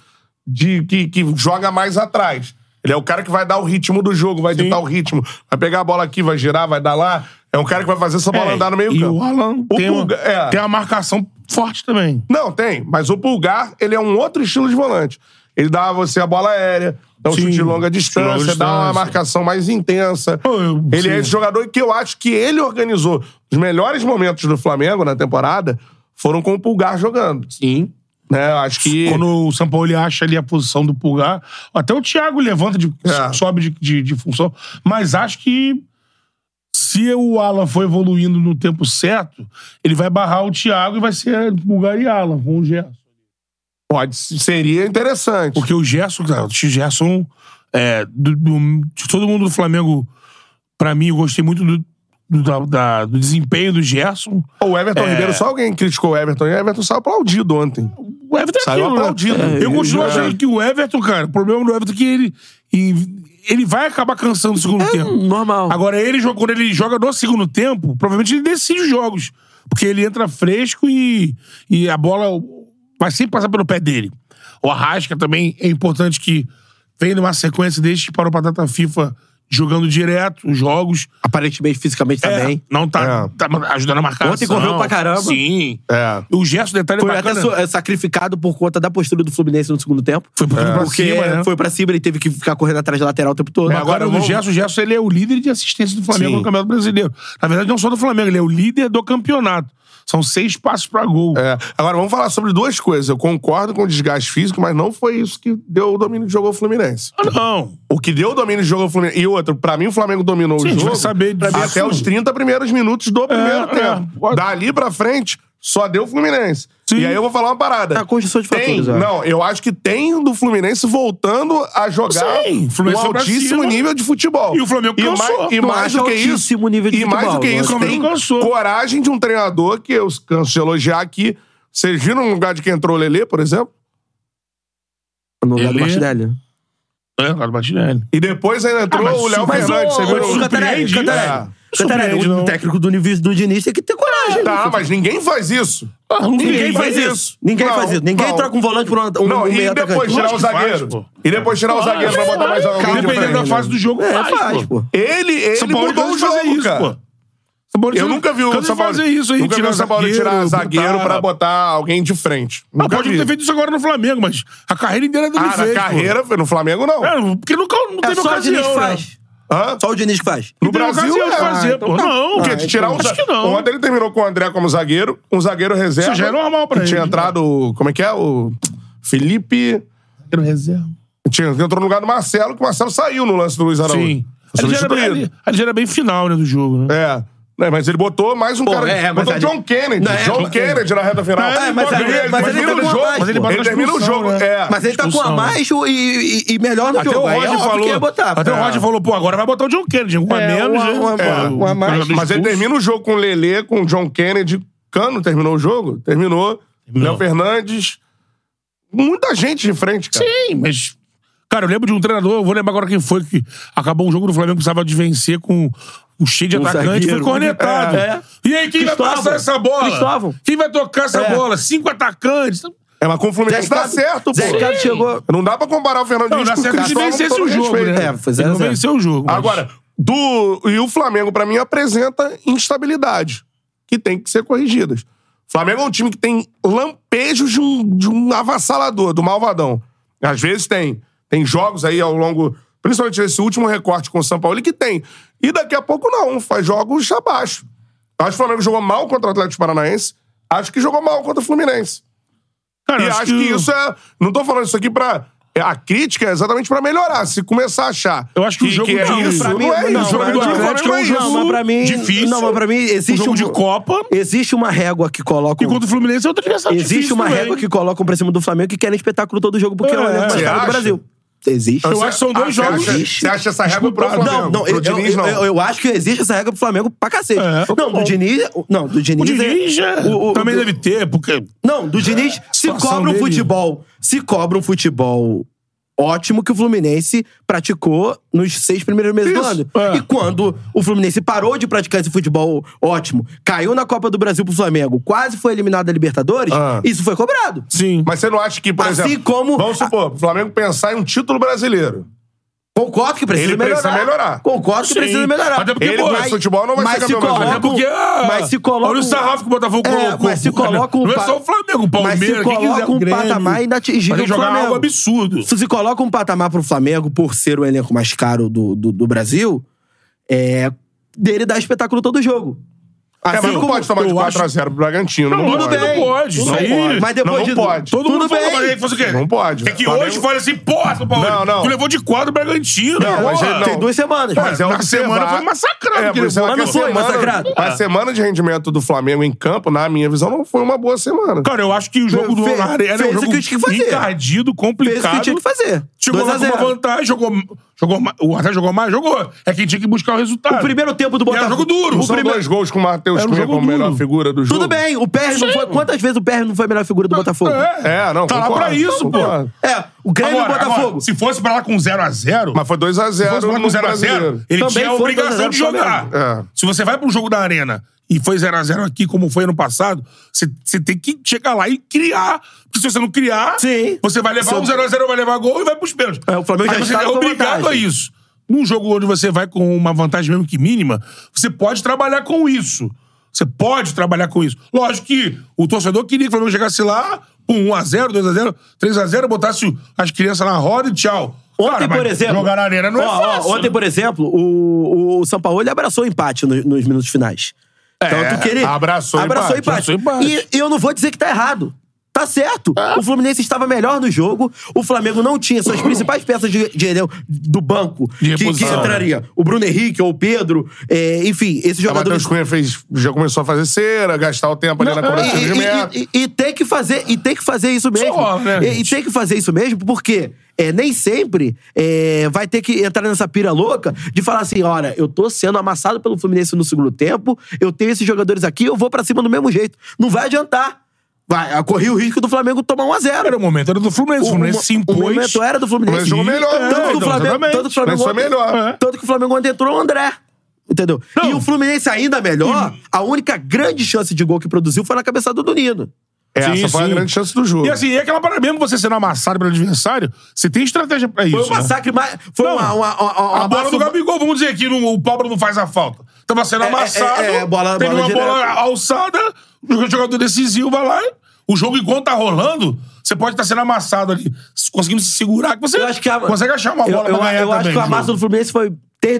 S3: de, que, que joga mais atrás. Ele é o cara que vai dar o ritmo do jogo, vai ditar o ritmo. Vai pegar a bola aqui, vai girar, vai dar lá. É um cara que vai fazer essa bola
S1: É,
S3: andar no meio
S1: e
S3: campo.
S1: o Alan tem,
S3: Pulga-
S1: uma,
S3: é.
S1: tem uma marcação forte também.
S3: Não, tem. Mas o pulgar, ele é um outro estilo de volante. Ele dá a você a bola aérea, dá um
S1: Sim,
S3: chute de longa
S1: chute de
S3: distância,
S1: longa
S3: dá uma
S1: distância.
S3: marcação mais intensa.
S1: Pô, eu-
S3: ele é
S1: sim.
S3: esse jogador que eu acho que ele organizou. Os melhores momentos do Flamengo na temporada foram com o pulgar jogando.
S1: Sim.
S3: Né? Eu Acho que.
S1: Quando o São Paulo acha ali a posição do pulgar. Até o Thiago levanta, de,
S3: É.
S1: sobe de, de- de função. Mas acho que se o Alan for evoluindo no tempo certo, ele vai barrar o Thiago e vai ser pulgar e Alan com o Gerson.
S3: Pode, seria interessante.
S1: Porque o Gerson, cara, o Gerson, é, do- do- de todo mundo do Flamengo, pra mim, eu gostei muito do, do- da- da- do desempenho do Gerson.
S3: O
S1: É.
S3: Everton Ribeiro, só alguém criticou o Everton. E o Everton saiu aplaudido ontem.
S1: O Everton é
S3: Saiu
S1: aquilo, né?
S3: aplaudido.
S1: eu
S3: Ele
S1: continuo
S3: já-
S1: achando que o Everton, cara, o problema do Everton é que ele, e- ele vai acabar cansando no segundo tempo.
S2: Hum, Normal.
S1: Agora, ele, joga- quando ele joga no segundo tempo, provavelmente ele decide os jogos. Porque ele entra fresco e, e a bola vai sempre passar pelo pé dele. O Arrasca também é importante que vem numa sequência desde que parou pra data FIFA jogando direto os jogos.
S2: Aparentemente, fisicamente, tá
S1: É,
S2: bem.
S1: Não tá,
S3: É.
S1: tá ajudando a marcar.
S2: Ontem correu pra caramba.
S1: Sim.
S3: É.
S1: O gesto, detalhe
S2: Foi
S1: bacana.
S2: até so- é, sacrificado por conta da postura do Fluminense no segundo tempo. É.
S1: Foi pra, pra
S2: porque
S1: cima, né?
S2: foi pra cima, ele teve que ficar correndo atrás da lateral o tempo todo.
S1: Mas É, agora, o
S2: vamos-
S1: Gerson, o Gerson ele é o líder de assistência do Flamengo
S2: Sim.
S1: no Campeonato Brasileiro. Na verdade, não só do Flamengo, ele é o líder do campeonato. São seis passos pra gol.
S3: É. Agora, vamos falar sobre duas coisas. Eu concordo com o desgaste físico, mas não foi isso que deu o domínio de jogo ao Fluminense.
S1: Ah, Não.
S3: O que deu o domínio de jogo ao Fluminense. E outro, pra mim, o Flamengo dominou
S1: Sim, a
S3: o
S1: gente
S3: jogo
S1: vai saber disso. Sim.
S3: até os 30 primeiros minutos do primeiro tempo.
S1: é.
S3: Dali pra frente, só deu o Fluminense.
S1: Sim.
S3: E aí eu vou falar uma parada.
S2: É a construção de
S3: tem,
S2: fatores, eu acho.
S3: Não, eu acho que tem do Fluminense voltando a jogar
S1: Sim, o
S3: um
S1: Fluminense foi pra
S3: altíssimo
S1: cima.
S3: nível de futebol.
S1: E o Flamengo
S3: e
S1: cansou.
S3: mais, e
S1: Não
S3: mais
S2: acho
S3: do que isso,
S2: é altíssimo nível de
S3: e mais do
S2: futebol,
S3: que
S2: eu
S3: isso,
S1: acho que
S3: tem
S1: não cansou.
S3: coragem de um treinador que eu canso de elogiar aqui. Vocês viram um lugar de quem entrou o Lelê, por exemplo?
S2: No lugar
S1: Ele-
S2: do Martinelli.
S1: É, lá do Martinelli.
S3: E depois ainda entrou
S1: Ah, mas
S3: o Léo
S1: super-
S3: Fernandes. Você
S1: mas
S3: viu?
S1: super-
S2: Cantarelli,
S1: surpreende,
S2: Cantarelli.
S3: né?
S2: Cantarelli,
S1: Surpreende,
S2: o
S1: não.
S2: técnico do Diniz, do Diniz tem que ter coragem.
S3: Tá, mas ninguém faz isso.
S1: Ah, não
S2: Ninguém,
S1: tem.
S2: faz isso. Ninguém
S3: Não,
S2: faz isso. Ninguém
S3: não.
S2: troca um volante por um, um
S3: não,
S2: meio
S3: e
S2: atacante.
S3: depois tirar o
S1: Lógico que faz,
S3: zagueiro.
S1: pô.
S3: e depois tirar o zagueiro pra botar mais alguém de
S1: Dependendo da
S3: frente.
S1: fase do jogo,
S2: É,
S1: faz,
S2: faz, pô.
S3: Ele, ele
S1: São Paulo
S3: mudou o
S1: cansa de
S3: jogo,
S1: fazer isso,
S3: cara.
S1: pô. São Paulo
S3: Eu
S1: cansa-
S3: nunca vi o
S1: cansa de
S3: São Paulo
S1: fazer isso aí,
S3: Nunca vi
S1: tirar
S3: o São Paulo tirar zagueiro pra botar alguém de frente.
S1: Não,
S3: Nunca
S1: Ah, pode
S3: vi.
S1: ter feito isso agora no Flamengo, mas a carreira inteira dele
S3: Ah,
S1: fez.
S3: na
S1: pô.
S3: carreira, no Flamengo não.
S1: É, porque nunca, não
S2: É
S1: teve
S2: só o Diniz que
S1: ocasião, né?
S2: faz.
S3: Hã?
S2: Só o Diniz que faz.
S3: No
S1: Não teve
S3: Brasil
S1: ocasião de
S3: é.
S1: fazer,
S3: então
S1: pô.
S3: tá.
S1: Não,
S3: Porque
S1: ah,
S3: de tirar o
S1: então-
S3: za-
S1: acho que não.
S3: Ontem ele terminou com o André como zagueiro, um zagueiro reserva.
S1: Isso já é normal pra
S3: que Tinha
S1: ele.
S3: entrado, o- como é que é? O Felipe...
S1: reserva.
S3: Tinha, entrou no lugar do Marcelo, que o Marcelo saiu no lance do Luiz Araújo.
S1: Sim.
S3: Foi
S1: Ali já, era bem,
S3: substituído.
S1: ali, ali já era bem final, né, do jogo, né?
S3: É. Né, mas ele botou mais um
S2: Pô,
S3: cara.
S2: é, mas
S3: botou
S2: ali-
S3: John Kennedy.
S2: Não, é,
S3: John
S2: mas-
S3: Kennedy na reta final.
S1: É, mas ali- mas ele
S3: termina
S2: botou
S3: o
S2: uma
S3: jogo.
S2: mais,
S3: Mas ele,
S2: pô.
S3: bota
S1: Ele
S3: termina o
S1: expulsão,
S3: jogo.
S1: né?
S3: É.
S2: Mas ele tá com a
S1: Expulsão, né?
S2: mais e, e- e melhor no
S1: Até
S2: jogo.
S1: o
S2: Aí é
S1: Roger
S2: óbvio
S1: falou.
S2: que ia botar.
S1: até
S2: É.
S1: o Roger falou, pô, agora vai botar o John Kennedy, um a
S2: É,
S1: menos.
S2: um a-
S1: né?
S2: um
S1: É,
S2: a- um a mais.
S1: jogador
S3: Mas ele
S1: expulso.
S3: termina o jogo com o Lelê, com o John Kennedy. Cano terminou o jogo? Terminou. Léo Fernandes. Muita gente de frente, cara.
S1: Sim, mas. Cara, eu lembro de um treinador, eu vou lembrar agora quem foi que acabou um jogo do Flamengo, precisava de vencer com um cheio de
S2: Um
S1: atacante, foi
S2: zagueiro.
S1: cornetado.
S2: É.
S1: E aí, quem vai
S2: Cristóvão.
S1: passar essa bola?
S2: Cristóvão.
S1: Quem vai tocar essa
S2: É.
S1: bola? Cinco atacantes.
S3: É, mas com o Fluminense dá certo, pô.
S2: Zé Ricardo chegou.
S3: Não dá pra comparar o Fernando
S1: Não,
S3: Diniz
S1: dá
S3: com o
S1: certo de
S3: Cristóvão,
S1: vencer
S3: com todo
S1: o jogo,
S3: respeito.
S1: né?
S2: É, foi
S1: Ele
S2: zero a
S1: não
S2: zero.
S1: venceu o jogo. mas-
S3: Agora, do e o Flamengo pra mim apresenta instabilidade que tem que ser corrigidas. O Flamengo é um time que tem lampejos de um, de um avassalador, do malvadão. Às vezes tem, tem jogos aí ao longo, principalmente esse último recorte com o São Paulo que tem. E daqui a pouco não, faz jogos abaixo. Acho que o Flamengo jogou mal contra o Atlético Paranaense, acho que jogou mal contra o Fluminense.
S1: Cara,
S3: E
S1: eu
S3: acho, que... isso é. Não tô falando isso aqui pra. é, A crítica é exatamente pra melhorar. Se começar a achar.
S1: Eu acho que o jogo
S3: é
S1: não,
S3: isso,
S1: pra
S3: não
S1: mim,
S3: é
S1: não,
S3: isso.
S1: o jogo
S3: Pra
S1: do
S3: mim, o
S1: Atlético
S3: Flamengo
S1: é um jogo
S3: isso.
S2: Não, mas pra mim.
S1: difícil.
S2: Não, mas pra mim
S1: Um
S2: existe.
S1: jogo
S2: um-
S1: de Copa.
S2: Existe uma régua que coloca. um
S1: E contra o Fluminense é outra adversário
S2: Existe
S1: difícil
S2: uma
S1: também.
S2: régua que colocam pra cima do Flamengo que querem espetáculo todo jogo, porque é, o
S1: É,
S2: elenco mais
S3: você
S2: caro do
S3: acha?
S2: Brasil. Existe. Ah,
S1: Eu acho que são dois
S3: Ah,
S1: jogos.
S3: Você acha, você acha essa regra pro
S1: Disputada.
S3: Flamengo?
S2: Não, não,
S3: pro
S2: eu,
S3: Diniz,
S2: eu-
S3: não.
S2: eu- eu acho que existe essa regra pro Flamengo pra cacete.
S1: É, tá
S2: não, do
S1: bom.
S2: Diniz. Não, do Diniz.
S1: O
S2: é-
S1: Diniz é-
S2: o- o-
S1: também
S2: do-
S1: deve ter, porque.
S2: Não, do Diniz se
S1: É, situação
S2: cobra um
S1: dele.
S2: futebol. Se cobra um futebol ótimo que o Fluminense praticou nos seis primeiros meses do
S1: Isso,
S2: ano.
S1: é.
S2: E quando o Fluminense parou de praticar esse futebol ótimo, caiu na Copa do Brasil pro Flamengo, quase foi eliminado da Libertadores,
S3: Ah.
S1: É.
S2: isso foi cobrado.
S1: Sim.
S3: Mas você não acha que, por
S2: Assim
S3: exemplo.
S2: como-
S3: Vamos supor, o Flamengo pensar em um título brasileiro.
S2: Concordo que precisa
S3: Ele
S2: melhorar.
S3: precisa melhorar.
S2: Concordo que
S1: Sim.
S2: precisa melhorar.
S1: Até porque,
S3: Ele
S1: pô,
S3: com esse futebol não vai
S2: mas se
S3: ser
S2: um-
S3: campeão brasileiro.
S1: Até porque. ah,
S2: Mas se coloca
S1: Olha o
S2: um-
S1: sarrafo que o Botafogo
S2: É,
S1: colocou.
S2: mas se coloca um
S1: Não é
S2: pa-
S1: só o Flamengo, o
S2: mas
S1: Palmeiras,
S2: se
S1: quem quiser.
S2: coloca um
S1: o Grêmio.
S2: patamar inatingível
S1: Mas
S2: pro
S1: jogar
S2: Flamengo.
S1: algo absurdo.
S2: Se você coloca um patamar pro Flamengo por ser o elenco mais caro do, do, do Brasil, é dele dar espetáculo todo jogo.
S3: É,
S1: Assim
S3: mas não pode tomar de 4x0 pro Bragantino. Não,
S1: Tudo
S3: pode.
S1: bem. pode. Tudo Isso bem. aí-
S2: Mas depois
S3: não
S2: de-
S3: pode.
S1: Todo mundo
S2: Tudo
S1: falou,
S2: bem.
S1: mas aí faz o quê?
S3: Não pode.
S1: É que
S3: Flamengo-
S1: hoje fala assim, porra, São Paulo.
S3: Não, não.
S1: Tu levou de quatro o Bragantino.
S3: Não, mas
S1: porra.
S3: é-
S2: Tem duas semanas.
S3: Mas é
S1: Na
S3: observar-
S1: semana foi massacrado,
S3: É,
S1: que
S3: por isso
S1: levou, mas
S3: é que a
S1: não foi
S3: semana-
S2: massacrado.
S3: A semana de rendimento do Flamengo em campo, na minha visão, não foi uma boa semana.
S1: Cara, eu acho que o jogo do
S2: Fez-
S1: Onário era um
S2: fez o
S1: jogo
S2: que tinha que fazer.
S1: encardido,
S2: Fez o que
S1: complicado.
S2: tinha que fazer.
S1: Chegou
S2: 2 a
S1: lá com uma
S2: 0.
S1: vantagem, jogou, jogou, ma- o Atlético jogou mais, jogou. É quem tinha que buscar o resultado.
S2: O primeiro tempo do
S1: E era
S2: Botafogo.
S1: jogo duro.
S3: Não
S1: O
S3: são
S1: primeiro-
S3: dois gols com o Matheus
S1: Era um
S3: Cunha
S1: jogo
S3: como melhor
S1: duro.
S3: figura do jogo.
S2: Tudo bem, o PR não foi. Quantas vezes o PR não foi melhor figura do Botafogo? É,
S3: É, não,
S1: Tá lá
S3: concordo,
S1: pra isso, pô.
S3: concordo.
S2: o Grêmio e o
S1: Agora, agora,
S2: Botafogo.
S1: se fosse pra lá com 0x0,
S3: Mas foi 2x0
S1: fosse pra lá
S3: no
S1: com 0x0,
S3: Brasileiro.
S1: ele
S2: Também
S1: tinha a
S2: foi
S1: obrigação
S2: 0x0
S1: de jogar.
S3: Flamengo. É.
S1: Se você vai pro jogo da Arena e foi 0x0 aqui, como foi ano passado, você você tem que chegar lá e criar. Porque se você não criar,
S2: Sim.
S1: você vai levar
S2: Seu-
S1: um 0x0, vai levar gol e vai pros pênaltis.
S2: É, o Flamengo
S1: Aí
S2: já
S1: você
S2: estava
S1: é
S2: com
S1: obrigado a
S2: vantagem.
S1: isso. Num jogo onde você vai com uma vantagem mesmo que mínima, você pode trabalhar com isso. Você pode trabalhar com isso. Lógico que o torcedor queria que o Flamengo chegasse lá, pum, 1x0, 2x0, 3x0, botasse as crianças na roda e tchau.
S2: Ontem,
S1: Cara, mas
S2: por exemplo.
S1: Jogar na arena não
S2: Ó,
S1: é
S2: ó,
S1: fácil.
S2: ontem, por exemplo, o, o São Paulo ele abraçou o empate no- nos minutos finais. Tanto que ele
S3: abraçou o
S2: abraçou o empate.
S3: empate,
S1: É, abraçou o empate.
S2: E eu não vou dizer que tá errado. Tá certo. O Fluminense estava melhor no jogo. O Flamengo não tinha suas principais peças de, de elenco do banco
S1: De
S2: que, que
S1: reposição. né?
S2: entraria. O Bruno Henrique ou o Pedro. é, enfim, esses
S1: Tá
S3: O Matheus
S2: jogadores.
S3: Cunha fez, já começou a fazer cera, gastar o tempo ali na
S2: Não,
S3: cobrança
S2: e-
S3: de
S2: e-
S3: meta.
S2: e- e- e tem que fazer e tem que fazer isso mesmo
S1: Só, né,
S2: E- e, tem que fazer isso mesmo porque é, nem sempre é, vai ter que entrar nessa pira louca de falar assim olha eu tô sendo amassado pelo Fluminense no segundo tempo eu tenho esses jogadores aqui eu vou pra cima do mesmo jeito não vai adiantar vai corri o risco do Flamengo tomar 1 a 0
S1: Era o momento, era do Fluminense. O Fluminense
S2: mo-
S1: é se
S2: O
S1: impôs.
S2: momento era do Fluminense.
S3: Mas jogou melhor,
S2: Tanto,
S3: né?
S2: que o
S3: Então,
S2: Flamengo,
S3: exatamente.
S2: tanto que o Flamengo
S3: Mas foi
S2: ontem-
S3: melhor, é.
S2: Tanto que o Flamengo ontem entrou o André. Entendeu? E o Fluminense ainda melhor, a única grande chance de gol que produziu foi na cabeçada do Nino.
S3: É, Essa
S1: Sim,
S3: foi a
S1: sim.
S3: grande chance do jogo.
S1: E assim, é aquela parada mesmo, você sendo amassado pelo adversário, você tem estratégia pra isso.
S2: Foi um
S1: né?
S2: massacre, mas foi
S1: Não,
S2: uma, uma, uma- uma-
S1: a bola do
S2: uma-
S1: Gabigol, vamos dizer que não- o Pablo não faz a falta. Tava sendo
S2: É, é,
S1: amassado,
S2: é, é, bola-
S1: teve
S2: bola
S1: uma
S2: direta.
S1: bola alçada, o jogador decisivo vai lá e o jogo, enquanto tá rolando, você pode estar sendo amassado ali, se- conseguindo se segurar, que você
S2: Eu acho que a-
S1: consegue achar uma
S2: eu-
S1: bola
S2: eu,
S1: pra ganhar
S2: eu acho
S1: também
S2: que o
S1: o jogo.
S2: amassa do Fluminense foi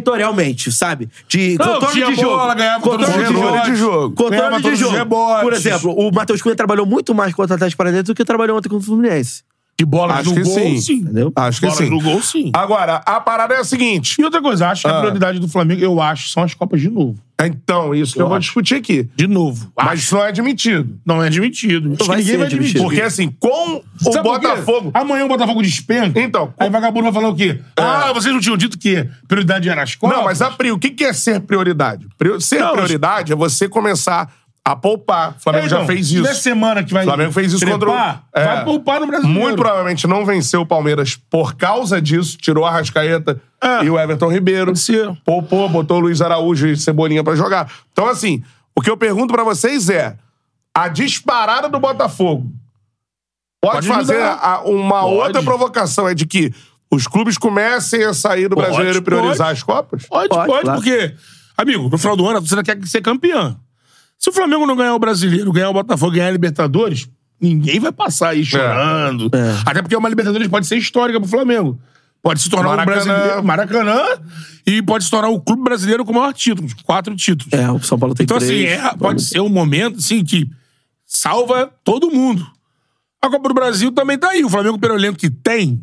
S2: territorialmente, sabe? De
S1: Não,
S2: controle
S1: tinha
S2: de jogo.
S1: bola, ganhava todos os
S2: controle de jogo.
S1: rebotes.
S3: de
S1: Ganhava
S3: jogo.
S2: Controle de
S1: todos os
S2: jogo.
S1: rebotes.
S2: Por exemplo, o Matheus Cunha trabalhou muito mais contra o Atlético Paranaense do que trabalhou ontem contra o Fluminense.
S1: De bola
S3: Acho
S1: no
S3: que
S1: gol,
S3: sim.
S1: sim.
S2: Entendeu?
S3: Acho que
S1: Bola
S3: sim.
S1: no gol, sim.
S3: Agora, a parada é a seguinte.
S1: E outra coisa, acho que
S3: Ah.
S1: a prioridade do Flamengo, eu acho, são as Copas de novo.
S3: Então, isso que eu, vou discutir aqui.
S1: De novo.
S3: Mas isso não é admitido.
S1: Não é admitido. Acho que
S2: vai
S1: ninguém
S2: ser
S1: vai admitir.
S2: admitido.
S3: Porque assim, com o
S1: Sabe por quê?
S3: Botafogo...
S1: Amanhã o Botafogo despenca.
S3: Então, É.
S1: Aí vagabundo vai falar o quê? Ah, vocês não tinham dito que prioridade era as Copas?
S3: Não, mas a pri, o que que é ser prioridade? Pri- ser
S1: Não,
S3: prioridade é você começar a poupar. O Flamengo
S1: É,
S3: já
S1: então,
S3: fez isso.
S1: Nessa semana que vai.
S3: O Flamengo fez isso contra o.
S1: trepar,
S3: é.
S1: Vai poupar no Brasil.
S3: Muito provavelmente não venceu o Palmeiras por causa disso. Tirou a Rascaeta
S1: É.
S3: e o Everton Ribeiro.
S1: Pode ser.
S3: Poupou, botou o Luiz Araújo e Cebolinha pra jogar. Então, assim, o que eu pergunto pra vocês é: a disparada do Botafogo pode,
S1: Pode
S3: fazer
S1: mudar.
S3: a- uma
S1: Pode.
S3: outra provocação? É de que os clubes comecem a sair do
S1: Pode,
S3: brasileiro e priorizar
S1: pode.
S3: as Copas?
S1: Pode,
S2: Pode,
S1: pode,
S2: claro.
S1: porque. Amigo, no final do ano, você quer ser campeã. Se o Flamengo não ganhar o brasileiro, ganhar o Botafogo, ganhar a Libertadores, ninguém vai passar aí chorando.
S2: É.
S1: Até porque uma Libertadores pode ser histórica pro Flamengo. Pode se tornar
S3: Maracanã.
S1: um brasileiro, Maracanã, e pode se tornar o clube brasileiro com o maior título, quatro títulos.
S2: É, o São Paulo tem
S1: Então,
S2: três.
S1: assim, é, pode ser um momento assim, que salva todo mundo. A Copa do Brasil também tá aí. O Flamengo, pelo elenco que tem,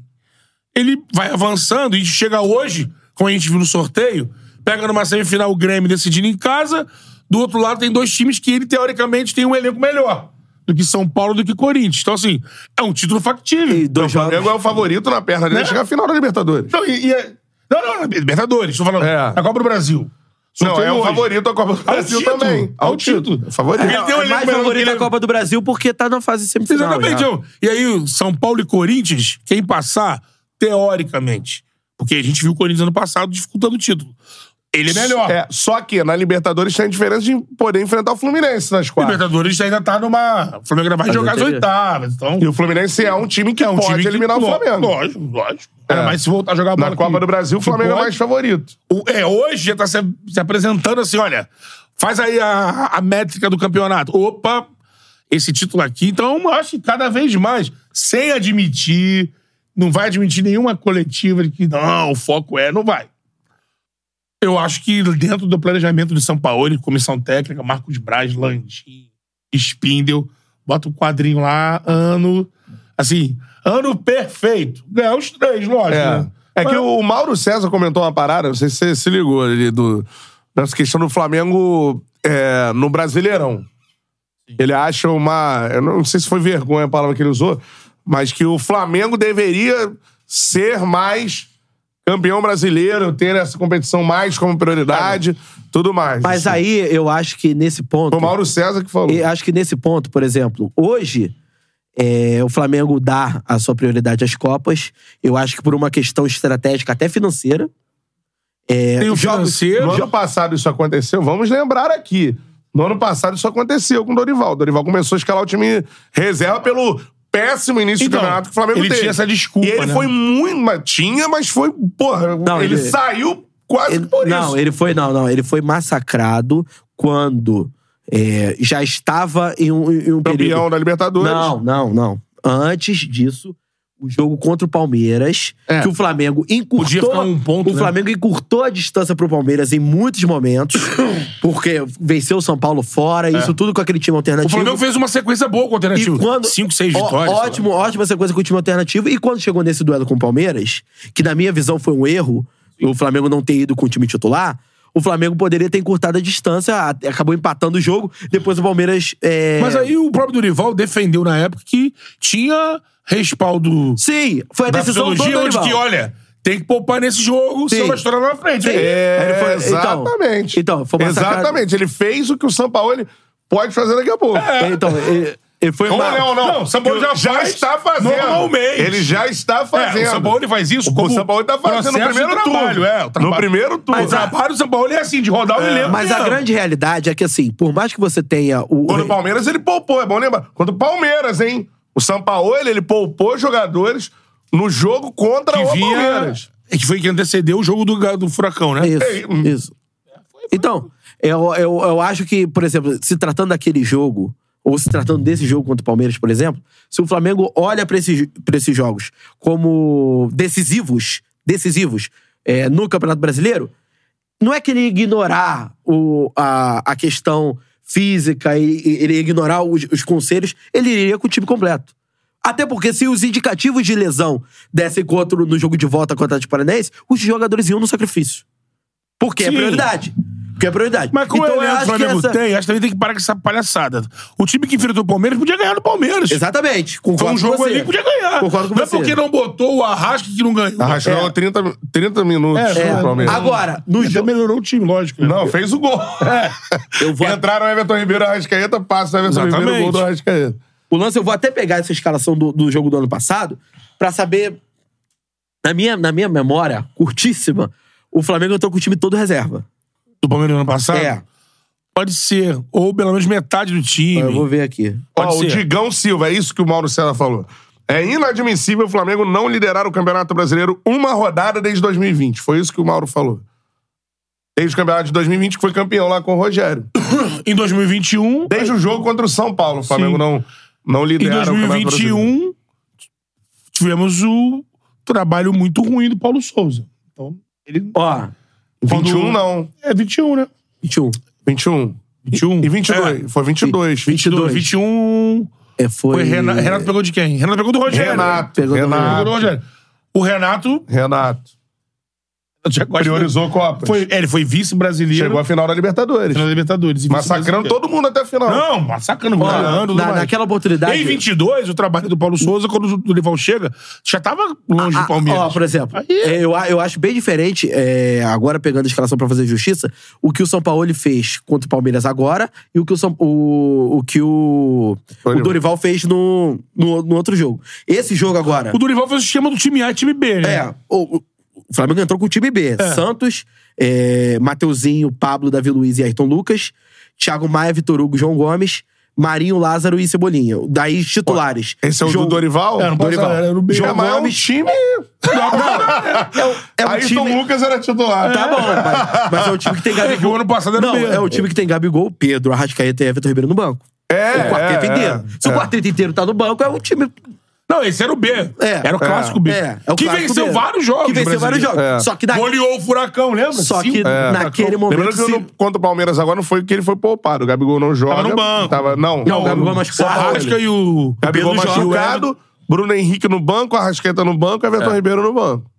S1: ele vai avançando e chega hoje, como a gente viu no sorteio, pega numa semifinal o Grêmio decidindo em casa. Do outro lado, tem dois times que ele, teoricamente, tem um elenco melhor do que São Paulo do que Corinthians. Então, assim, é um título factível. Então,
S2: E dois
S3: O
S2: jogos.
S3: Flamengo é o favorito na perna dele
S1: Né?
S3: chegar à final da Libertadores.
S1: Não, e, e é- não, não, Libertadores, estou falando.
S3: É.
S1: A Copa do Brasil.
S2: um
S3: Não, é
S1: Sorteio
S3: o
S1: hoje.
S3: favorito da Copa do
S1: Ao
S3: Brasil
S1: título,
S3: também. É
S1: ao título.
S3: Favorito.
S1: Ele tem um
S2: é
S1: elenco
S2: mais
S1: melhor que
S2: favorito da
S1: ele. é
S2: Copa do Brasil porque tá na fase semifinal.
S1: Exatamente.
S2: já.
S1: ó. E aí, o São Paulo e Corinthians, quem passar, teoricamente. Porque a gente viu o Corinthians ano passado dificultando o título. Ele é melhor.
S3: É, só que na Libertadores tem a diferença de poder enfrentar o Fluminense nas
S1: O
S3: quartas.
S1: Libertadores ainda tá numa. O Flamengo ainda vai
S2: Mas
S1: jogar as
S2: entendi.
S1: oitavas. Então.
S3: E o Fluminense é um time que
S1: é um
S3: pode
S1: time que-
S3: eliminar o
S1: ló-
S3: Flamengo.
S1: Lógico, lógico. Ainda
S3: É.
S1: mais se voltar a jogar a bola.
S3: Na Copa
S1: que-
S3: do Brasil, o
S1: que
S3: Flamengo é
S1: pode.
S3: mais favorito.
S1: O- É, hoje já tá se, se apresentando assim, olha, faz aí a, a métrica do campeonato. Opa, esse título aqui. Então, eu acho que cada vez mais, sem admitir, não vai admitir nenhuma coletiva de que não, o foco é, não vai. Eu acho que dentro do planejamento de São Paulo, comissão técnica, Marcos Braz, Landim, Spindel, bota o quadrinho lá, ano. Assim, ano perfeito. Ganhar os três, lógico.
S3: É.
S1: né?
S3: É que
S1: Mas-
S3: o Mauro César comentou uma parada, não sei se você se ligou ali, do, dessa questão do Flamengo é, no Brasileirão. Ele acha uma. Eu não sei se foi vergonha a palavra que ele usou, mas que o Flamengo deveria ser mais campeão brasileiro, ter essa competição mais como prioridade, tudo mais.
S2: Mas
S3: Assim.
S2: aí eu acho que nesse ponto.
S3: Foi o Mauro César que falou.
S2: E acho que nesse ponto, por exemplo, hoje é, o Flamengo dá a sua prioridade às Copas. Eu acho que por uma questão estratégica, até financeira. É,
S1: Tem o
S2: jogos-
S3: No
S1: financeiro.
S3: ano passado isso aconteceu, vamos lembrar aqui. No ano passado isso aconteceu com o Dorival. O Dorival começou a escalar o time reserva pelo péssimo início
S1: Então,
S3: do campeonato que o Flamengo
S1: ele
S3: teve.
S1: tinha essa desculpa,
S3: E ele
S1: né?
S3: foi muito. Mas tinha, mas foi. Porra,
S2: Não,
S3: ele,
S2: ele-
S3: saiu quase
S2: Ele-
S3: por
S2: não,
S3: isso.
S2: ele foi, não, não. Ele foi massacrado quando é, já estava em um, em um período.
S3: Campeão da Libertadores.
S2: Não, não, não. Antes disso, o jogo contra o Palmeiras,
S1: É.
S2: que o Flamengo encurtou.
S1: Podia ficar um ponto,
S2: o
S1: né?
S2: Flamengo encurtou a distância pro Palmeiras em
S1: [COUGHS]
S2: muitos momentos, porque venceu o São Paulo fora, isso tudo com aquele time alternativo.
S1: É. O Flamengo fez uma sequência boa com o
S2: E
S1: alternativo.
S2: quando-
S1: Cinco, seis
S2: Ó,
S1: vitórias. né? sei lá.
S2: Ótimo, ótima essa coisa com o time alternativo. E quando chegou nesse duelo com o Palmeiras, que na minha visão foi um erro, o Flamengo não ter ido com o time titular, o Flamengo poderia ter encurtado a distância, a- acabou empatando o jogo, depois o Palmeiras. é,
S1: Mas aí o próprio Dorival defendeu na época que tinha respaldo
S2: Sim, foi a
S1: da
S2: decisão do
S1: fisiologia, onde
S2: Dorival.
S1: que, olha, tem que poupar nesse jogo,
S2: Sim.
S1: senão vai estourar na frente.
S2: Sim.
S3: É,
S2: Ele foi- então,
S3: exatamente.
S2: então, foi massacrado.
S3: Exatamente. Ele fez o que o Sampaoli pode fazer daqui a pouco.
S2: Então, ele, ele foi
S3: É. Não,
S2: uma-
S3: não, não.
S1: Não, o Sampaoli já
S3: já
S1: faz
S3: está fazendo.
S1: normalmente.
S3: Ele já está fazendo.
S1: É, o Sampaoli faz isso
S3: O
S1: como
S3: Sampaoli tá fazendo no
S1: processo de
S3: primeiro
S1: trabalho,
S3: turno.
S1: é, o trabalho.
S3: No primeiro turno.
S1: O trabalho do São Paulo é assim, de rodar o elenco.
S2: Mas a
S1: mesmo.
S2: grande realidade é que, assim, por mais que você tenha o.
S3: Quando o Palmeiras, ele poupou. É bom lembrar. Quando o Palmeiras, hein? O Sampaoli, ele poupou jogadores no jogo contra
S2: é
S1: que
S3: o
S1: vinha... é
S3: Palmeiras.
S1: Que foi que antecedeu o jogo do, ga- do Furacão, né?
S2: Isso, isso. Então, eu, eu, eu acho que, por exemplo, se tratando daquele jogo, ou se tratando desse jogo contra o Palmeiras, por exemplo, se o Flamengo olha pra esses, pra esses jogos como decisivos, decisivos é, no Campeonato Brasileiro, não é que ele ignorar o, a, a questão física e, e ele ignorar os, os conselhos, ele iria com o time completo. Até porque se os indicativos de lesão dessem contra, no jogo de volta contra o Atlético Paranaense, os jogadores iam no sacrifício. Porque é
S1: Sim.
S2: prioridade. Porque é prioridade.
S1: Mas como
S2: então,
S1: o
S2: eu
S1: elenco
S2: acho
S1: o
S2: que
S1: Flamengo
S2: essa...
S1: tem, acho que também tem que parar com essa palhaçada. O time que enfrentou o Palmeiras podia ganhar no Palmeiras.
S2: Exatamente.
S1: Foi
S2: Concordo
S1: um jogo
S2: com você.
S1: ali que podia ganhar.
S2: Concordo com
S1: não
S2: você.
S1: é porque não botou o Arrasca que não ganhou.
S3: Arrascou
S1: É.
S3: 30, 30 minutos
S1: É,
S3: no
S2: É.
S3: Palmeiras.
S2: Agora, no
S1: Já
S2: jogo...
S1: melhorou o time, lógico. né? É.
S3: Não, fez o gol.
S2: Eu vou...
S3: Entraram o Everton Ribeiro, Arrascaeta, passa o Everton
S1: Exatamente.
S3: Ribeiro, gol do Arrascaeta.
S2: O lance, eu vou até pegar essa escalação do, do jogo do ano passado pra saber. Na minha, na minha memória, curtíssima, o Flamengo entrou com o time todo reserva.
S1: Do Palmeiras no ano passado?
S2: É.
S1: Pode ser. Ou pelo menos metade do time.
S2: Eu vou ver aqui.
S1: Pode
S3: Ó, o
S1: ser.
S3: Digão Silva, é isso que o Mauro César falou. É inadmissível o Flamengo não liderar o Campeonato Brasileiro uma rodada desde 2020. Foi isso que o Mauro falou. Desde o Campeonato de 2020, que foi campeão lá com o Rogério.
S1: Em 2021.
S3: Desde o jogo contra o São Paulo, o Flamengo
S1: Sim.
S3: não, não
S1: Em
S3: lidera o Campeonato Brasileiro.
S1: 2021, tivemos o trabalho muito ruim do Paulo Souza. Então, ele.
S2: Ó,
S3: 21 não.
S1: É 21, né?
S2: 21.
S3: 21.
S1: 21.
S3: E 22.
S1: É.
S3: Foi 22.
S1: 22. 21.
S2: É, foi.
S1: Foi Rena- Renato, pegou de quem? Renato pegou do Rogério.
S3: Renato.
S2: Pegou do
S1: Pegou do
S3: Renato.
S1: Rogério. O Renato.
S3: Renato.
S1: já gosto-
S3: Priorizou a Copa.
S1: Foi, é, ele foi vice-brasileiro.
S3: Chegou à final da Libertadores.
S1: na Libertadores. e
S3: Massacrando
S1: vice-brasileiro.
S3: todo mundo até a final.
S1: Não, massacrando, goleando. tudo
S2: Na,
S1: mais.
S2: naquela oportunidade.
S1: Em 22, o trabalho do Paulo Souza, quando o Dorival chega, já tava longe
S2: Ah,
S1: do Palmeiras.
S2: Ó, por exemplo,
S1: Aí- é.
S2: eu, a- eu acho bem diferente, é, agora pegando a escalação pra fazer justiça, o que o São Paulo fez contra o Palmeiras agora e o que o, São- o, o que o, o
S3: Dorival.
S2: Dorival fez no, no, no outro jogo. Esse jogo agora.
S1: O Dorival fez o esquema do time A e time B, né?
S2: É, o, o Flamengo entrou com o time B. Santos, é, Mateuzinho, Pablo, Davi Luiz e Ayrton Lucas. Thiago Maia, Vitor Hugo, João Gomes. Marinho, Lázaro e Cebolinha. Daí, titulares.
S3: Esse é o
S2: João-
S3: do Dorival?
S1: É, não pode
S3: Dorival.
S1: falar, era o B.
S3: É,
S1: João
S3: mas é um
S2: Gomes.
S3: time...
S2: É, o- é um
S3: Ayrton
S2: time...
S3: Lucas era titular.
S2: Tá bom, mas, mas é o time
S3: [LAUGHS]
S2: que tem
S1: É que o
S2: Gabigol.
S1: ano passado era
S2: Não,
S1: B.
S2: é o time que tem Gabigol, Pedro, Arrascaeta e Everton Ribeiro no banco.
S3: É,
S2: o quarteto
S3: é,
S2: inteiro.
S3: é.
S2: Se o quarteto inteiro tá no banco, é o time
S1: Não, esse era o B.
S2: É.
S1: era o clássico B.
S2: É, é o
S1: que
S2: clássico
S1: venceu
S2: B.
S1: vários jogos.
S2: Que venceu vários jogos.
S3: É.
S2: Só que
S1: Da...
S2: da...
S1: Goleou o Furacão, lembra?
S2: Só que
S1: Cinco.
S2: naquele
S1: então,
S2: momento.
S3: Lembrando que
S2: se-
S3: no- contra o Palmeiras agora não foi que ele foi poupado. O Gabigol não joga.
S1: no banco.
S3: Tava, não,
S2: Não, o Gabigol é.
S1: Só
S2: machucado.
S1: a Arrasca e o...
S3: Gabigol é
S1: Pedro joga.
S3: machucado, Bruno Henrique no banco, Arrasqueta no banco, Everton Ribeiro no banco.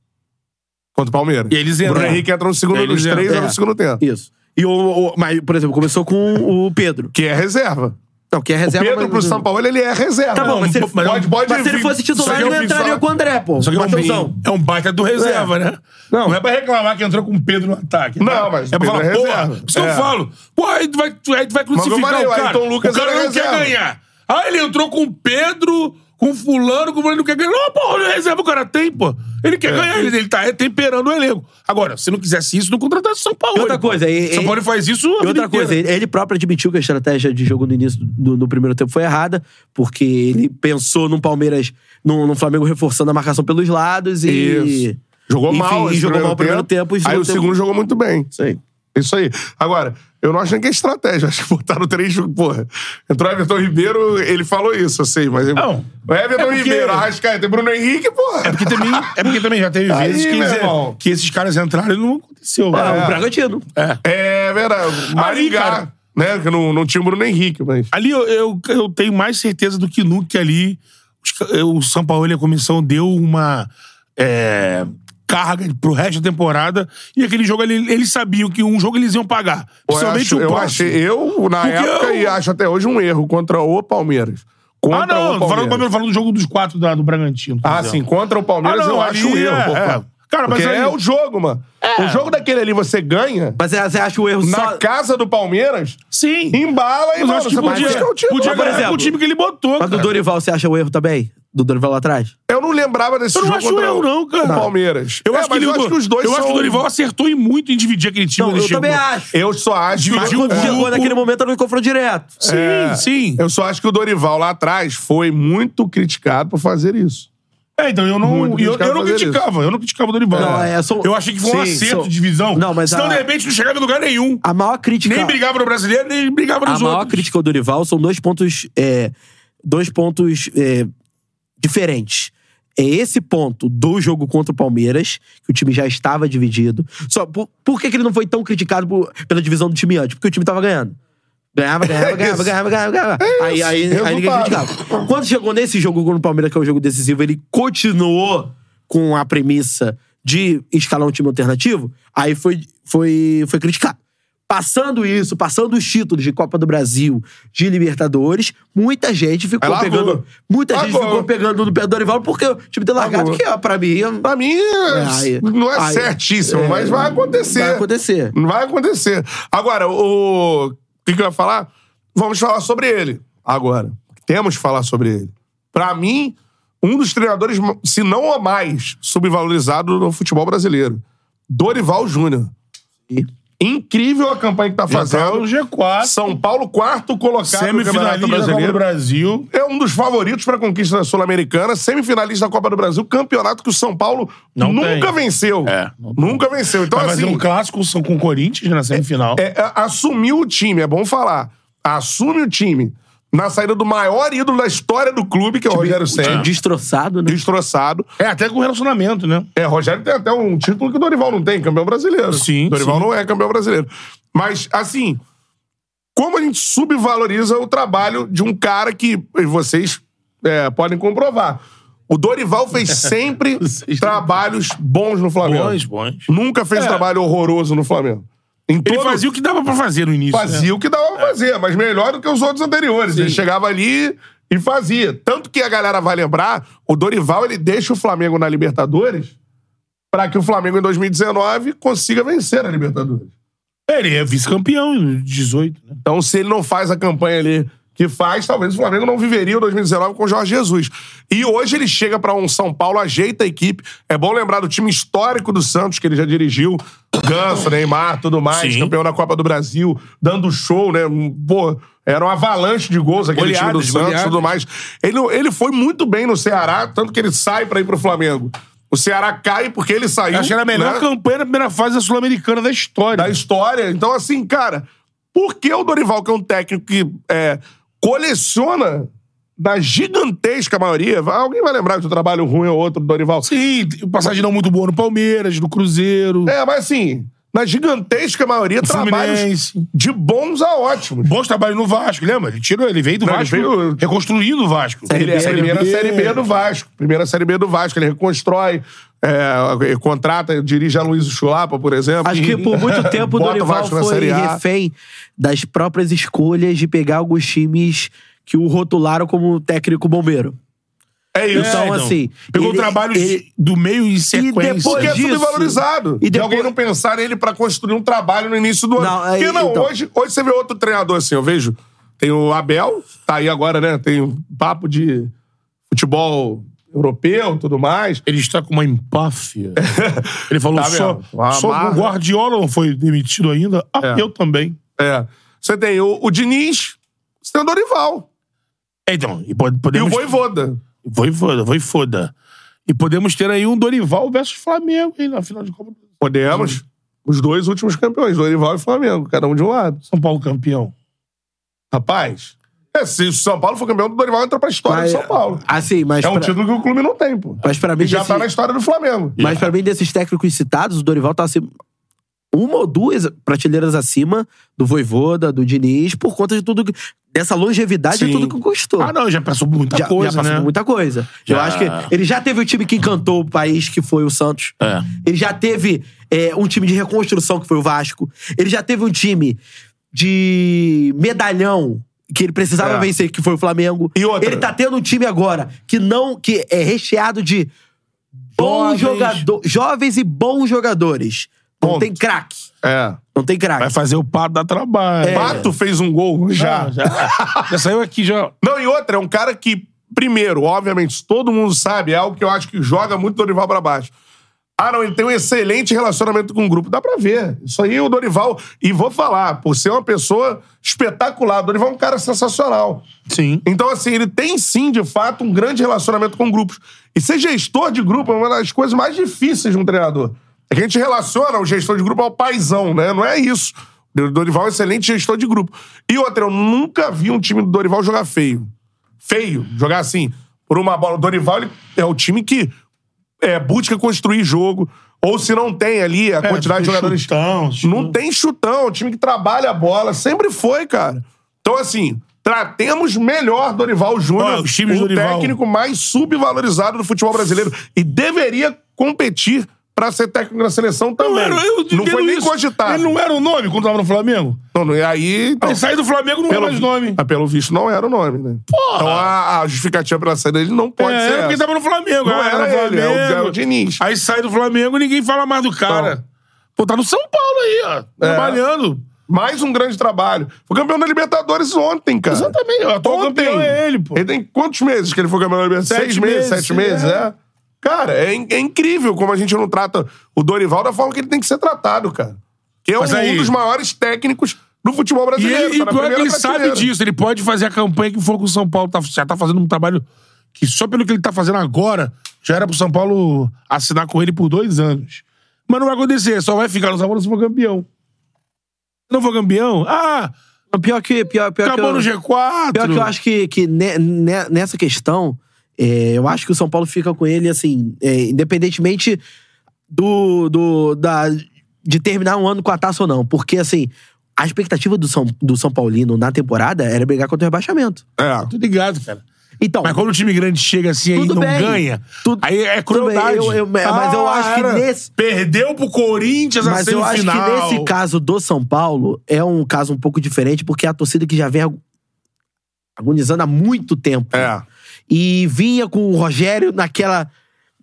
S3: Contra o Palmeiras.
S1: É. E eles entram.
S3: Bruno Henrique entra no segundo,
S1: Eles
S3: nos
S1: entram.
S3: três
S2: É.
S3: é. no segundo tempo.
S2: Isso. E o, o- Mas, por exemplo, começou com o Pedro.
S3: Que é reserva.
S2: Não, que é reserva.
S3: Pedro
S2: mas-
S3: pro São Paulo, ele é reserva.
S2: Tá bom, mas se ele,
S1: mas
S3: pode, pode
S2: mas se ele
S3: vir.
S2: fosse
S3: Só
S2: titular,
S3: que
S2: ele
S3: eu
S2: não
S3: fiz
S2: entraria
S3: falar-
S2: com o André, pô.
S1: Só que é
S2: Matheusão.
S1: um, é um baita do reserva, né? Não. é pra reclamar que entrou com o Pedro no ataque.
S3: Não,
S1: Tá?
S3: mas
S1: É pra
S3: Pedro
S1: falar,
S3: é
S1: porra,
S3: reserva.
S1: por isso que eu
S3: É.
S1: falo. Pô, aí tu vai, tu- aí tu vai
S3: eu
S1: crucificar
S3: falei,
S1: o
S3: o
S1: cara.
S3: Ayrton Lucas
S1: o cara
S3: era
S1: não quer
S3: reserva.
S1: ganhar. Ah, ele entrou com o Pedro, com o fulano, com o fulano, não quer ganhar. Não, porra, ele é reserva o cara tem, pô. Ele
S3: É.
S1: quer ganhar, ele, ele tá temperando o elenco. Agora, se não quisesse isso, não contratasse o São Paulo.
S2: E outra coisa, e-
S1: um São
S2: e-
S1: Paulo faz isso a
S2: E
S1: vida
S2: outra coisa,
S1: inteira.
S2: ele, ele próprio admitiu que a estratégia de jogo no início do, no primeiro tempo foi errada, porque ele pensou num Palmeiras, num, num Flamengo reforçando a marcação pelos lados e.
S3: Isso. Jogou
S2: Enfim,
S3: mal
S2: e
S3: esse
S2: jogou mal o primeiro tempo. e
S3: Aí o
S2: tempo-
S3: segundo jogou muito bem.
S2: Isso aí.
S3: Isso aí. Agora, eu não acho nem que é estratégia. [LAUGHS] Acho que botaram três. Porra. Entrou Everton Ribeiro, ele falou isso, eu sei, mas.
S1: Não.
S3: O Everton
S1: É porque-
S3: Ribeiro, Arrascaeta e Bruno Henrique, porra.
S1: É porque, também, é porque também já teve
S3: Aí,
S1: vezes que,
S3: meu
S1: eles-
S3: irmão.
S1: que esses caras entraram e não aconteceu.
S2: Ah,
S1: É.
S2: o Bragantino.
S1: É.
S3: É verdade.
S1: cara.
S3: Maringá, né? Que não, não tinha o Bruno Henrique, mas.
S1: Ali eu, eu, eu tenho mais certeza do que nunca que ali os ca- eh, o São Paulo e a comissão deu uma eh, carga pro resto da temporada e aquele jogo ali, eles sabiam que um jogo eles iam pagar.
S3: Pô, eu
S1: Principalmente
S3: acho-
S1: o
S3: eu
S1: próximo.
S3: achei, eu, na
S1: Porque
S3: época,
S1: eu-
S3: e acho até hoje um erro contra o Palmeiras. Contra
S1: Ah, não,
S3: o
S1: tô falando do
S3: Palmeiras.
S1: Palmeiras, falando do jogo dos quatro da- do Bragantino. tô
S3: Ah,
S1: dizendo.
S3: sim, contra o Palmeiras
S1: Ah, não,
S3: eu
S1: ali
S3: acho um erro.
S1: é,
S3: pô,
S1: é. Cara, mas
S3: Porque
S1: aí-
S3: é o jogo, mano. O jogo daquele ali você ganha
S2: Mas é, você acha o erro
S3: na
S2: É. só.
S3: casa do Palmeiras,
S1: Sim.
S3: embala
S1: Mas
S3: e
S1: eu
S3: mano,
S1: acho que
S3: você
S1: podia,
S3: pode ficar é o time.
S1: podia
S3: Mas,
S2: por
S1: ganhar
S2: exemplo,
S1: com o time que ele botou.
S2: Mas do
S1: cara.
S2: Dorival você acha o erro também? Do Dorival lá atrás?
S3: Eu não lembrava desse
S1: Eu não
S3: jogo
S1: acho
S3: contra
S1: erro,
S3: o-
S1: não, cara.
S3: o Palmeiras.
S1: Eu,
S3: É,
S1: acho, que
S3: mas
S1: ele,
S3: eu acho que os dois
S1: eu acho que
S3: são-
S1: o Dorival acertou e muito em dividir aquele time.
S2: Não,
S1: quando
S2: eu
S1: ele chegou.
S2: também acho.
S3: Eu só acho.
S1: Dividiu
S3: Mas-
S1: o
S2: Quando
S1: É.
S2: chegou
S1: O-
S2: naquele momento, era no confronto direto.
S1: Sim, sim.
S3: é, Eu só acho que o Dorival lá atrás foi muito criticado por fazer isso.
S1: É, então eu não.
S3: Muito
S1: Eu, eu não
S3: criticado fazer
S1: criticava, eu não criticava o Dorival.
S2: Não, é, são-
S1: Eu achei que foi um
S2: Sim,
S1: acerto
S2: são-
S1: de divisão.
S2: Não, mas
S1: Senão,
S2: a-
S1: de repente, não chegava em lugar nenhum.
S2: A maior crítica.
S1: Nem brigava no brasileiro, nem brigava
S2: a
S1: nos
S2: maior
S1: outros.
S2: crítica ao Dorival são dois pontos é, dois pontos é, diferentes é esse ponto do jogo contra o Palmeiras que o time já estava dividido só por, por que, que ele não foi tão criticado por- pela divisão do time antes porque o time estava ganhando Ganhava,
S3: É
S2: ganhava, ganhava, ganhava, ganhava, ganhava. Aí, aí, aí ninguém
S3: Resultado.
S2: criticava. Quando chegou nesse jogo contra o Palmeiras, que é o jogo decisivo, ele continuou com a premissa de escalar um time alternativo, aí foi, foi, foi criticado. Passando isso, passando os títulos de Copa do Brasil, de Libertadores, muita gente ficou
S3: Aí largou.
S2: pegando. Muita gente
S3: Largou.
S2: ficou pegando no pé do Dorival porque o time ter largado,
S3: Largou.
S2: que ó, pra mim é-
S3: Pra mim,
S2: aí-
S3: não é
S2: aí-
S3: certíssimo,
S2: é,
S3: mas vai acontecer.
S2: vai acontecer.
S3: Não vai acontecer. Agora, o. O que, que eu ia falar? Vamos falar sobre ele. Agora. Temos que falar sobre ele. Pra mim, um dos treinadores, se não a mais, subvalorizado no futebol brasileiro. Dorival Júnior.
S2: E-
S3: Incrível a campanha que tá fazendo.
S1: G4,
S3: São Paulo, quarto colocado no Campeonato
S1: semifinalista da Copa do Então,
S3: Brasileiro.
S1: Brasil.
S3: É um dos favoritos para conquista da Sul-Americana, semifinalista da Copa do Brasil, campeonato que o São Paulo
S1: Não
S3: nunca
S1: tem.
S3: venceu.
S1: É, não tem.
S3: nunca venceu. Então,
S1: Vai fazer
S3: assim,
S1: um clássico são com o Corinthians na semifinal.
S3: é, é, assumiu o time, é bom falar. Assume o time. Na saída do maior ídolo da história do clube, que é o Rogério Senna,
S2: Destroçado, né?
S3: destroçado.
S1: É, até com relacionamento, né?
S3: É, Rogério tem até um título que o Dorival não tem, campeão brasileiro.
S1: Sim,
S3: Dorival
S1: sim.
S3: não é campeão brasileiro. Mas, assim, como a gente subvaloriza o trabalho de um cara que e vocês é, podem comprovar. O Dorival
S1: [LAUGHS]
S3: fez sempre
S1: Vocês-
S3: trabalhos bons no Flamengo.
S1: Bons, bons.
S3: Nunca fez
S1: É.
S3: trabalho horroroso no Flamengo. Em
S1: Ele
S3: todo-
S1: fazia o que dava pra fazer no início. né?
S3: Fazia o que dava pra fazer, mas melhor do que os outros anteriores. Ele chegava ali e fazia. Tanto que a galera vai lembrar, o Dorival ele deixa o Flamengo na Libertadores pra que o Flamengo em 2019 consiga vencer a Libertadores.
S1: Ele é vice-campeão em 18, né?
S3: Então, se ele não faz a campanha ali que faz, talvez o Flamengo não viveria o 2019 com o Jorge Jesus. E hoje ele chega pra um São Paulo, ajeita a equipe. É bom lembrar do time histórico do Santos, que ele já dirigiu. Ganso, Neymar, tudo mais.
S1: Sim.
S3: Campeão da Copa do Brasil, dando show, né? Um, Pô, era um avalanche de gols aquele time do
S1: Goleadas,
S3: Santos,
S1: goleadas.
S3: tudo mais. Ele, ele foi muito bem no Ceará, tanto que ele sai pra ir pro Flamengo. O Ceará cai porque ele saiu.
S1: Eu achei a melhor
S3: né?
S1: campanha na primeira fase da Sul-Americana da história.
S3: da história. Então, assim, cara, por que o Dorival, que é um técnico que é, coleciona da gigantesca maioria, vai- alguém vai lembrar que o trabalho ruim ou outro do Dorival.
S1: Sim, tem passagem não muito boa no Palmeiras, no Cruzeiro.
S3: É, mas assim, na gigantesca maioria, trabalhos
S1: Fluminense.
S3: de bons a ótimos.
S1: Bons trabalhos no Vasco, lembra? Ele tirou, ele veio do
S3: Não, ele
S1: Vasco,
S3: veio-
S1: reconstruindo o Vasco.
S3: Ele é a primeira
S1: B.
S3: Série B do Vasco. Primeira Série B do Vasco. Ele reconstrói, é, contrata, dirige a Luiz Chulapa, por exemplo.
S2: Acho que por
S3: [LAUGHS]
S2: muito tempo o
S3: Bota
S2: Dorival
S3: Vasco na
S2: foi
S3: Série A.
S2: refém das próprias escolhas de pegar alguns times que o rotularam como técnico bombeiro.
S3: É isso.
S2: Então, assim,
S1: Pegou
S2: ele-
S1: trabalhos
S2: ele-
S1: do meio e sequência.
S3: Porque é
S2: disso-
S3: subvalorizado.
S2: E
S3: E
S2: depois-
S3: alguém não pensar nele pra construir um trabalho no início do ano.
S2: Não, aí-
S3: Porque não,
S2: então-
S3: hoje, hoje você vê outro treinador assim, eu vejo. Tem o Abel, tá aí agora, né? Tem o papo de futebol europeu tudo mais.
S1: Ele está com uma empáfia. Ele falou
S3: Tá
S1: só,
S3: vendo? Uma
S1: só o
S3: amarra.
S1: Guardiola não foi demitido ainda. Ah,
S3: É.
S1: eu também.
S3: É. Você tem o, o Diniz, você tem o Dorival.
S1: É, Então, e pode-
S3: E o
S1: podemos...
S3: Voivoda.
S1: Voivoda, Voivoda. E podemos ter aí um Dorival versus Flamengo aí na final de Copa do Brasil.
S3: Podemos. Os dois últimos campeões, Dorival e Flamengo, cada um de um lado.
S1: São Paulo campeão.
S3: Rapaz, é, se o São Paulo for campeão, o Dorival entra pra história
S2: Mas-
S3: do São Paulo.
S2: Assim, mas
S3: É um
S2: pra-
S3: título que o clube não tem, pô.
S2: mas pra mim
S3: E já
S2: desse-
S3: tá na história do Flamengo.
S2: Mas pra mim, desses técnicos citados, o Dorival tá assim, uma ou duas prateleiras acima do Voivoda, do Diniz, por conta de tudo que, dessa longevidade de
S1: Sim.
S2: tudo que gostou.
S1: Ah, não, já passou por muita
S2: já,
S1: coisa,
S2: já passou
S1: né?
S2: por muita coisa. Eu
S1: Já.
S2: acho que ele já teve o time que encantou o país, que foi o Santos.
S1: É.
S2: Ele já teve é, um time de reconstrução, que foi o Vasco. Ele já teve um time de medalhão, que ele precisava
S3: É.
S2: vencer, que foi o Flamengo.
S3: E outra?
S2: Ele tá tendo um time agora que não que é recheado de bons
S1: Jovens.
S2: jogadores, jovens e bons jogadores. Não
S3: Ponto.
S2: tem craque.
S3: É.
S2: Não tem craque.
S1: Vai fazer o pato dar trabalho.
S3: Pato fez um gol já.
S1: Já, já. já saiu aqui, já.
S3: Não, e outra, é um cara que, primeiro, obviamente, todo mundo sabe, é algo que eu acho que joga muito o Dorival pra baixo. Ah, não, ele tem um excelente relacionamento com o grupo. Dá pra ver. Isso aí o Dorival. E vou falar, por ser uma pessoa espetacular, o Dorival é um cara sensacional.
S1: Sim.
S3: Então, assim, ele tem sim, de fato, um grande relacionamento com grupos. E ser gestor de grupo é uma das coisas mais difíceis de um treinador. É que a gente relaciona o gestor de grupo ao paizão, né? Não é isso. O Dorival é um excelente gestor de grupo. E outra, eu nunca vi um time do Dorival jogar feio. Feio. Jogar assim, por uma bola. O Dorival ele é o time que é, busca construir jogo. Ou se não tem ali a quantidade de jogadores
S1: Chutão, chutão.
S3: não tem chutão, é um time que trabalha a bola, sempre foi, cara. Então, assim, tratemos melhor Dorival
S1: Ó,
S3: Júnior,
S1: os times
S3: o
S1: do Dorival.
S3: técnico mais subvalorizado do futebol brasileiro. E deveria competir pra ser técnico da seleção
S1: Não,
S3: também.
S1: era, eu
S3: Não foi
S1: entendo
S3: nem
S1: isso.
S3: cogitado.
S1: Ele não é- era o nome quando tava no Flamengo?
S3: Não, não, e aí. então,
S1: Ele saiu do Flamengo, não era mais nome.
S3: Mas pelo visto não era o nome, né? Então a, a justificativa pela saída dele não pode
S1: é,
S3: ser.
S1: era porque
S3: essa.
S1: tava no Flamengo.
S3: Não
S1: Ah,
S3: era
S1: no
S3: ele, é o- é o Diniz.
S1: Aí sai do Flamengo e ninguém fala mais do cara.
S3: Então. É.
S1: Pô, tá no São Paulo aí, ó. Trabalhando.
S3: Mais um grande trabalho. Foi campeão da Libertadores ontem, cara.
S1: Exatamente. O atual
S3: Ontem.
S1: campeão é ele, pô.
S3: Ele tem quantos meses que ele foi campeão da Libertadores?
S1: Sete
S3: Seis meses,
S1: meses,
S3: sete meses,
S1: é.
S3: é. Cara, é, in- é incrível como a gente não trata o Dorival da forma que ele tem que ser tratado, cara. Que é
S1: Mas
S3: um,
S1: aí-
S3: dos maiores técnicos do futebol
S1: E,
S3: brasileiro.
S1: ele, e
S3: tá na
S1: pior que ele
S3: primeira
S1: sabe
S3: prateleira.
S1: disso. Ele pode fazer a campanha que for com o São Paulo. Tá, já tá fazendo um trabalho que só pelo que ele tá fazendo agora, já era pro São Paulo assinar com ele por dois anos. Mas não vai acontecer. Só vai ficar no São Paulo se for campeão. Se não for campeão, ah,
S2: Pior que. Pior, pior que
S1: acabou
S2: eu-
S1: no G4.
S2: Pior que eu acho que, que ne- ne- nessa questão, é, eu acho que o São Paulo fica com ele, assim, é, independentemente do, do da, de terminar um ano com a taça ou não. Porque, assim, a expectativa do São, do São Paulino na temporada era brigar contra o rebaixamento.
S3: É.
S1: Tô ligado, cara.
S2: Então,
S1: Mas quando o time grande chega assim aí e
S2: Tudo
S1: não
S2: bem.
S1: ganha,
S2: Tudo-
S1: aí é
S2: tudo bem.
S1: crueldade. Ah,
S2: Eu- eu- mas eu acho que nesse-
S1: Perdeu pro Corinthians a
S2: mas eu acho
S1: semifinal.
S2: que nesse caso do São Paulo é um caso um pouco diferente, porque é a torcida que já vem ago- agonizando há muito tempo.
S3: É.
S2: E vinha com o Rogério naquela.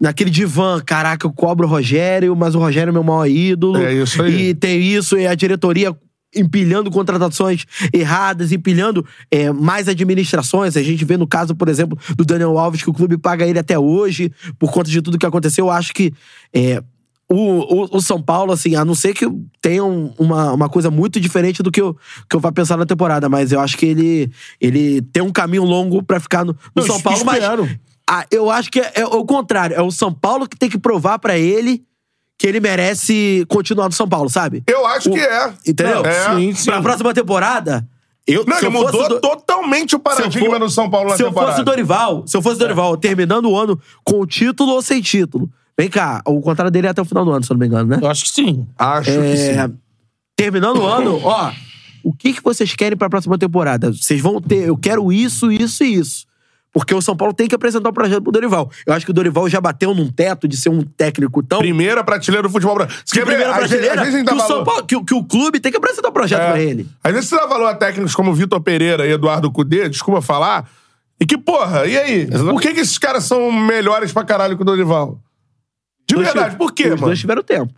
S2: Naquele divã, caraca, eu cobro o Rogério, mas o Rogério é meu maior ídolo.
S3: É isso aí.
S2: E tem isso, e a diretoria empilhando contratações erradas, empilhando é, mais administrações. A gente vê no caso, por exemplo, do Daniel Alves, que o clube paga ele até hoje, por conta de tudo que aconteceu. Eu acho que é, o, o, o São Paulo, assim, a não ser que tenha um- uma, uma coisa muito diferente do que eu, que eu vá pensar na temporada, mas eu acho que ele, ele tem um caminho longo pra ficar no, no
S1: Eu
S2: São Paulo.
S1: espero.
S2: Mas ah, eu acho que é, é o contrário. É o São Paulo que tem que provar pra ele que ele merece continuar no São Paulo, sabe?
S3: Eu acho
S2: O-
S3: que é.
S2: Entendeu?
S3: É.
S1: Sim, sim.
S2: Pra próxima temporada, Eu,
S3: Não,
S2: se
S3: ele
S2: eu fosse
S3: mudou
S2: do-
S3: totalmente o
S2: se eu
S3: paradigma
S2: for-
S3: do Tá, São Paulo na
S2: se eu
S3: temporada. É.
S2: fosse o Dorival, se eu fosse o Dorival, terminando o ano com título ou sem título. Vem cá, o contrato dele é até o final do ano, se eu não me engano, né?
S1: Eu acho que sim.
S3: Acho que sim.
S2: É, terminando o ano, ó, o que, que vocês querem pra próxima temporada? Vocês vão ter, eu quero isso, isso e isso. Porque o São Paulo tem que apresentar o projeto pro Dorival. Eu acho que o Dorival já bateu num teto de ser um técnico tão.
S3: Primeira prateleira do futebol brasileiro. Você
S2: Que
S3: quer ver?
S2: primeira
S3: Às vezes-
S2: brasileira,
S3: às vezes a gente tá
S2: que,
S3: dá
S2: o São
S3: valor. É.
S2: Paulo, que, o- que o clube tem que apresentar o projeto pra ele.
S3: Às vezes você dá valor a técnicos como Vitor Pereira e Eduardo Cudê, desculpa falar, e que porra, e aí? Por que, que esses caras são melhores pra caralho que o Dorival? De
S2: Dois
S3: verdade,
S2: ti-
S3: por quê,
S2: Os
S3: mano?
S2: dois tiveram tempo.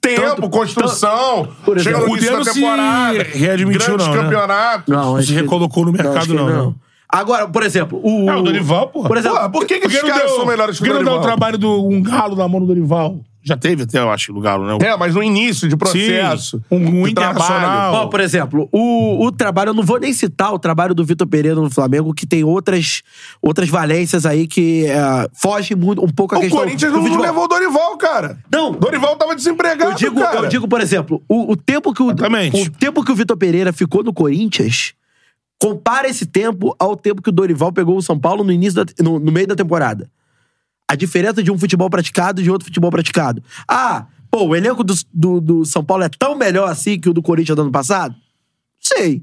S3: Tempo, construção,
S2: Por
S3: chega
S2: exemplo,
S3: no
S1: o Cudê
S3: início da
S1: não se
S3: temporada,
S1: readmitiu,
S3: grandes
S1: não, né?
S3: campeonatos.
S2: Não,
S1: Não
S2: acho
S1: se
S2: que-
S1: recolocou no
S2: acho
S1: mercado,
S2: que
S1: não. né?
S2: Agora, por exemplo, o.
S3: É,
S1: Ah, o Dorival, porra.
S2: Por exemplo,
S3: Porra, por que, que
S1: Por que
S3: esses
S1: não
S3: caras
S1: deu,
S3: são melhores
S1: por
S3: que o
S1: que não dá o
S3: Dorival?
S1: trabalho de um galo na mão do Dorival? Já teve até, eu acho, no galo, né?
S3: É, mas no início de processo.
S1: um- um
S3: de né? trabalho.
S1: internacional.
S2: Ó, por exemplo, o, o trabalho, eu não vou nem citar o trabalho do Vitor Pereira no Flamengo, que tem outras, outras valências aí que eh, fogem muito, um pouco a
S3: O
S2: questão
S3: Corinthians
S2: do
S3: não
S2: futebol.
S3: levou o Dorival, cara.
S2: Não.
S3: Dorival tava desempregado,
S2: Eu digo,
S3: cara.
S2: eu digo, por exemplo, o, o tempo que o,
S1: Exatamente.
S2: o tempo que o Vitor Pereira ficou no Corinthians, compara esse tempo ao tempo que o Dorival pegou o São Paulo no início da- no, no meio da temporada. A diferença de um futebol praticado e de outro futebol praticado. Ah, pô, o elenco do, do, do São Paulo é tão melhor assim que o do Corinthians do ano passado? Sei.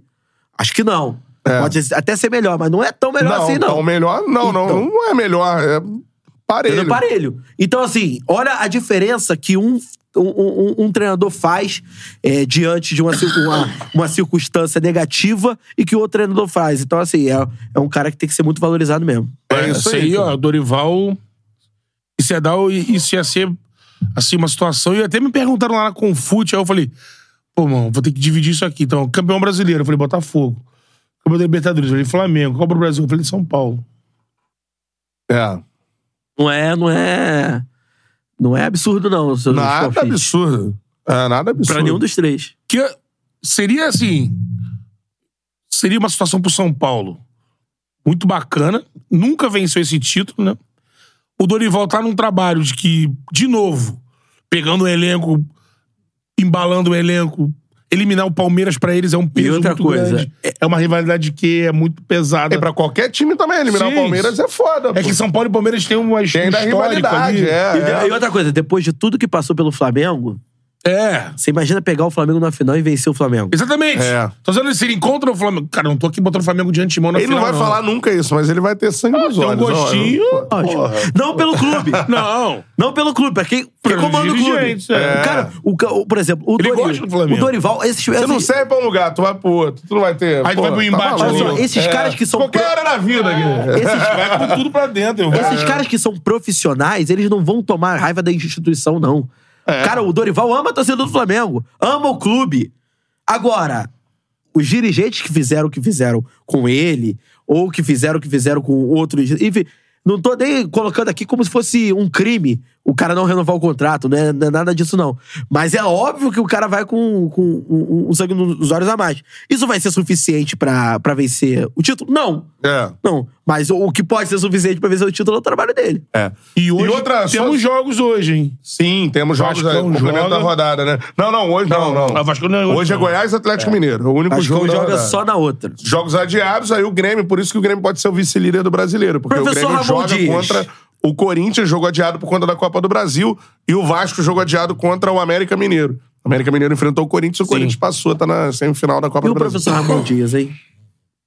S2: Acho que não. Pode ser- até ser melhor, mas não é tão melhor
S3: não,
S2: assim, não.
S3: então, melhor, não, não,
S2: Então.
S3: não é melhor, é
S2: Entendeu?
S3: parelho.
S2: Parelho. Então, assim, olha a diferença que um, um, um- um treinador faz é, diante de uma, cir- uma, uma circunstância negativa e que o outro treinador faz. Então, assim, é, é um cara que tem que ser muito valorizado mesmo.
S1: É, isso aí, ó. Dorival. Isso ia dar. o- Isso ia ser assim, uma situação. E até me perguntaram lá na Confute, aí eu falei, pô, mano, vou ter que dividir isso aqui. Então, campeão brasileiro, eu falei, Botafogo. Campeão da Libertadores, eu falei, Flamengo. Copa do Brasil, eu falei, São Paulo.
S3: É.
S2: Não é, não é. Não é absurdo, não. seus
S3: Nada
S2: palpites.
S3: absurdo. É, nada absurdo.
S2: Pra nenhum dos três.
S1: Que seria assim. Seria uma situação pro São Paulo muito bacana. Nunca venceu esse título, né? O Dorival tá num trabalho de que, de novo, pegando o elenco, embalando o elenco, eliminar o Palmeiras pra eles é um peso
S2: outra
S1: muito
S2: coisa,
S1: grande. É uma rivalidade que é muito pesada.
S3: E pra qualquer time também, eliminar
S1: Sim.
S3: o Palmeiras é foda.
S1: É que São Paulo e Palmeiras têm uma
S3: tem
S1: história
S3: ainda a rivalidade,
S2: E,
S3: é,
S2: e outra coisa, depois de tudo que passou pelo Flamengo,
S1: É.
S2: você imagina pegar o Flamengo na final e vencer o Flamengo.
S1: Exatamente.
S3: É.
S1: Tô dizendo, se ele encontra o Flamengo. Cara, eu não tô aqui botando o Flamengo de antemão na
S3: Ele não
S1: final,
S3: vai falar nunca isso, mas ele vai ter sangue nos
S1: assim, Tem um
S3: olhos. ó.
S1: gostinho.
S2: Lógico. Não pelo
S3: [LAUGHS]
S2: clube.
S1: Não.
S2: Não pelo clube, pra quem, quem
S1: Pelos
S2: comanda o clube.
S1: dirigentes, é.
S2: O cara, o, ca- o- por exemplo, o
S1: Ele
S2: Dorival.
S1: gosta do Flamengo.
S2: O Dorival, esses.
S3: Você não
S2: esses-
S3: serve pra um lugar, tu vai pro outro. Tu não vai
S1: Tipo
S3: ter.
S1: assim,
S3: tá
S1: Aí tu vai pro embate
S3: maluco. É.
S1: ali.
S2: Esses caras que são
S3: Qualquer
S2: pro- É.
S3: área na vida, Guilherme. É.
S2: esses-
S1: Vai com tudo pra dentro, irmão.
S2: Esses caras que são profissionais, eles não vão tomar raiva da instituição, não. Cara, o Dorival ama a torcida do Flamengo, ama o clube. Agora, os dirigentes que fizeram o que fizeram com ele, ou que fizeram o que fizeram com outros. Enfim, não tô nem colocando aqui como se fosse um crime o cara não renovar o contrato, não é, não é nada disso, não. Mas é óbvio que o cara vai com, com um, um sangue nos olhos a mais. Isso vai ser suficiente pra pra vencer o título? Não.
S3: É.
S2: Não, mas o, o que pode ser suficiente pra vencer o título é o trabalho dele.
S1: E hoje
S3: E outra, só-
S1: temos jogos hoje, hein?
S3: Sim, temos jogos aí,
S1: Vascão
S3: complemento
S1: joga.
S3: da rodada, né? Não, não, hoje não, não.
S1: Ah, Vasco não é hoje,
S3: Hoje é
S1: não.
S3: Goiás e Atlético Mineiro. é O único
S2: Acho que
S3: jogo
S2: um
S3: da
S2: joga
S3: rodada.
S2: só na outra.
S3: jogos adiados, aí o Grêmio, por isso que o Grêmio pode ser o vice-líder do brasileiro, porque
S2: Professor
S3: o Grêmio
S2: Ramon
S3: joga
S2: Dias.
S3: contra o Corinthians, jogo adiado por conta da Copa do Brasil, e o Vasco, jogo adiado contra o América Mineiro. O América Mineiro enfrentou o Corinthians, o Corinthians passou, tá na semifinal da Copa
S2: E
S3: do
S2: o
S3: Brasil.
S2: professor
S3: [LAUGHS]
S2: Ramon Dias, hein?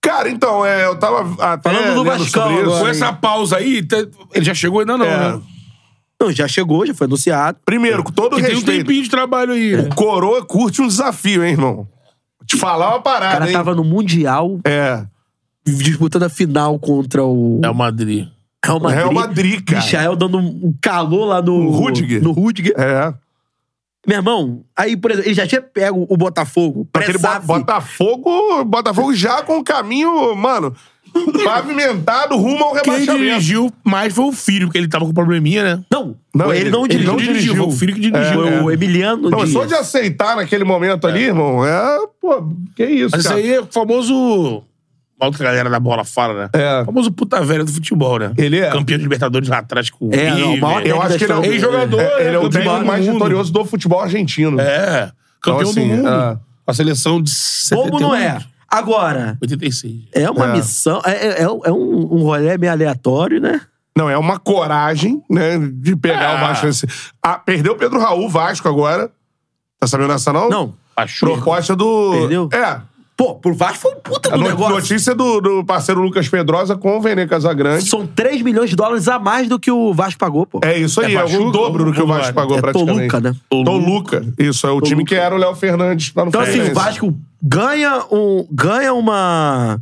S3: Cara, então, é, eu tava até
S2: Falando do
S3: lendo
S2: Vascão
S3: sobre isso.
S2: agora,
S1: Com
S2: hein?
S1: essa pausa aí, te- ele já chegou ainda não,
S3: É.
S1: né?
S2: Não, já chegou, já foi anunciado.
S3: Primeiro, com todo
S1: Porque tem um
S3: respeito,
S1: tempinho de trabalho aí. né?
S3: o Coroa curte um desafio, hein, irmão? Vou Te falar uma
S2: O
S3: parada,
S2: cara
S3: hein?
S2: tava no Mundial
S3: É,
S2: disputando a final contra o
S1: É o Madrid.
S2: Real Madrid.
S3: Real Madrid, cara.
S2: Michael dando um calor lá no
S3: No Rudiger.
S2: No Rudiger.
S3: É.
S2: Meu irmão, aí, por exemplo, ele já tinha pego o Botafogo.
S3: Aquele Bo-
S2: Pré-SAF.
S3: Botafogo, Botafogo já com o caminho, mano, pavimentado rumo ao
S1: Quem
S3: rebaixamento.
S1: dirigiu mais foi o filho, porque ele tava com probleminha, né?
S2: Não,
S3: Não,
S2: ele,
S3: ele-
S2: não
S3: ele
S2: dirigiu.
S3: não dirigiu. É,
S1: Foi o filho que dirigiu.
S2: Foi é o Emiliano
S3: Não, mas
S2: Dias.
S3: só de aceitar naquele momento ali, irmão, é, pô, que isso,
S1: Mas isso
S3: cara.
S1: aí é o famoso... Olha o que a galera da bola fala, né?
S3: É.
S1: O famoso puta velha do futebol, né?
S3: Ele é.
S1: Campeão de Libertadores lá atrás com o
S2: É, não,
S1: River.
S2: o maior
S3: Eu acho que ele é o
S2: Ei,
S1: jogador,
S3: é, ele é
S1: né,
S3: o
S1: campeão
S3: técnico
S1: do
S3: mais
S1: mundo.
S3: vitórios do futebol argentino.
S1: É. Campeão
S3: assim,
S1: do mundo.
S3: é.
S1: A seleção de um
S2: Bobo não é. Agora,
S1: 86.
S2: é uma
S3: É.
S2: missão, é, é, é um, é um um rolê meio aleatório, né?
S3: Não, é uma coragem, né, de pegar
S1: É.
S3: o Vasco. nesse- Ah, perdeu o Pedro Raul, Vasco agora. Tá sabendo dessa não?
S2: Não.
S3: Proposta do...
S2: Perdeu?
S3: É.
S2: Pô, pro Vasco foi um puta
S3: A
S2: do
S3: no-
S2: negócio.
S3: É notícia do, do parceiro Lucas Pedrosa com o Vene Casagrande.
S2: São 3 milhões de dólares a mais do que o Vasco pagou, pô.
S3: É isso aí,
S1: É
S3: é, o
S1: Pachuca
S3: dobro do que o
S1: ou
S3: Vasco
S1: Toluca?
S3: pagou
S2: É
S3: praticamente.
S2: Toluca, né?
S3: Toluca. Isso, é o time que era o Léo Fernandes lá no
S2: Então, assim,
S3: Fluminense.
S2: o Vasco ganha, um, ganha uma,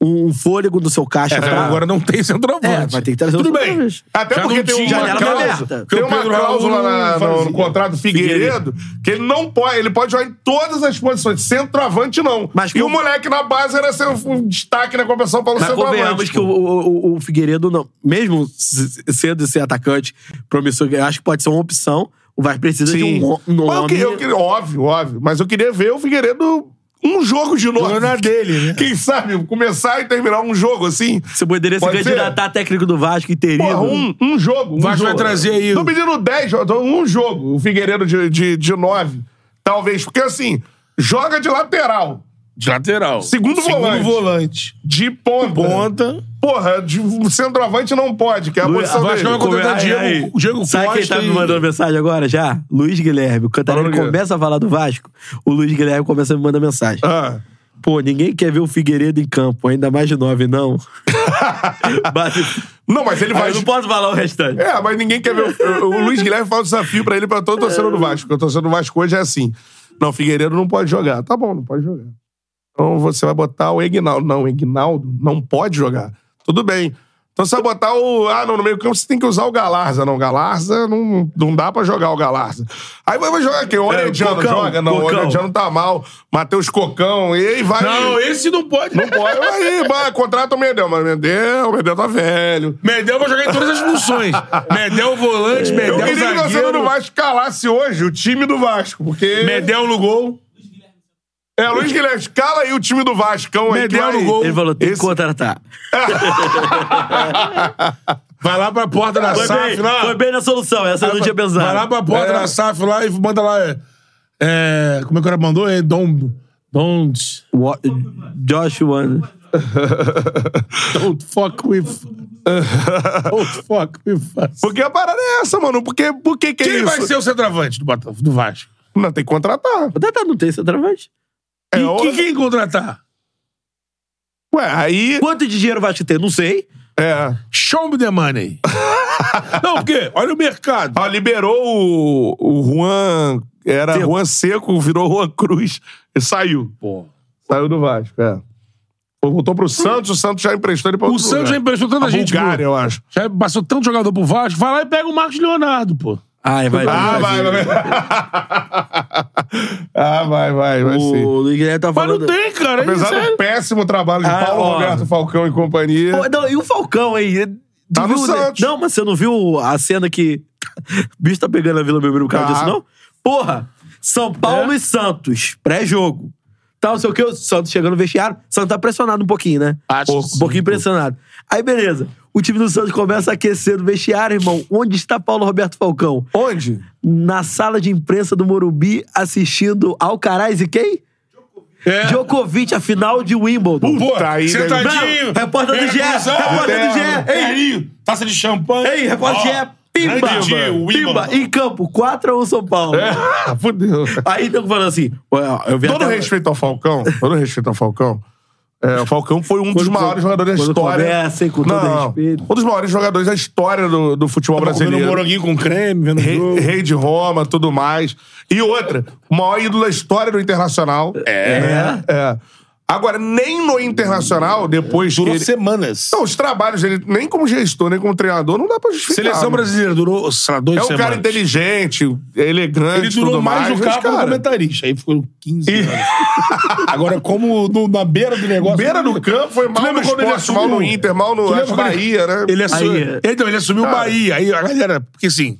S2: um fôlego do seu caixa
S1: É,
S2: pra...
S1: agora não tem centroavante.
S2: É, vai ter que trazer
S1: Tudo
S2: outro
S1: bem.
S2: centroavante.
S3: Até
S1: Já
S3: porque
S1: não
S3: tem
S1: tinha
S3: uma
S2: janela
S3: cláusula,
S2: aberta.
S3: tem
S1: Porque o
S3: uma
S1: Pedro Raul
S3: cláusula na-
S1: não
S3: no, no
S1: fazia.
S3: contrato do Figueiredo que ele não pode, ele pode jogar em todas as posições, centroavante não.
S2: Mas
S3: e
S2: com-
S3: o moleque na base era ser um destaque na competição para o
S2: Mas convenhamos
S3: centroavante.
S2: que o, o, o- o Figueiredo, não, mesmo se- sendo ser atacante promissor, eu acho que pode ser uma opção. O Vasco precisa de
S3: Sim.
S2: um ro-
S3: Mas eu
S2: nome...
S3: que- eu que- óbvio, óbvio. Mas eu queria ver o Figueiredo um jogo de novo.
S1: Jogando na dele, né?
S3: Quem sabe começar e terminar um jogo assim.
S2: Você poderia se
S3: Pode ser?
S2: candidatar a técnico do Vasco interino.
S3: Porra, um, um jogo. Um
S1: Vasco vai
S3: jogo.
S1: trazer aí
S3: Tô
S1: o-
S3: pedindo 10, jo- tô- um jogo. O Figueiredo de, de, de 9. Talvez. Porque assim, joga de lateral.
S1: De lateral.
S3: Segundo volante.
S1: volante.
S3: De ponta.
S1: Ponta.
S3: Porra, de um centroavante não pode, que é a
S2: Luiz-
S3: posição
S1: Vasco
S3: dele.
S1: é uma coisa-
S2: Come-
S1: contratar Diego- Diego
S2: Sabe quem
S1: Costa
S2: tá me
S1: e-
S2: mandando mensagem agora já? Luiz Guilherme. O Cantarelli
S3: Falando o quê?
S2: começa a falar do Vasco, o Luiz Guilherme começa a me mandar mensagem.
S3: Ah,
S2: Pô, ninguém quer ver o Figueiredo em campo, ainda mais de
S1: [LAUGHS]
S2: nove, não. Bate...
S3: Não, mas ele
S2: Ah,
S3: vai.
S2: eu não posso falar o restante.
S3: É, mas ninguém quer ver. O, o Luiz Guilherme fala um desafio pra ele, pra todo torcedor do Vasco. Porque o torcedor do Vasco hoje é assim. Não, o Figueiredo não pode jogar. Tá bom, não pode jogar. Então você vai botar o Egnaldo. Não, o Egnaldo não pode jogar. Tudo bem. Então você vai botar o. Ah, não, no meio campo você tem que usar o Galarza. Não, o Galarza não, não dá pra jogar o Galarza. Aí vai vai jogar quem? O
S2: É,
S3: Olhadiano
S2: Cocão,
S3: joga? Não, o
S2: Cocão.
S3: Olhadiano tá mal. Matheus Cocão. E aí vai.
S1: Não, esse não pode.
S3: É. Não pode. Aí, vai, contrata o Medel. Mas o Medel, o Medel tá velho.
S1: Medel vai jogar em todas as funções. Medel volante,
S3: Eu
S1: Medel
S3: queria que o torcedor do
S1: zagueiro.
S3: Vasco calasse hoje o time do Vasco, porque...
S1: Medel no gol.
S3: É, Luiz Guilherme, cala aí o time do Vascão aí.
S1: Medel
S3: que vai-
S1: no gol.
S2: Ele falou, tem
S3: Esse-
S2: que contratar.
S1: Vai lá pra porta da
S2: Foi
S1: SAF
S2: bem,
S1: lá.
S2: foi bem na solução, essa eu não tinha pensado.
S1: Vai lá pra porta
S3: É.
S1: da SAF lá e manda lá. é, é, como é que o cara mandou? É Dom. Don't,
S2: Wa- Josh One.
S1: don't fuck with.
S3: [LAUGHS]
S1: don't fuck with us.
S3: Porque a parada é essa, mano. Porque, por que que é
S1: Quem
S3: isso?
S1: vai ser o centroavante do, Bota- do Vasco?
S3: Não, tem que contratar.
S2: Contratar não tem centroavante.
S3: É,
S1: E
S3: o-
S1: que- quem contratar?
S3: Ué, aí...
S2: Quanto de dinheiro o Vasco tem? Não sei.
S3: É.
S1: Show me the
S3: [LAUGHS]
S1: money. Não, porque olha o mercado.
S3: Ó, liberou o, o Juan... Era
S2: Seco.
S3: Juan Seco, virou Juan Cruz e saiu.
S1: Pô.
S3: Saiu do Vasco, é. Voltou pro Santos, o Santos já emprestou ele pra
S1: O
S3: outro
S1: Santos já
S3: lugar.
S1: emprestou tanta
S3: A
S1: gente.
S3: Bulgária,
S1: pô.
S3: eu acho.
S1: Já passou tanto jogador pro Vasco. Vai lá e pega o Marcos Leonardo, pô.
S2: Ai, vai.
S3: Ah, vai, vai. [LAUGHS] vai. ah, vai, vai, vai sim.
S2: O Luiz Guilherme tá
S1: Mas
S2: falando...
S1: não tem, cara. é
S3: Apesar
S1: sério.
S3: do péssimo trabalho de
S2: Ah,
S3: Paulo
S2: ó.
S3: Roberto Falcão e
S2: Pô,
S3: companhia.
S2: não, e o Falcão aí? Tu
S3: Tá no
S2: viu, né?
S3: Santos.
S2: Não, mas você não viu a cena que [LAUGHS] o bicho tá pegando a Vila Belmiro por causa
S3: Tá. É.
S2: disso, não? Porra, São Paulo e Santos, pré-jogo. Tá, não sei o que, o Santos chegando no vestiário, o Santos tá pressionado um pouquinho, né?
S3: Ah,
S1: Acho
S2: Pouco,
S1: sim,
S2: Um pouquinho pressionado. Aí, beleza. O time do Santos começa a aquecer no vestiário, irmão. Onde está Paulo Roberto Falcão?
S3: Onde?
S2: Na sala de imprensa do Morumbi, assistindo Alcaraz e quem?
S1: É.
S2: Djokovic, a final de Wimbledon.
S1: Pô,
S3: Tá aí,
S1: sentadinho.
S2: Não, repórter do
S1: Pega
S2: GE,
S1: a cruzada,
S2: repórter do GE.
S1: terno,
S2: Ei.
S1: terninho, Taça de champanhe.
S2: Ei, repórter
S1: Ó,
S2: Gé, pimba!
S1: grande dia, o
S2: Pimba,
S1: Wimbledon.
S2: em campo, 4x1 São Paulo.
S3: [LAUGHS] Ah, fudeu.
S2: Aí estão falando assim, ué, eu vi
S3: Todo
S2: até-
S3: respeito ao Falcão, todo respeito ao Falcão. é, o Falcão foi um dos
S2: Quando-
S3: maiores jogadores da
S2: quando
S3: história.
S2: começa, hein, com todo respeito.
S3: Um dos maiores jogadores da história do, do futebol
S1: Comendo um
S3: brasileiro.
S1: moranguinho com creme, vendo o
S3: Rei,
S1: jogo.
S3: rei de Roma, tudo mais. E outra, o maior ídolo da história do Internacional. É. é. Agora, nem no Internacional, depois que
S1: Durou
S3: ele-
S1: semanas.
S3: Não, Então, os trabalhos dele, nem como gestor, nem como treinador, não dá pra
S2: Ah,
S3: justificar.
S1: Seleção
S3: né?
S1: brasileira durou, sei lá, dois
S3: É um
S1: semanas.
S3: cara inteligente, elegante,
S1: Ele durou
S3: tudo
S1: mais do
S3: mas,
S1: carro como
S3: cara,
S1: comentarista. Aí ficou 15
S3: E-
S1: anos. Agora, como no- na beira do negócio...
S3: Beira do campo foi mal no
S1: lembra quando ele
S3: esporte, mal no
S1: assumiu?
S3: Inter, mal
S1: Tu
S3: no
S1: lembra
S3: acho,
S1: quando ele-
S3: Bahia, né?
S1: Ele assumiu...
S2: Aí,
S1: Então, ele assumiu o
S3: Cara.
S1: Bahia. Aí a galera... Porque assim...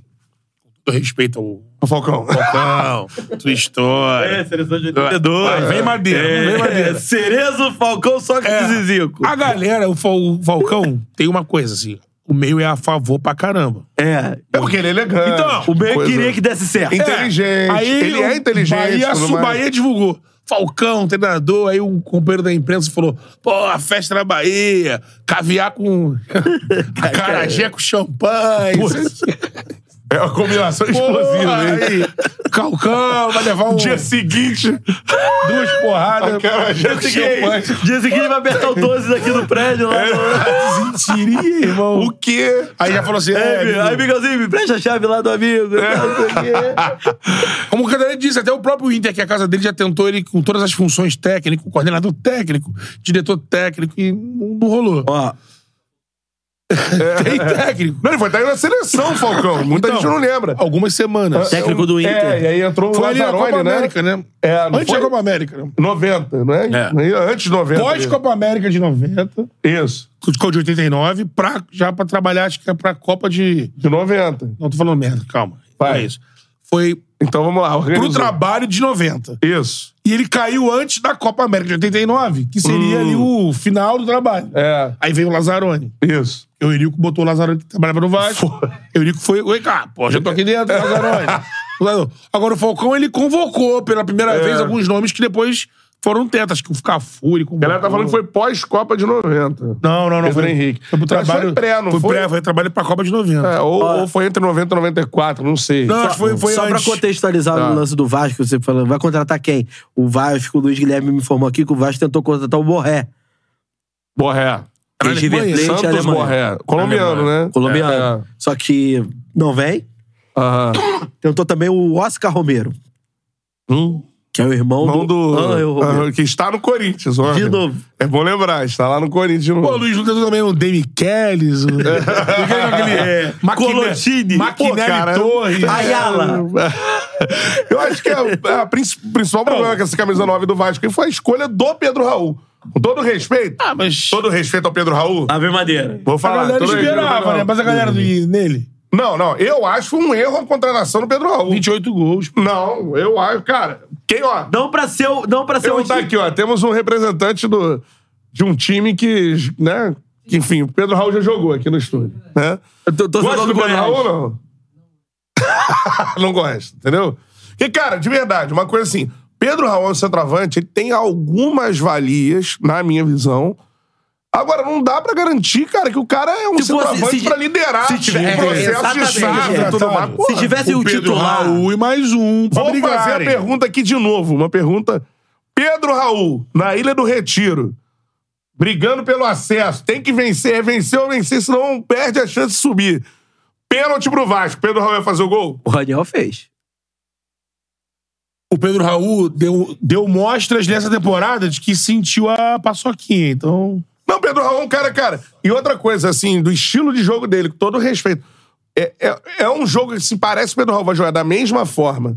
S1: Eu respeito ao...
S3: O Falcão.
S1: Não, tua história.
S2: É, seleção de
S1: Vai,
S2: 82.
S1: vem madeira, vem madeira.
S2: É. Cerezo, Falcão, Sócrates
S1: É.
S2: e Zico.
S1: A galera, o, Fal- o Falcão, tem uma coisa assim. o meio é a favor pra caramba.
S2: É.
S3: É porque ele é elegante.
S1: Então,
S2: O meio
S3: coisa-
S2: queria que desse certo.
S3: Então- Inteligente. Ele é
S1: É, o
S3: inteligente,
S1: Bahia,
S3: tudo
S1: su-
S3: mais.
S1: Bahia divulgou. Falcão, treinador, aí um companheiro da imprensa falou: pô, a festa na Bahia, caviar
S3: [LAUGHS]
S1: com. acarajé com champanhe.
S3: É uma combinação explosiva,
S1: Porra,
S3: hein?
S1: aí, Calcão, vai levar um,
S3: [LAUGHS]
S1: [LAUGHS]
S3: Dia seguinte,
S1: duas porradas.
S3: Aquela gente que
S1: Champanhe.
S2: Dia seguinte ele vai apertar o 12 daqui do prédio lá.
S1: Sentiria, irmão.
S3: o quê?
S1: Aí já falou assim: é,
S2: Aí,
S1: amigo,
S2: aí, Miguelzinho, me presta a chave lá do amigo.
S1: Como o Cantarelli disse, até o próprio Inter, que a casa dele já tentou ele com todas as funções técnicas, coordenador técnico, diretor técnico, e não, não rolou.
S3: [LAUGHS]
S2: Ó,
S1: Tem técnico.
S3: Não, ele foi até na seleção, Falcão. Muita
S1: Então,
S3: gente não lembra.
S1: Algumas semanas.
S2: Técnico do Inter.
S3: É, e aí entrou
S1: Foi
S3: o
S1: ali na Copa
S3: Lazzaroni, né?
S1: América, né?
S3: É, não
S1: Antes
S3: foi?
S1: da Copa América. né?
S3: 90, não é?
S1: É.
S3: Não ia- Antes de 90.
S1: Pós-Copa América de 90,
S3: Isso,
S1: ficou de 89, pra, já pra trabalhar, acho que é pra Copa de.
S3: de 90.
S1: Não, tô falando merda, calma.
S3: Vai.
S1: Não É isso. Foi
S3: Então vamos lá.
S1: pro
S3: organizou.
S1: trabalho de 90.
S3: Isso.
S1: E ele caiu antes da Copa América de 89, que seria ali o final do trabalho.
S3: Hum. É,
S1: Aí veio o Lazzaroni.
S3: isso.
S1: Eurico botou o Lazarone que trabalhava no Vasco. Eurico foi. Oi, cara, pô, já tô aqui
S3: É.
S1: dentro, Lazarone. Lazarone. Agora, o Falcão, ele convocou pela primeira
S3: É.
S1: vez alguns nomes que depois foram tetas, que o Cafu, ele
S3: A
S1: convocou.
S3: galera tá falando que foi pós-Copa de 90.
S1: Não, não, não.
S3: Pedro
S1: foi,
S3: Henrique.
S1: Foi pro
S3: Mas
S1: trabalho.
S3: foi pré, não foi?
S1: pré, foi trabalho pra Copa de 90.
S3: É, ou, ou foi entre 90 e 94, não sei.
S1: Não, acho que foi, foi
S2: Só pra
S1: antes.
S2: contextualizar
S3: Tá.
S2: o lance do Vasco, você falando, vai contratar quem? O Vasco, o Luiz Guilherme me informou aqui que o Vasco tentou contratar o Borré.
S3: Borré.
S1: Era na
S2: River
S1: Alemanha.
S2: Plate,
S3: Santos
S2: Alemanha.
S3: Borré. Colombiano, né?
S2: Colombiano. Só que não vem.
S3: É. Aham.
S2: Tentou também o Oscar Romero,
S3: Hum.
S2: que é o irmão
S3: Mão
S2: do.
S3: do.
S2: Ah, eu, Romero.
S3: Aham, que está no Corinthians, ó.
S2: De novo.
S3: É bom lembrar, está lá no Corinthians de novo.
S1: Pô, o Luiz Lucas é também, o Demi Kellys, um- o... é.
S3: [LAUGHS]
S2: Colotini.
S3: Pô, cara. é um- Ah,
S1: Maquinelli Torres.
S2: Ayala.
S3: [LAUGHS] Eu acho que é é a princi- principal problema com essa camisa 9 do Vasco aí foi a escolha do Pedro Raul. Com todo respeito.
S1: Ah, mas...
S3: Todo respeito ao Pedro Raul.
S2: Ave Madeira.
S3: Vou
S1: A
S3: falar.
S1: galera
S3: todo respeito ao Pedro
S1: esperava, né?
S3: Raul.
S1: Mas a galera do, nele...
S3: Não, não. Eu acho que foi um erro a contratação do Pedro Raul.
S1: 28 gols.
S3: Não, eu acho. Cara, quem, ó.
S2: Não pra ser o. Não pra ser
S3: Eu
S2: o.
S3: tá aqui, ó. Temos um representante do, de um time que, né? que, enfim, o Pedro Raul já jogou aqui no estúdio. Né?
S2: Eu tô- tô
S3: Gosta
S2: falando
S3: do
S2: do
S3: Pedro
S2: Goiás.
S3: Raul, não? [LAUGHS] não gosta, entendeu? Porque, cara, de verdade, uma coisa assim, Pedro Raul é um centroavante, ele tem algumas valias, na minha visão. Agora, não dá pra garantir, cara, que o cara é um
S2: Se fosse-
S3: centroavante
S2: se-
S3: pra liderar
S2: se tiver- é,
S3: o processo de
S2: exatamente,
S3: safra,
S2: é.
S3: tudo mais.
S2: Se
S3: tá Porra,
S2: tivesse o
S1: Pedro
S2: titular.
S1: Raul e mais um. pra
S3: Vou fazer a
S1: brigarem.
S3: pergunta aqui de novo. Uma pergunta. Pedro Raul, na Ilha do Retiro, brigando pelo acesso, tem que vencer. É vencer ou vencer, senão perde a chance de subir. Pênalti pro Vasco. Pedro Raul vai fazer o gol?
S2: O Raniel fez.
S1: O Pedro Raul deu, deu mostras nessa temporada de que sentiu a paçoquinha, então.
S3: Não, Pedro Raul é um cara, cara. E outra coisa, assim, do estilo de jogo dele, com todo respeito. É, é, é um jogo que se parece que o Pedro Raul vai jogar da mesma forma.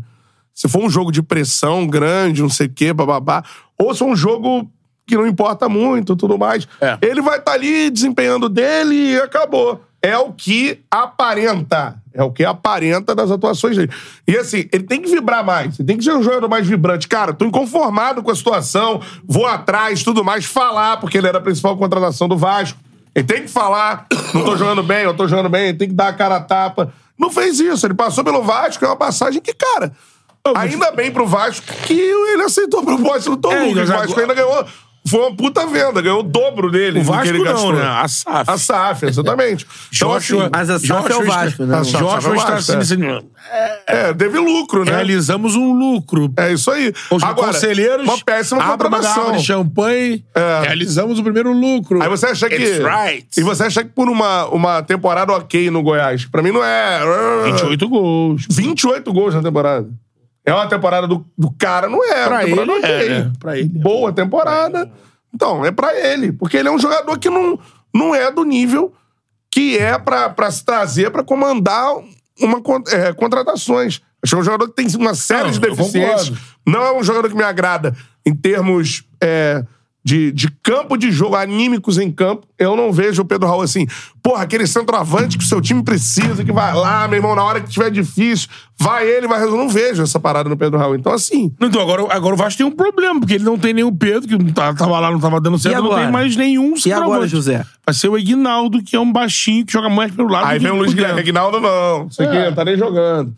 S3: Se for um jogo de pressão grande, não sei o quê, bababá. Ou se for um jogo que não importa muito, tudo mais.
S1: É.
S3: Ele vai estar ali desempenhando dele e acabou. É o que aparenta. É o que aparenta das atuações dele. E assim, ele tem que vibrar mais. Ele tem que ser um jogador mais vibrante. Cara, tô inconformado com a situação, vou atrás, tudo mais. Falar, porque ele era a principal contratação do Vasco. Ele tem que falar, não tô jogando bem, eu tô jogando bem, ele tem que dar a cara a tapa. Não fez isso, ele passou pelo Vasco, é uma passagem que, cara, ainda bem pro Vasco que ele aceitou a proposta do Tom
S1: É, mas
S3: Lucas. O
S1: agora-
S3: Vasco ainda ganhou. Foi uma puta venda, ganhou o dobro dele.
S1: O
S3: do que
S1: Vasco
S3: ele
S1: não,
S3: gastou.
S1: né? A SAF.
S3: A SAF,
S1: [LAUGHS]
S3: exatamente. então, assim,
S1: Joshua-
S2: Mas a SAF é o
S1: Joshua
S2: Vasco, né?
S3: a SAF é
S1: Joshua
S3: o Vasco,
S1: está assim,
S3: é.
S1: assim,
S3: é, teve lucro, né?
S1: realizamos um lucro.
S3: É isso aí.
S1: Os
S3: Agora,
S1: conselheiros
S3: uma péssima
S1: abrem uma
S3: contratação.
S1: garrafa de champanhe, realizamos o primeiro lucro.
S3: Aí você acha que.
S1: It's right.
S3: E você acha que por uma, uma temporada ok no Goiás. Pra mim não é.
S1: 28 gols.
S3: 28 gols na temporada. É uma temporada do, do cara, não é. uma
S1: Pra
S3: temporada
S1: ele
S3: ok.
S1: é, né? Pra ele é.
S3: Boa temporada. Então, é pra ele. Porque ele é um jogador que não, não é do nível que é pra, pra se trazer pra comandar uma, con- é, contratações. Acho que é um jogador que tem uma série
S1: Não,
S3: de
S1: eu
S3: deficiências.
S1: concordo.
S3: Não é um jogador que me agrada em termos é, de, de campo de jogo, anímicos em campo, eu não vejo o Pedro Raul assim, porra, aquele centroavante que o seu time precisa, que vai lá, meu irmão, na hora que tiver difícil, vai ele, vai resolver. Não vejo essa parada no Pedro Raul. Então, assim,
S1: Então, agora, agora o Vasco tem um problema, porque ele não tem nenhum Pedro, que não tá- tava lá, não tava dando certo, não
S2: agora?
S1: tem mais nenhum
S2: E agora,
S1: centroavante.
S2: José?
S1: Vai ser o Ignaldo, que é um baixinho que joga mais pelo lado.
S3: aí
S1: do que tipo é?
S3: vem o Luiz
S1: por
S3: Guilherme
S1: dentro.
S3: Reginaldo, não. Isso
S1: É.
S3: aqui não tá nem jogando.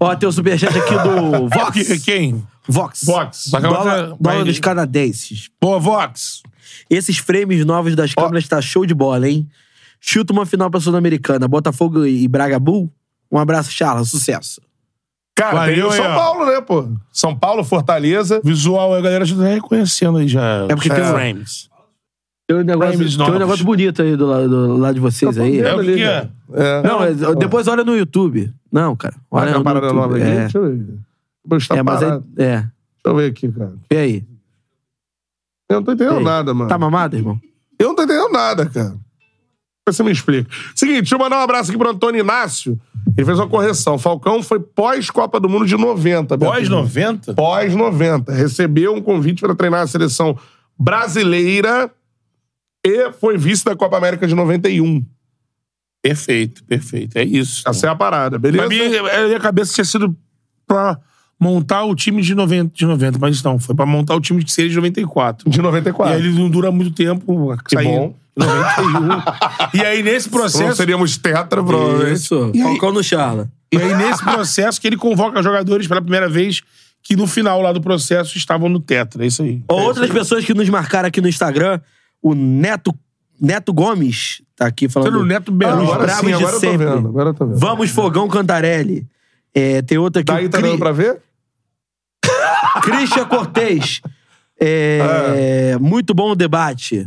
S2: Ó, tem o superchat aqui do
S1: Que-
S2: Vox.
S1: Quem?
S2: Vox.
S1: Vox.
S2: Dólar,
S1: Vai-
S2: dólar dos canadenses.
S1: Boa, Vox.
S2: Esses frames novos das câmeras tá show de bola, hein? Chuta uma final pra Sul-Americana. Botafogo e Braga Bull. Um abraço, Charla. Sucesso.
S3: Cara, tem
S1: Valeu
S3: o São
S1: aí, ó.
S3: Paulo, né, pô? São Paulo, Fortaleza.
S1: Visual, a galera já tá reconhecendo aí já.
S2: É porque
S1: os
S2: tem um-
S1: frames.
S2: Tem um negócio,
S1: Frames
S2: tem um
S1: novos.
S2: negócio bonito aí do, lado- do lado de vocês aí.
S1: É o que, que é?
S3: Tá né? É.
S2: Não, é- depois olha no YouTube. Não, cara. Olha
S3: Olha a
S2: no
S3: parada
S2: YouTube.
S3: nova aqui.
S2: É,
S3: Deixa eu ver. Vou estar
S2: é mas aí...
S3: parado.
S2: É.
S3: Deixa eu ver aqui, cara.
S2: E aí?
S3: Eu não tô entendendo
S2: Ei,
S3: nada, mano.
S2: Tá mamado, irmão?
S3: Eu não tô entendendo nada, cara. Você me explica. Seguinte, deixa eu mandar um abraço aqui pro Antônio Inácio. Ele fez uma correção. Falcão foi pós-Copa do Mundo de 90. Beto.
S1: Pós 90?
S3: Pós-90. Recebeu um convite para treinar a seleção brasileira e foi vice da Copa América de 91.
S1: Perfeito, perfeito. É isso.
S3: Essa é a parada,
S1: Pra
S3: beleza?
S1: mim, a minha cabeça tinha sido pra montar o time de 90, de 90 mas não, foi pra montar o time que seria de 94.
S3: De
S1: E
S3: 94.
S1: aí ele não dura muito tempo.
S3: Que
S1: saiu
S3: bom.
S1: em 91. e aí
S3: [LAUGHS]
S1: nesse
S3: Não
S1: processo...
S3: seríamos tetra, provavelmente.
S2: é Isso. Falcão no Charla.
S1: E aí nesse processo que ele convoca jogadores pela primeira vez que no final lá do processo estavam no tetra. É isso aí.
S2: Ó, Outras pessoas que nos marcaram aqui no Instagram, o Neto, Neto Gomes tá aqui falando.
S1: Pelo Neto
S3: Ah,
S1: Belos.
S3: agora
S2: bravos
S3: sim,
S2: de
S3: agora eu tô
S2: sempre.
S3: vendo. Agora eu tô vendo.
S2: Vamos, Fogão Cantarelli. É, tem outra aqui.
S3: Daí
S2: o
S3: tá
S2: Cri-
S3: dando pra ver?
S2: Christian Cortez. É, Muito bom o debate.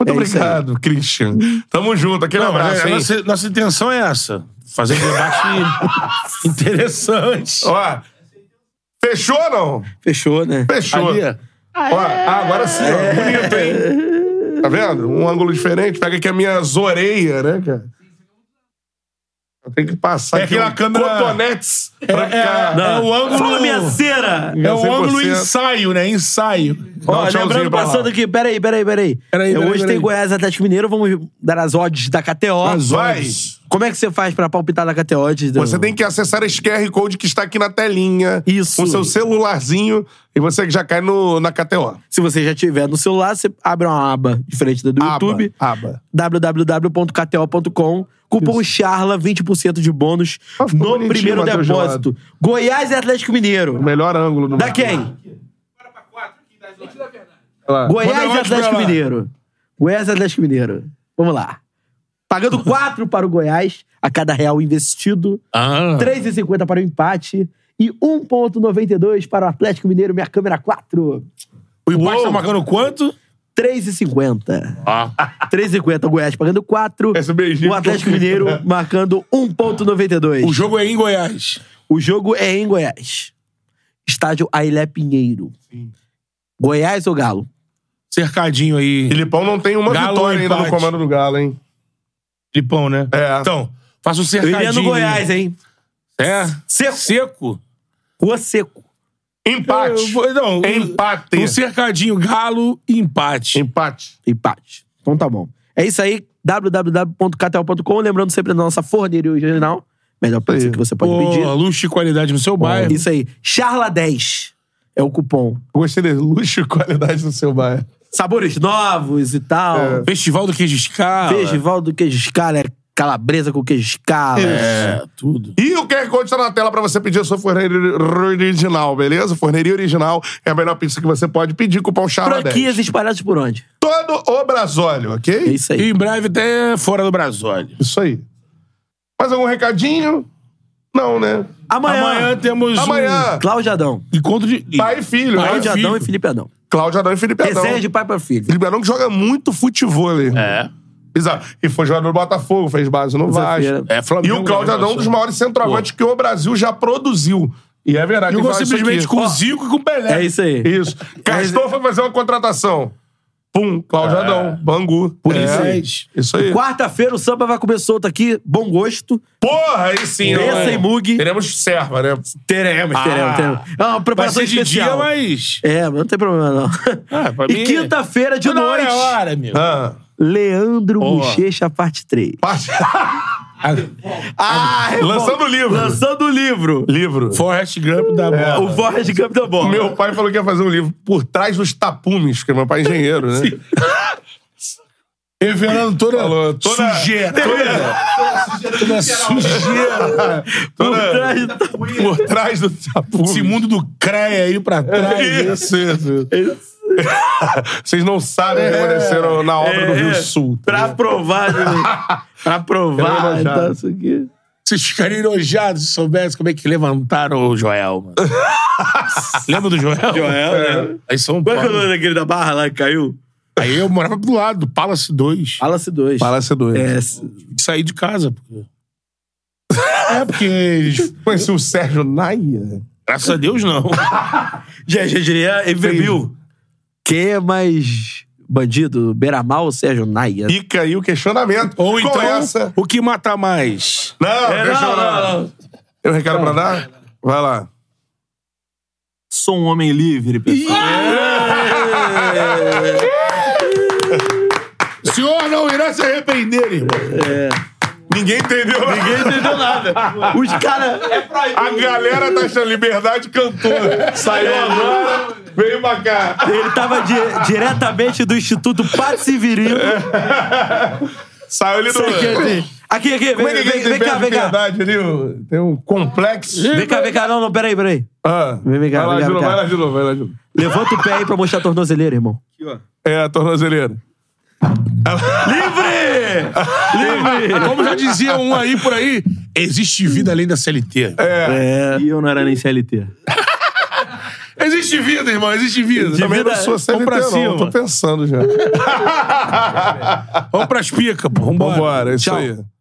S3: Muito
S2: É isso aí.
S3: obrigado, Christian. Tamo junto. Aquele
S1: Não, mas
S3: abraço,
S1: a
S3: hein?
S1: nossa, nossa intenção é essa. Fazer um debate interessante.
S3: Ó, fechou ou não?
S2: Fechou, né?
S3: Fechou.
S1: Ali, ó.
S3: Ó, ah, agora sim, ó. Bonito, hein? Tá vendo? Um ângulo diferente. Pega aqui a minha zoreia, né, cara? Eu tenho que passar
S1: É
S3: aqui
S1: aquela
S3: um
S1: câmera-
S3: cotonetes pra
S1: É,
S3: ficar...
S1: é o
S2: Fala, minha
S1: ângulo.
S2: cera!
S1: É o
S3: 100%.
S1: ângulo ensaio, né? Ensaio.
S3: Dá um
S2: Ó,
S3: tchauzinho
S2: lembrando,
S3: pra lá.
S2: passando aqui, peraí, peraí, peraí.
S1: Peraí,
S2: É,
S1: peraí,
S2: Hoje
S1: peraí.
S2: tem Goiás e Atlético Mineiro, vamos dar as odds da KTO.
S3: As odds.
S2: Como é que você faz pra palpitar na KTO? odds do-
S3: Você tem que acessar esse QR Code que está aqui na telinha.
S2: Isso.
S3: Com seu celularzinho. E você já cai no, na KTO.
S2: Se você já tiver no celular, você abre uma aba diferente da do
S3: Aba,
S2: YouTube.
S3: aba.
S2: www.kto.com. Cupom Charla, 20% de bônus
S3: Ah, ficou
S2: no
S3: bonitinho,
S2: primeiro
S3: Matheus
S2: depósito. Goiás e Atlético
S3: O
S2: Mineiro.
S3: melhor ângulo.
S2: Da quem?
S1: Manda ódio pra lá.
S2: Goiás e Atlético
S3: um
S2: Mineiro. Goiás e Atlético Mineiro. Vamos lá.
S3: [LAUGHS]
S2: Pagando 4 para o Goiás a cada real investido,
S1: Ah.
S2: 3,50 para o empate e 1,92 para o Atlético Mineiro, minha câmera 4.
S1: O empate tá marcando quanto?
S2: 3,50.
S1: Ah.
S2: 3,50 o Goiás pagando 4.
S3: Esse é beijinho
S2: O Atlético Mineiro marcando
S1: O
S2: 1,92.
S1: jogo é em Goiás.
S2: O jogo é em Goiás. Estádio Ailé Pinheiro. Goiás ou Galo?
S1: Cercadinho aí.
S3: Filipão não tem uma
S1: Galo
S3: vitória ainda no
S1: empate.
S3: comando do Galo, hein?
S1: Filipão, né?
S3: É.
S1: Então, faça um
S2: Eu
S1: cercadinho.
S2: iria no Goiás, hein?
S1: É.
S2: Seco.
S1: Seco.
S2: Rua Seco.
S3: Empate.
S1: Eu vou- não,
S3: Empate.
S1: Um cercadinho, galo e empate.
S3: Empate.
S2: Empate. Então tá bom. É isso aí. www.catel.com. Lembrando sempre da nossa forneria original. Melhor preço que você pode pedir.
S1: Pô, luxo e qualidade no seu bairro.
S2: Isso aí. Charla 10 é o cupom.
S3: Eu gostei desse luxo e qualidade do seu bairro.
S2: Sabores novos e tal.
S3: É.
S1: Festival do Queijo Escala.
S2: Festival do queijo escala. é Calabresa com queijo escala.
S1: É, tudo.
S3: E o QR Code está na tela para você pedir a sua forneria original, beleza? Forneria original é a melhor pizza que você pode pedir, cupom Charla 10.
S2: Franquias espalhadas por onde?
S3: Todo o brasóleo,
S2: É
S3: ok?
S2: isso aí.
S1: E em breve até fora do Brasólio.
S3: Isso aí. Mais algum recadinho? Não, né?
S2: Amanhã,
S1: Amanhã temos
S3: Amanhã.
S2: Cláudio Adão.
S1: um encontro de...
S3: Pai e filho, né?
S1: Pai
S2: Cláudio
S1: filho. é?
S2: Adão e Felipe Adão.
S3: Cláudio Adão e Felipe Adão.
S2: Resenha de pai pra filho.
S3: Felipe Adão que joga muito futebol ali.
S1: É.
S3: Bizarro. E foi jogador do Botafogo, fez base no
S2: Zafira.
S3: Vasco.
S1: É, Flamengo,
S3: e o Cláudio
S1: né,
S3: Adão é um dos
S1: Flamengo.
S3: maiores centroavantes que o Brasil já produziu. E é verdade. tem que
S1: Jogou
S3: falar isso
S1: simplesmente
S3: aqui.
S1: com o
S3: Ó,
S1: Zico e com o Pelé.
S2: É isso aí.
S3: Isso. Castor foi fazer uma contratação. Pum, Cláudio
S1: É.
S3: Adão, Bangu. Por isso É, Isso aí.
S2: Quarta-feira o samba vai comer solto aqui. Bom gosto.
S3: Porra, aí sim.
S2: Preça
S3: não é?
S2: e Mug.
S3: Teremos serva, né?
S2: Teremos, teremos, teremos. É uma
S1: Ah. Vai
S2: preparação
S1: ser de dia,
S2: especial.
S1: mas.
S2: É, mas não tem problema, não.
S1: Ah, pra
S2: e
S1: mim-
S2: quinta-feira de
S1: Toda hora
S2: noite,
S1: é hora, meu.
S3: Ah.
S2: Leandro
S1: Porra.
S2: Bochecha, parte 3.
S3: Parte-
S2: Ah, é
S3: Lançando
S2: bom.
S3: o livro.
S2: Lançando o livro.
S3: Livro.
S1: [LAUGHS] Forrest Gump
S3: É.
S1: da bola.
S2: O Forrest Gump da bola.
S3: Meu pai falou que ia fazer um livro por trás dos tapumes, porque meu pai é engenheiro, né?
S1: Revelando toda,
S3: Falou, toda-
S1: sujeira. Toda, toda sujeira.
S2: Por trás da poeira.
S3: Por trás do tapume.
S1: Esse mundo do CREA aí pra trás.
S3: Isso, é isso. [LAUGHS] Vocês não sabem
S1: É.
S3: o que aconteceu na obra do Rio
S2: É,
S3: Sul. tá
S2: Pra
S3: ligado?
S2: provar,
S3: [LAUGHS]
S2: né? Pra provar.
S3: Eu não
S2: Tá,
S3: achava.
S2: isso aqui.
S1: Vocês ficariam enojados se soubessem como é que levantaram o Joel, mano. Lembra do Joel?
S2: Joel, né?
S1: Aí São
S2: Qual é que é o
S1: Paulo.
S2: nome daquele da barra lá que caiu?
S1: Aí eu morava do lado, do Palace 2.
S2: Palace 2.
S3: Palácio 2.
S2: É, s-
S1: Saí de casa. Porque... É, porque eles...
S3: Conheci o Sérgio Naia.
S1: Graças a Deus, não.
S2: GG diria MVBil. Quem é mais bandido? Beramal ou Sérgio Naia?
S3: Fica aí o questionamento.
S1: Ou então,
S3: Qual é essa?
S1: o que mata mais?
S3: Não,
S2: É,
S3: deixa eu lá. Tem um recado pra dar? Vai lá.
S5: Sou um homem livre, pessoal.
S1: O senhor não irá se arrepender, irmão.
S3: Ninguém entendeu.
S2: É. Ninguém entendeu nada. Os caras.
S3: A galera tá achando liberdade cantora. Saiu agora, veio pra cá.
S2: Ele tava di- diretamente do Instituto Patsy Viril.
S3: Saiu ali do.
S2: Aqui, aqui, vem,
S3: Como é que
S2: é vem,
S3: ninguém
S2: vem
S3: tem
S2: cá,
S3: pé de
S2: vem cá.
S3: liberdade ali? o- Tem um complexo.
S2: Vem cá, vem cá. Não, não, peraí, peraí.
S3: Ah,
S2: Vem, vem cá,
S3: vai
S2: vem cá,
S3: lá, de
S2: vem
S3: novo,
S2: cá.
S3: vai lá de novo, vai lá de novo.
S2: Levanta o pé aí pra mostrar a tornozeleira, irmão.
S3: É, a tornozeleira.
S1: Como já dizia um aí por aí, existe vida além da CLT.
S2: É.
S5: E eu não era nem CLT.
S1: Existe vida, irmão, existe vida.
S3: Também
S2: vida-
S3: não sou
S1: vamos
S3: CLT,
S1: pra
S3: não.
S1: cima.
S3: Tô pensando já.
S1: Vamos pras picas, pô. Vambora.
S3: Vambora, é isso
S2: Tchau.
S3: aí.